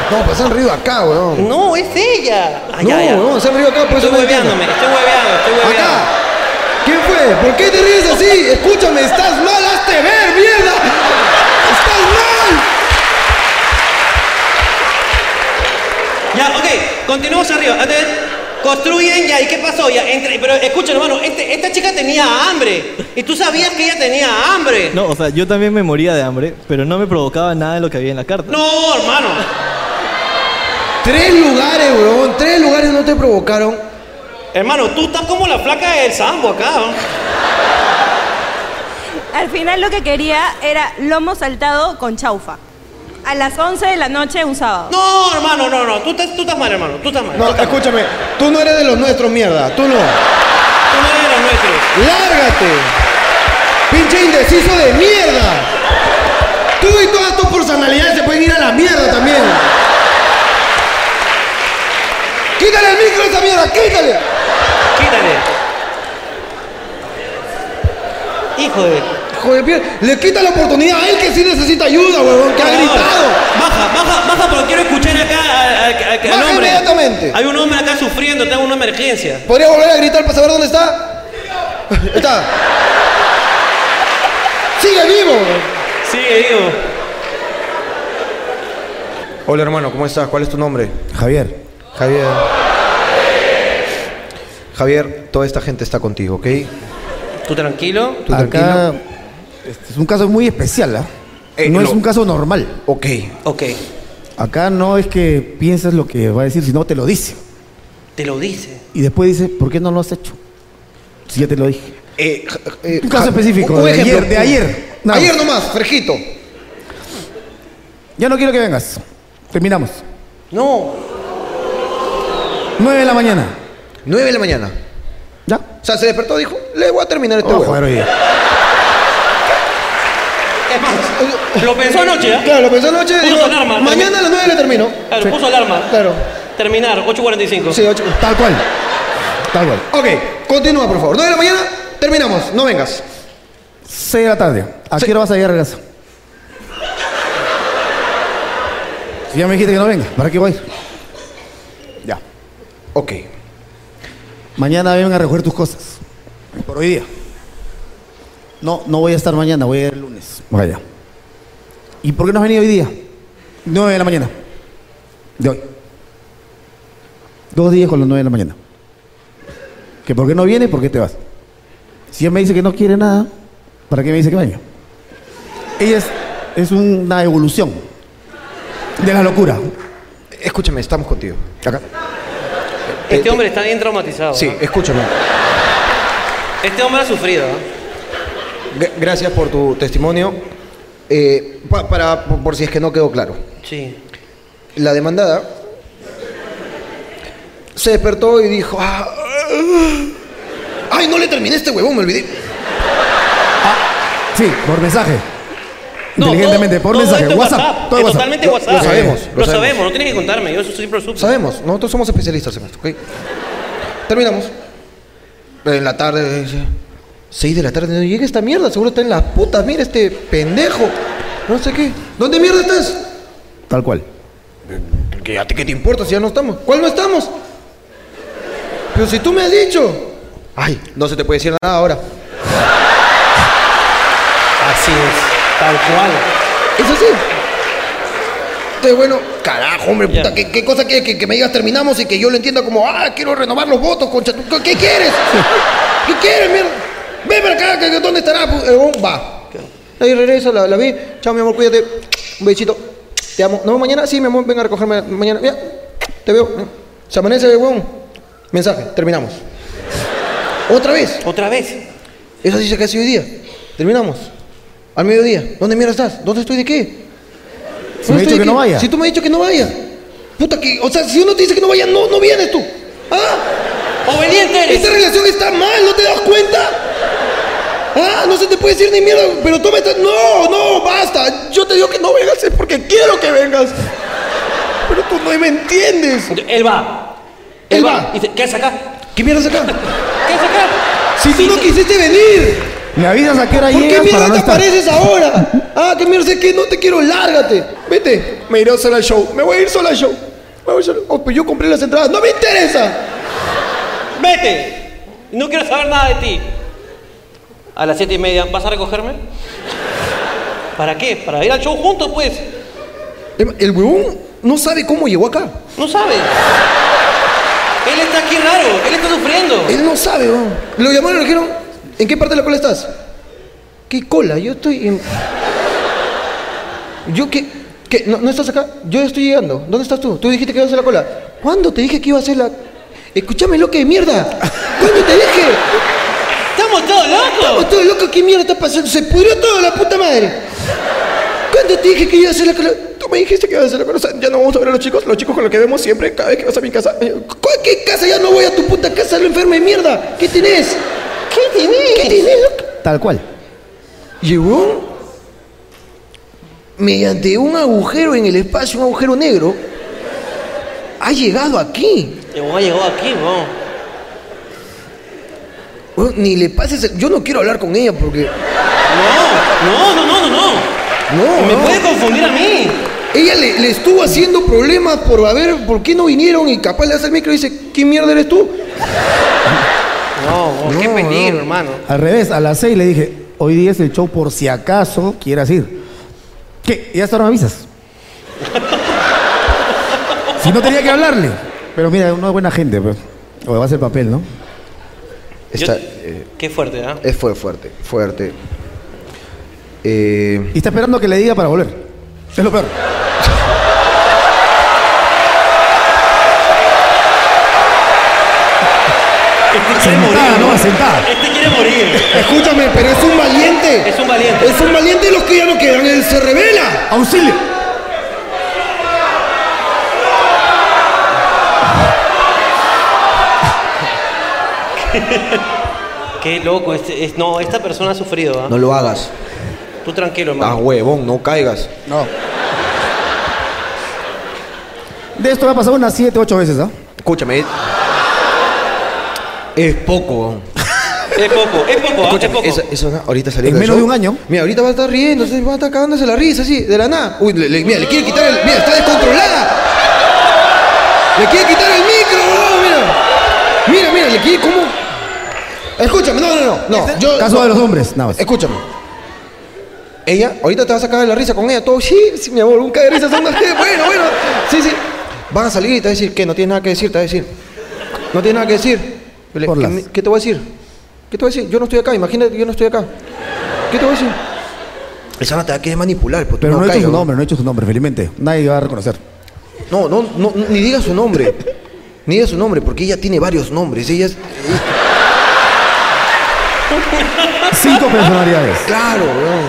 Speaker 1: No, pasan río acá, weón.
Speaker 3: No, es ella. Ah,
Speaker 1: no,
Speaker 3: ya, ya.
Speaker 1: weón, se han río acá, por eso
Speaker 3: Estoy
Speaker 1: no entiendo.
Speaker 3: hueveándome, estoy hueveando, estoy hueveando.
Speaker 1: ¡Acá! ¿Quién fue? ¿Por qué te ríes así? Escúchame, estás mal, hazte ver, mierda. ¡Estás mal!
Speaker 3: Ya, ok, continuamos arriba. Entonces, construyen ya, ¿y qué pasó? Ya, entre, pero escuchen, hermano, este- esta chica tenía hambre. Y tú sabías que ella tenía hambre. No,
Speaker 2: No, o sea, yo también me moría de hambre, pero no me provocaba nada de lo que había en la carta.
Speaker 3: hermano.
Speaker 1: Tres lugares, weón. Tres lugares no te provocaron.
Speaker 3: Hermano, tú estás como la flaca del sambo acá. ¿no?
Speaker 9: Al final lo que quería era lomo saltado con chaufa. A las 11 de la noche un sábado.
Speaker 3: No, hermano, no, no. Tú, estás- tú estás mal, hermano. Tú estás mal.
Speaker 1: No, escúchame. Tú no eres de los nuestros, mierda. Tú no.
Speaker 3: Tú no eres de los nuestros.
Speaker 1: Lárgate. Pinche indeciso de mierda. Tú y todas tus personalidades se pueden ir a la mierda también. Quítale el micro a esa mierda, quítale.
Speaker 3: Quítale. Hijo de.
Speaker 1: Hijo de pier- le quita la oportunidad a él que sí necesita ayuda, weón, que ha gritado.
Speaker 3: Baja, baja, baja, porque quiero escuchar acá a- a- a- al
Speaker 1: Baja
Speaker 3: hombre.
Speaker 1: inmediatamente.
Speaker 3: Hay un hombre acá sufriendo, tengo una emergencia.
Speaker 1: ¿Podría volver a gritar para saber dónde está? Está. Sigue vivo.
Speaker 3: Sí, digo.
Speaker 1: Hola hermano, ¿cómo estás? ¿Cuál es tu nombre?
Speaker 8: Javier,
Speaker 1: Javier. Javier, toda esta gente está contigo, ¿ok?
Speaker 3: Tú tranquilo. Ah,
Speaker 1: Tú
Speaker 8: acá
Speaker 1: tranquilo.
Speaker 8: este es un caso muy especial, ¿ah?
Speaker 1: Eh,
Speaker 8: no es
Speaker 1: lo-
Speaker 8: un caso normal.
Speaker 1: Ok.
Speaker 3: Ok,
Speaker 8: Acá no es que pienses lo que va a decir, sino te lo dice.
Speaker 3: te lo dice.
Speaker 8: Y después dice, ¿por qué no lo has hecho? Si ya te lo dije.
Speaker 1: Eh, ja- eh,
Speaker 8: Un caso
Speaker 1: ja-
Speaker 8: específico, de ayer, de ayer. Nada
Speaker 1: Ayer
Speaker 8: más.
Speaker 1: nomás, fresquito.
Speaker 8: Ya no quiero que vengas. Terminamos.
Speaker 3: No.
Speaker 8: 9 de la mañana.
Speaker 1: 9 de la mañana.
Speaker 8: ¿Ya?
Speaker 1: O sea, se despertó dijo, le voy a terminar este
Speaker 8: Oh,
Speaker 1: huevo.
Speaker 8: joder, oye.
Speaker 3: Es más, lo pensó anoche, ¿ah?
Speaker 1: Claro, lo pensó anoche
Speaker 3: Puso
Speaker 1: dijo,
Speaker 3: alarma.
Speaker 1: mañana a las 9 le termino.
Speaker 3: Claro, puso alarma.
Speaker 1: Claro.
Speaker 3: Terminar, 8.45.
Speaker 1: Sí, ocho-
Speaker 8: Tal cual. Tal cual.
Speaker 1: Ok, continúa por favor. 9 de la mañana, terminamos, no vengas.
Speaker 8: 6 de la tarde. ¿A
Speaker 1: Sí.
Speaker 8: qué hora vas a llegar a casa? Si ya me dijiste que no venga, ¿para qué voy a ir? Ya. Ok. Mañana vengan a recoger tus cosas. Por hoy día. No, no voy a estar mañana, voy a ir el lunes. Vaya. ¿Y por qué no has venido hoy día? 9 de la mañana. De hoy. Dos días con las 9 de la mañana. ¿Que por qué no vienes? ¿Por qué te vas? Si ella me dice que no quiere nada, ¿para qué me dice que vaya? Ella es, es una evolución de la locura.
Speaker 1: Escúchame, estamos contigo. Acá.
Speaker 3: Este hombre está bien traumatizado.
Speaker 1: eh, Sí,
Speaker 3: ¿ah?
Speaker 1: escúchame.
Speaker 3: Este hombre ha sufrido. ¿ah?
Speaker 1: G- gracias por tu testimonio. Eh, pa- para, por, por si es que no quedó claro.
Speaker 3: Sí.
Speaker 1: La demandada se despertó y dijo, "Ah, ah, ay, no le terminé este huevón, me olvidé.
Speaker 8: Sí, por mensaje.
Speaker 3: No,
Speaker 8: Inteligentemente,
Speaker 3: todo-
Speaker 8: por
Speaker 3: todo
Speaker 8: mensaje.
Speaker 3: esto es
Speaker 8: WhatsApp. Todo
Speaker 3: es
Speaker 8: WhatsApp.
Speaker 3: totalmente
Speaker 1: Lo- lo
Speaker 3: WhatsApp.
Speaker 1: sabemos,
Speaker 3: Lo,
Speaker 1: lo sabemos.
Speaker 3: sabemos, no tienes que contarme. Yo eso siempre lo supe.
Speaker 1: Sabemos, nosotros somos especialistas en esto, ¿ok? Terminamos. En la tarde, dice, 6 de la tarde, no llega esta mierda, seguro está en las putas, mira este pendejo. No sé qué. ¿Dónde mierda estás?
Speaker 8: Tal cual.
Speaker 1: ¿Qué, ¿A ti qué te importa si ya no estamos? ¿Cuál no estamos? Pero si tú me has dicho. Ay, no se te puede decir nada Ah, ahora.
Speaker 3: Así es, tal cual.
Speaker 1: Es así. Entonces, bueno, carajo, hombre,
Speaker 3: Ya.
Speaker 1: puta, ¿qué, qué cosa quieres que, que me digas terminamos y que yo lo entienda como, ah, quiero renovar los votos, concha? ¿tú ¿Qué, qué quieres? ¿Qué quieres, mierda? Ven para acá, que, que ¿dónde estará? pu- el huevón? va. Ahí regresa, la, la vi. Chao, mi amor, cuídate. Un besito. Te amo. ¿No, mañana? Sí, mi amor, ven a recogerme mañana. Ya, te veo. Se amanece, huevón. Mensaje, terminamos. Otra vez.
Speaker 3: Otra vez.
Speaker 1: Eso dice que ha sido hoy día. Terminamos. Al mediodía. ¿Dónde mierda estás? ¿Dónde estoy de qué?
Speaker 8: Si me ha
Speaker 1: ¿Dónde estoy
Speaker 8: dicho
Speaker 1: de
Speaker 8: que no
Speaker 1: qué?
Speaker 8: vaya.
Speaker 1: Si tú me has dicho que no vaya. Puta que. O sea, si uno te dice que no vaya, no, no vienes tú. ¿Ah?
Speaker 3: Obediente eres.
Speaker 1: Esta relación está mal, ¿no te das cuenta? Ah, no se te puede decir ni mierda, pero tú me estás. No, no, basta. Yo te digo que no vengas es porque quiero que vengas. Pero tú no me entiendes.
Speaker 3: Él va.
Speaker 1: Él
Speaker 3: Él,
Speaker 1: va.
Speaker 3: va. Y dice, ¿qué haces acá?
Speaker 1: ¿Qué mierda es acá?
Speaker 3: ¿Qué haces acá?
Speaker 1: Si tú no quisiste venir.
Speaker 8: Me avisas a qué hora
Speaker 1: ¿Por qué
Speaker 8: llegas para
Speaker 1: mierda
Speaker 8: no
Speaker 1: te
Speaker 8: estar.
Speaker 1: apareces ahora? Ah, qué mierda, es que no te quiero, lárgate. Vete, me iré sola al show. Me voy a ir sola al show. Me voy a ir sola. Oh, pues yo compré las entradas. No me interesa.
Speaker 3: Vete. No quiero saber nada de ti. A las siete y media, ¿vas a recogerme? ¿Para qué? Para ir al show juntos, pues.
Speaker 1: Em, El el huevón no sabe cómo llegó acá.
Speaker 3: No sabes. Él está aquí raro. Él está sufriendo.
Speaker 1: Él no sabe, huevón. Lo llamaron y le dijeron, ¿en qué parte de la cola estás? ¿Qué cola? Yo estoy en... Yo qué... ¿Qué? ¿No, no estás acá? Yo ya estoy llegando. ¿Dónde estás tú? Tú dijiste que ibas a hacer la cola. ¿Cuándo te dije que iba a hacer la...? Escúchame, loco de mierda. ¿Cuándo te dije?
Speaker 3: Estamos todos locos.
Speaker 1: Estamos todos locos, ¿qué mierda está pasando? Se pudrió todo, la puta madre. ¿Cuándo te dije que iba a hacer la cola? Tú me dijiste que iba a hacer la cola. O sea, ya no vamos a ver a los chicos, los chicos con los que vemos siempre, cada vez que vas a mi casa. ¿Cuál qué casa? Ya no voy a tu puta casa, lo enfermo de mierda. ¿Qué tenés? ¿Qué tenés? ¿Qué tenés, loco?
Speaker 8: Tal cual.
Speaker 1: Llegó mediante un agujero en el espacio, un agujero negro, ha llegado aquí.
Speaker 3: Llegó, llegó aquí, vamos.
Speaker 1: Weón, Ni le pases. el- Yo no quiero hablar con ella porque.
Speaker 3: No, no, no, no, no,
Speaker 1: No,
Speaker 3: no. Me
Speaker 1: no.
Speaker 3: puede confundir a mí.
Speaker 1: Ella le, le estuvo haciendo problemas por a ver por qué no vinieron y capaz le hace el micro y dice, ¿qué mierda eres tú?
Speaker 3: No, vos, qué
Speaker 1: No,
Speaker 3: peligro,
Speaker 1: no.
Speaker 3: hermano.
Speaker 8: Al revés, a las 6 le dije, hoy día es el show por si acaso quieras ir. ¿Qué? ¿Ya hasta ahora me
Speaker 4: (laughs)
Speaker 8: avisas? si no tenía que hablarle. Pero mira, uno es buena gente, pues. O va a ser papel, ¿no?
Speaker 1: Está,
Speaker 3: Yo- Qué fuerte, ¿ah?
Speaker 1: eh, fue fuerte, fuerte. Eh,
Speaker 8: Y está esperando que le diga para volver. Es lo peor.
Speaker 3: Este quiere
Speaker 8: Sentada,
Speaker 3: morir.
Speaker 8: no, sentada.
Speaker 3: Este quiere morir.
Speaker 1: escúchame, pero es un valiente.
Speaker 3: Es un valiente.
Speaker 1: Es un valiente de los que ya no quedan, él se revela.
Speaker 8: ¡Auxilio!
Speaker 3: Qué loco, este- es- no, esta persona ha sufrido, ¿ah?
Speaker 1: No lo hagas.
Speaker 3: Tú tranquilo,
Speaker 1: Ah,
Speaker 3: hermano.
Speaker 1: huevón, no caigas.
Speaker 8: No. De esto me ha pasado unas 7, 8 veces, ¿ah?
Speaker 1: Escúchame. es- Es poco, huevón.
Speaker 3: Es poco, es poco, ¿ah? es
Speaker 1: Escúchame,
Speaker 3: poco.
Speaker 1: eso, eso ahorita salió
Speaker 8: En
Speaker 1: del
Speaker 8: menos
Speaker 1: show.
Speaker 8: de un año.
Speaker 1: Mira, ahorita va a estar riendo, se va a estar cagándose la risa, así, de la nada. Uy, le, le- mira, le quiere quitar el. Mira, está descontrolada. Le quiere quitar el micro, huevón, mira. Mira, mira, le quiere. ¿Cómo? Escúchame, no, no, no. no yo,
Speaker 8: Caso
Speaker 1: no.
Speaker 8: de los hombres, nada más.
Speaker 1: Escúchame. Ella, ahorita te vas a cagar la risa con ella, todo, sí, sí, mi amor, un cae de risa son unas- (laughs) Bueno, bueno, sí, sí. Van a salir y te va a decir, ¿qué? No tienes nada que decir, te va a decir. No tienes nada que decir. Yo le-
Speaker 8: Por
Speaker 1: ¿qué,
Speaker 8: las-
Speaker 1: me- qué te voy a decir? ¿Qué te voy a decir? Yo no estoy acá, imagínate que yo no estoy acá. ¿Qué te voy a decir? Esa no te va a querer manipular, pero tú
Speaker 8: Pero no, he hecho
Speaker 1: caigas,
Speaker 8: su
Speaker 1: ¿no?
Speaker 8: nombre, no he hecho su nombre, felizmente. Nadie va a reconocer.
Speaker 1: No, no, no, ni diga su nombre. Ni diga su nombre, porque ella tiene varios nombres. Ella es.
Speaker 8: Cinco personalidades.
Speaker 1: Claro, weón.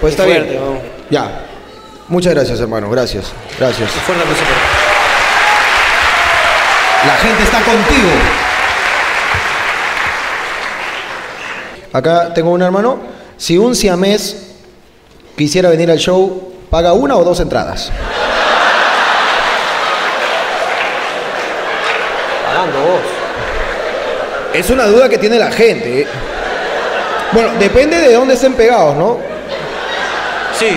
Speaker 1: Pues está
Speaker 3: fuerte,
Speaker 1: bien.
Speaker 3: weón.
Speaker 1: Ya. Muchas gracias, hermano. Gracias. Gracias.
Speaker 3: Fuerte aplauso para-
Speaker 1: La gente está contigo. Acá tengo un hermano. Si un siamés quisiera venir al show, paga una o dos entradas.
Speaker 3: Pagando vos.
Speaker 1: Es una duda que tiene la gente. ¿eh? Bueno, depende de dónde estén pegados, ¿no?
Speaker 3: Sí,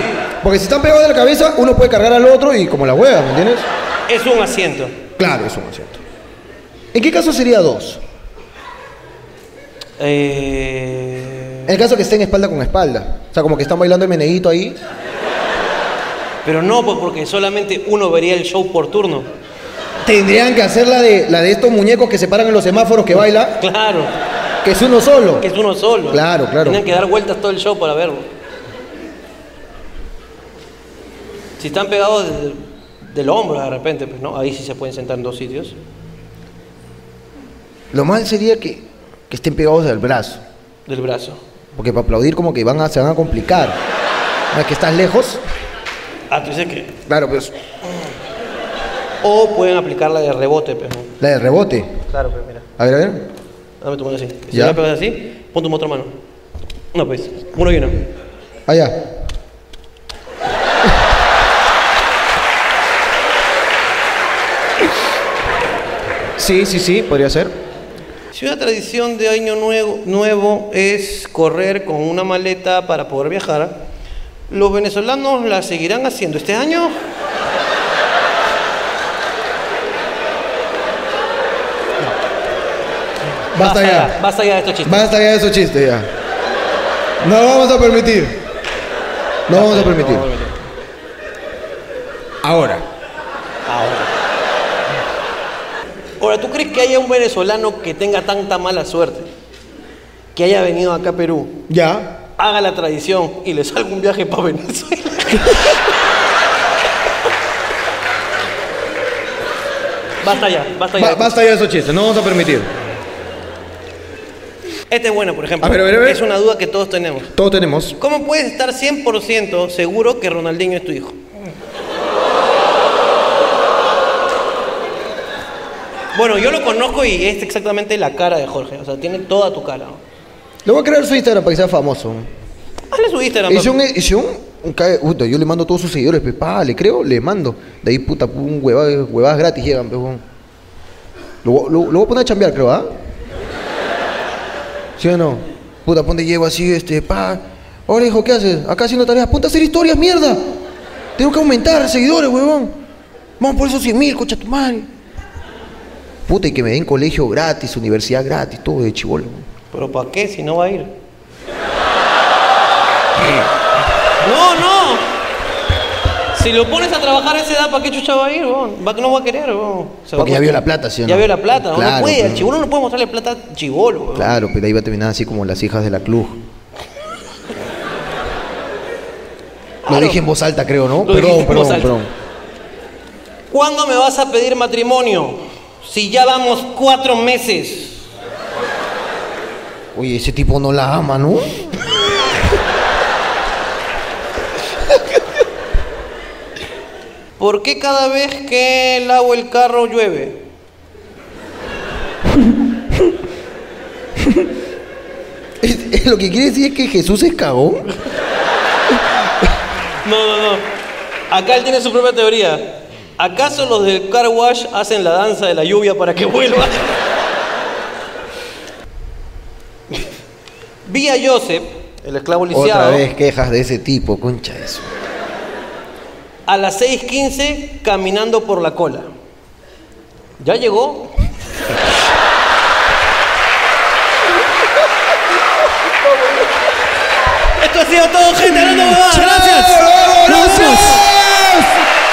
Speaker 1: Porque si están pegados de la cabeza, uno puede cargar al otro y como la hueva, ¿me entiendes?
Speaker 3: es un asiento.
Speaker 1: Claro, eso no es cierto. ¿En qué caso sería dos?
Speaker 3: Eh,
Speaker 1: En el caso que estén espalda con espalda. O sea, como que están bailando el meneguito ahí.
Speaker 3: Pero no, pues porque solamente uno vería el show por turno.
Speaker 1: Tendrían que hacer la de, la de estos muñecos que se paran en los semáforos que baila,
Speaker 3: Claro,
Speaker 1: que es uno solo.
Speaker 3: que es uno solo.
Speaker 1: Claro, claro.
Speaker 3: Tienen que dar vueltas todo el show para verlo. Si están pegados del, del hombro de repente, pues no, ahí sí se pueden sentar en dos sitios.
Speaker 1: Lo mal sería que, que estén pegados al brazo.
Speaker 3: Del brazo.
Speaker 1: Porque para aplaudir como que van a, se van a complicar. No es que estás lejos.
Speaker 3: Ah, tú dices que.
Speaker 1: Claro, pues
Speaker 3: O pueden aplicar la de rebote, pues. ¿no?
Speaker 1: la de rebote.
Speaker 3: Claro, pues mira.
Speaker 1: A ver, a ver.
Speaker 3: Dame tu mano así. Si
Speaker 1: Ya.
Speaker 3: la pegas así, pon tu otra mano. No, pues. Uno y uno.
Speaker 1: Allá. Sí, sí, sí, podría ser.
Speaker 3: Si una tradición de año nuevo, nuevo es correr con una maleta para poder viajar, ¿los venezolanos la seguirán haciendo este año?
Speaker 1: Basta ya.
Speaker 3: Basta ya de estos chistes.
Speaker 1: Basta ya de esos chistes ya. No lo vamos a permitir. No lo vamos a permitir. Ahora.
Speaker 3: Ah, Ahora, ¿tú crees que haya un venezolano que tenga tanta mala suerte? Que haya venido acá a Perú,
Speaker 1: Ya.
Speaker 3: haga la tradición y le salga un viaje
Speaker 1: (laughs)
Speaker 3: para Venezuela. basta ya, basta ya.
Speaker 1: Ba- basta ya de esos chistes. No vamos a permitir.
Speaker 3: Esta Este es buena, por ejemplo.
Speaker 1: A ver, a ver, a ver.
Speaker 3: Es una duda que todos tenemos.
Speaker 1: Todos tenemos.
Speaker 3: ¿Cómo puedes estar 100% seguro que Ronaldinho es tu hijo? Bueno, yo lo conozco y es exactamente la cara de Jorge. O sea, tiene toda tu cara. ¿no?
Speaker 1: Le voy a crear su Instagram para que sea famoso.
Speaker 3: Hazle su Instagram.
Speaker 1: Hice un,
Speaker 3: papi.
Speaker 1: hice un, un cae- puta, yo le mando a todos sus seguidores, pe, pa, le creo, le mando. De ahí puta, pum, huevadas, huevadas gratis llegan, pe, huevón. Lo, voy- lo- lo voy a poner a chambear, creo, ¿ah? ¿Sí o no? Puta, ponte llevo así, este, pa. Ahora hijo, ¿qué haces? Acá haciendo tareas, ponte a hacer historias, mierda. Tengo que aumentar seguidores, huevón. Vamos por esos 100 mil, cocha tu madre. Puta, y que me den colegio gratis, universidad gratis, todo de chivolo.
Speaker 3: Pero ¿para qué si no va a ir? (laughs) No, no. Si lo pones a trabajar a esa edad, ¿para qué chucha va a ir? weón? Va que no va a querer. weón. Se va
Speaker 1: Porque
Speaker 3: a
Speaker 1: ya vio
Speaker 3: costar.
Speaker 1: la plata, ¿sí o
Speaker 3: Ya
Speaker 1: no?
Speaker 3: vio la plata. ¿no?
Speaker 1: Claro,
Speaker 3: no puede, al
Speaker 1: pero-
Speaker 3: chivolo no puede mostrarle plata al chivolo. weón.
Speaker 1: Claro, pero ahí va a terminar así como las hijas de la club. Lo
Speaker 3: Claro.
Speaker 1: dije en voz alta, creo, ¿no?
Speaker 3: Lo
Speaker 1: perdón,
Speaker 3: dijiste en
Speaker 1: perdón,
Speaker 3: voz alta.
Speaker 1: perdón.
Speaker 3: ¿Cuándo me vas a pedir matrimonio? Si ya vamos cuatro meses.
Speaker 1: Oye, ese tipo no la ama, ¿no?
Speaker 3: ¿Por qué cada vez que lavo el carro llueve?
Speaker 1: Lo que quiere decir es que Jesús es cagón.
Speaker 3: No, no, no. Acá él tiene su propia teoría. ¿Acaso los del car wash hacen la danza de la lluvia para que (laughs) vuelva? Vi a Joseph, el esclavo
Speaker 1: Otra
Speaker 3: lisiado,
Speaker 1: vez quejas de ese tipo, concha eso.
Speaker 3: a las 6.15 caminando por la cola. ¿Ya llegó? Esto ha sido todo, gente. Hablando Huevadas. Gracias.
Speaker 1: ¡Gracias!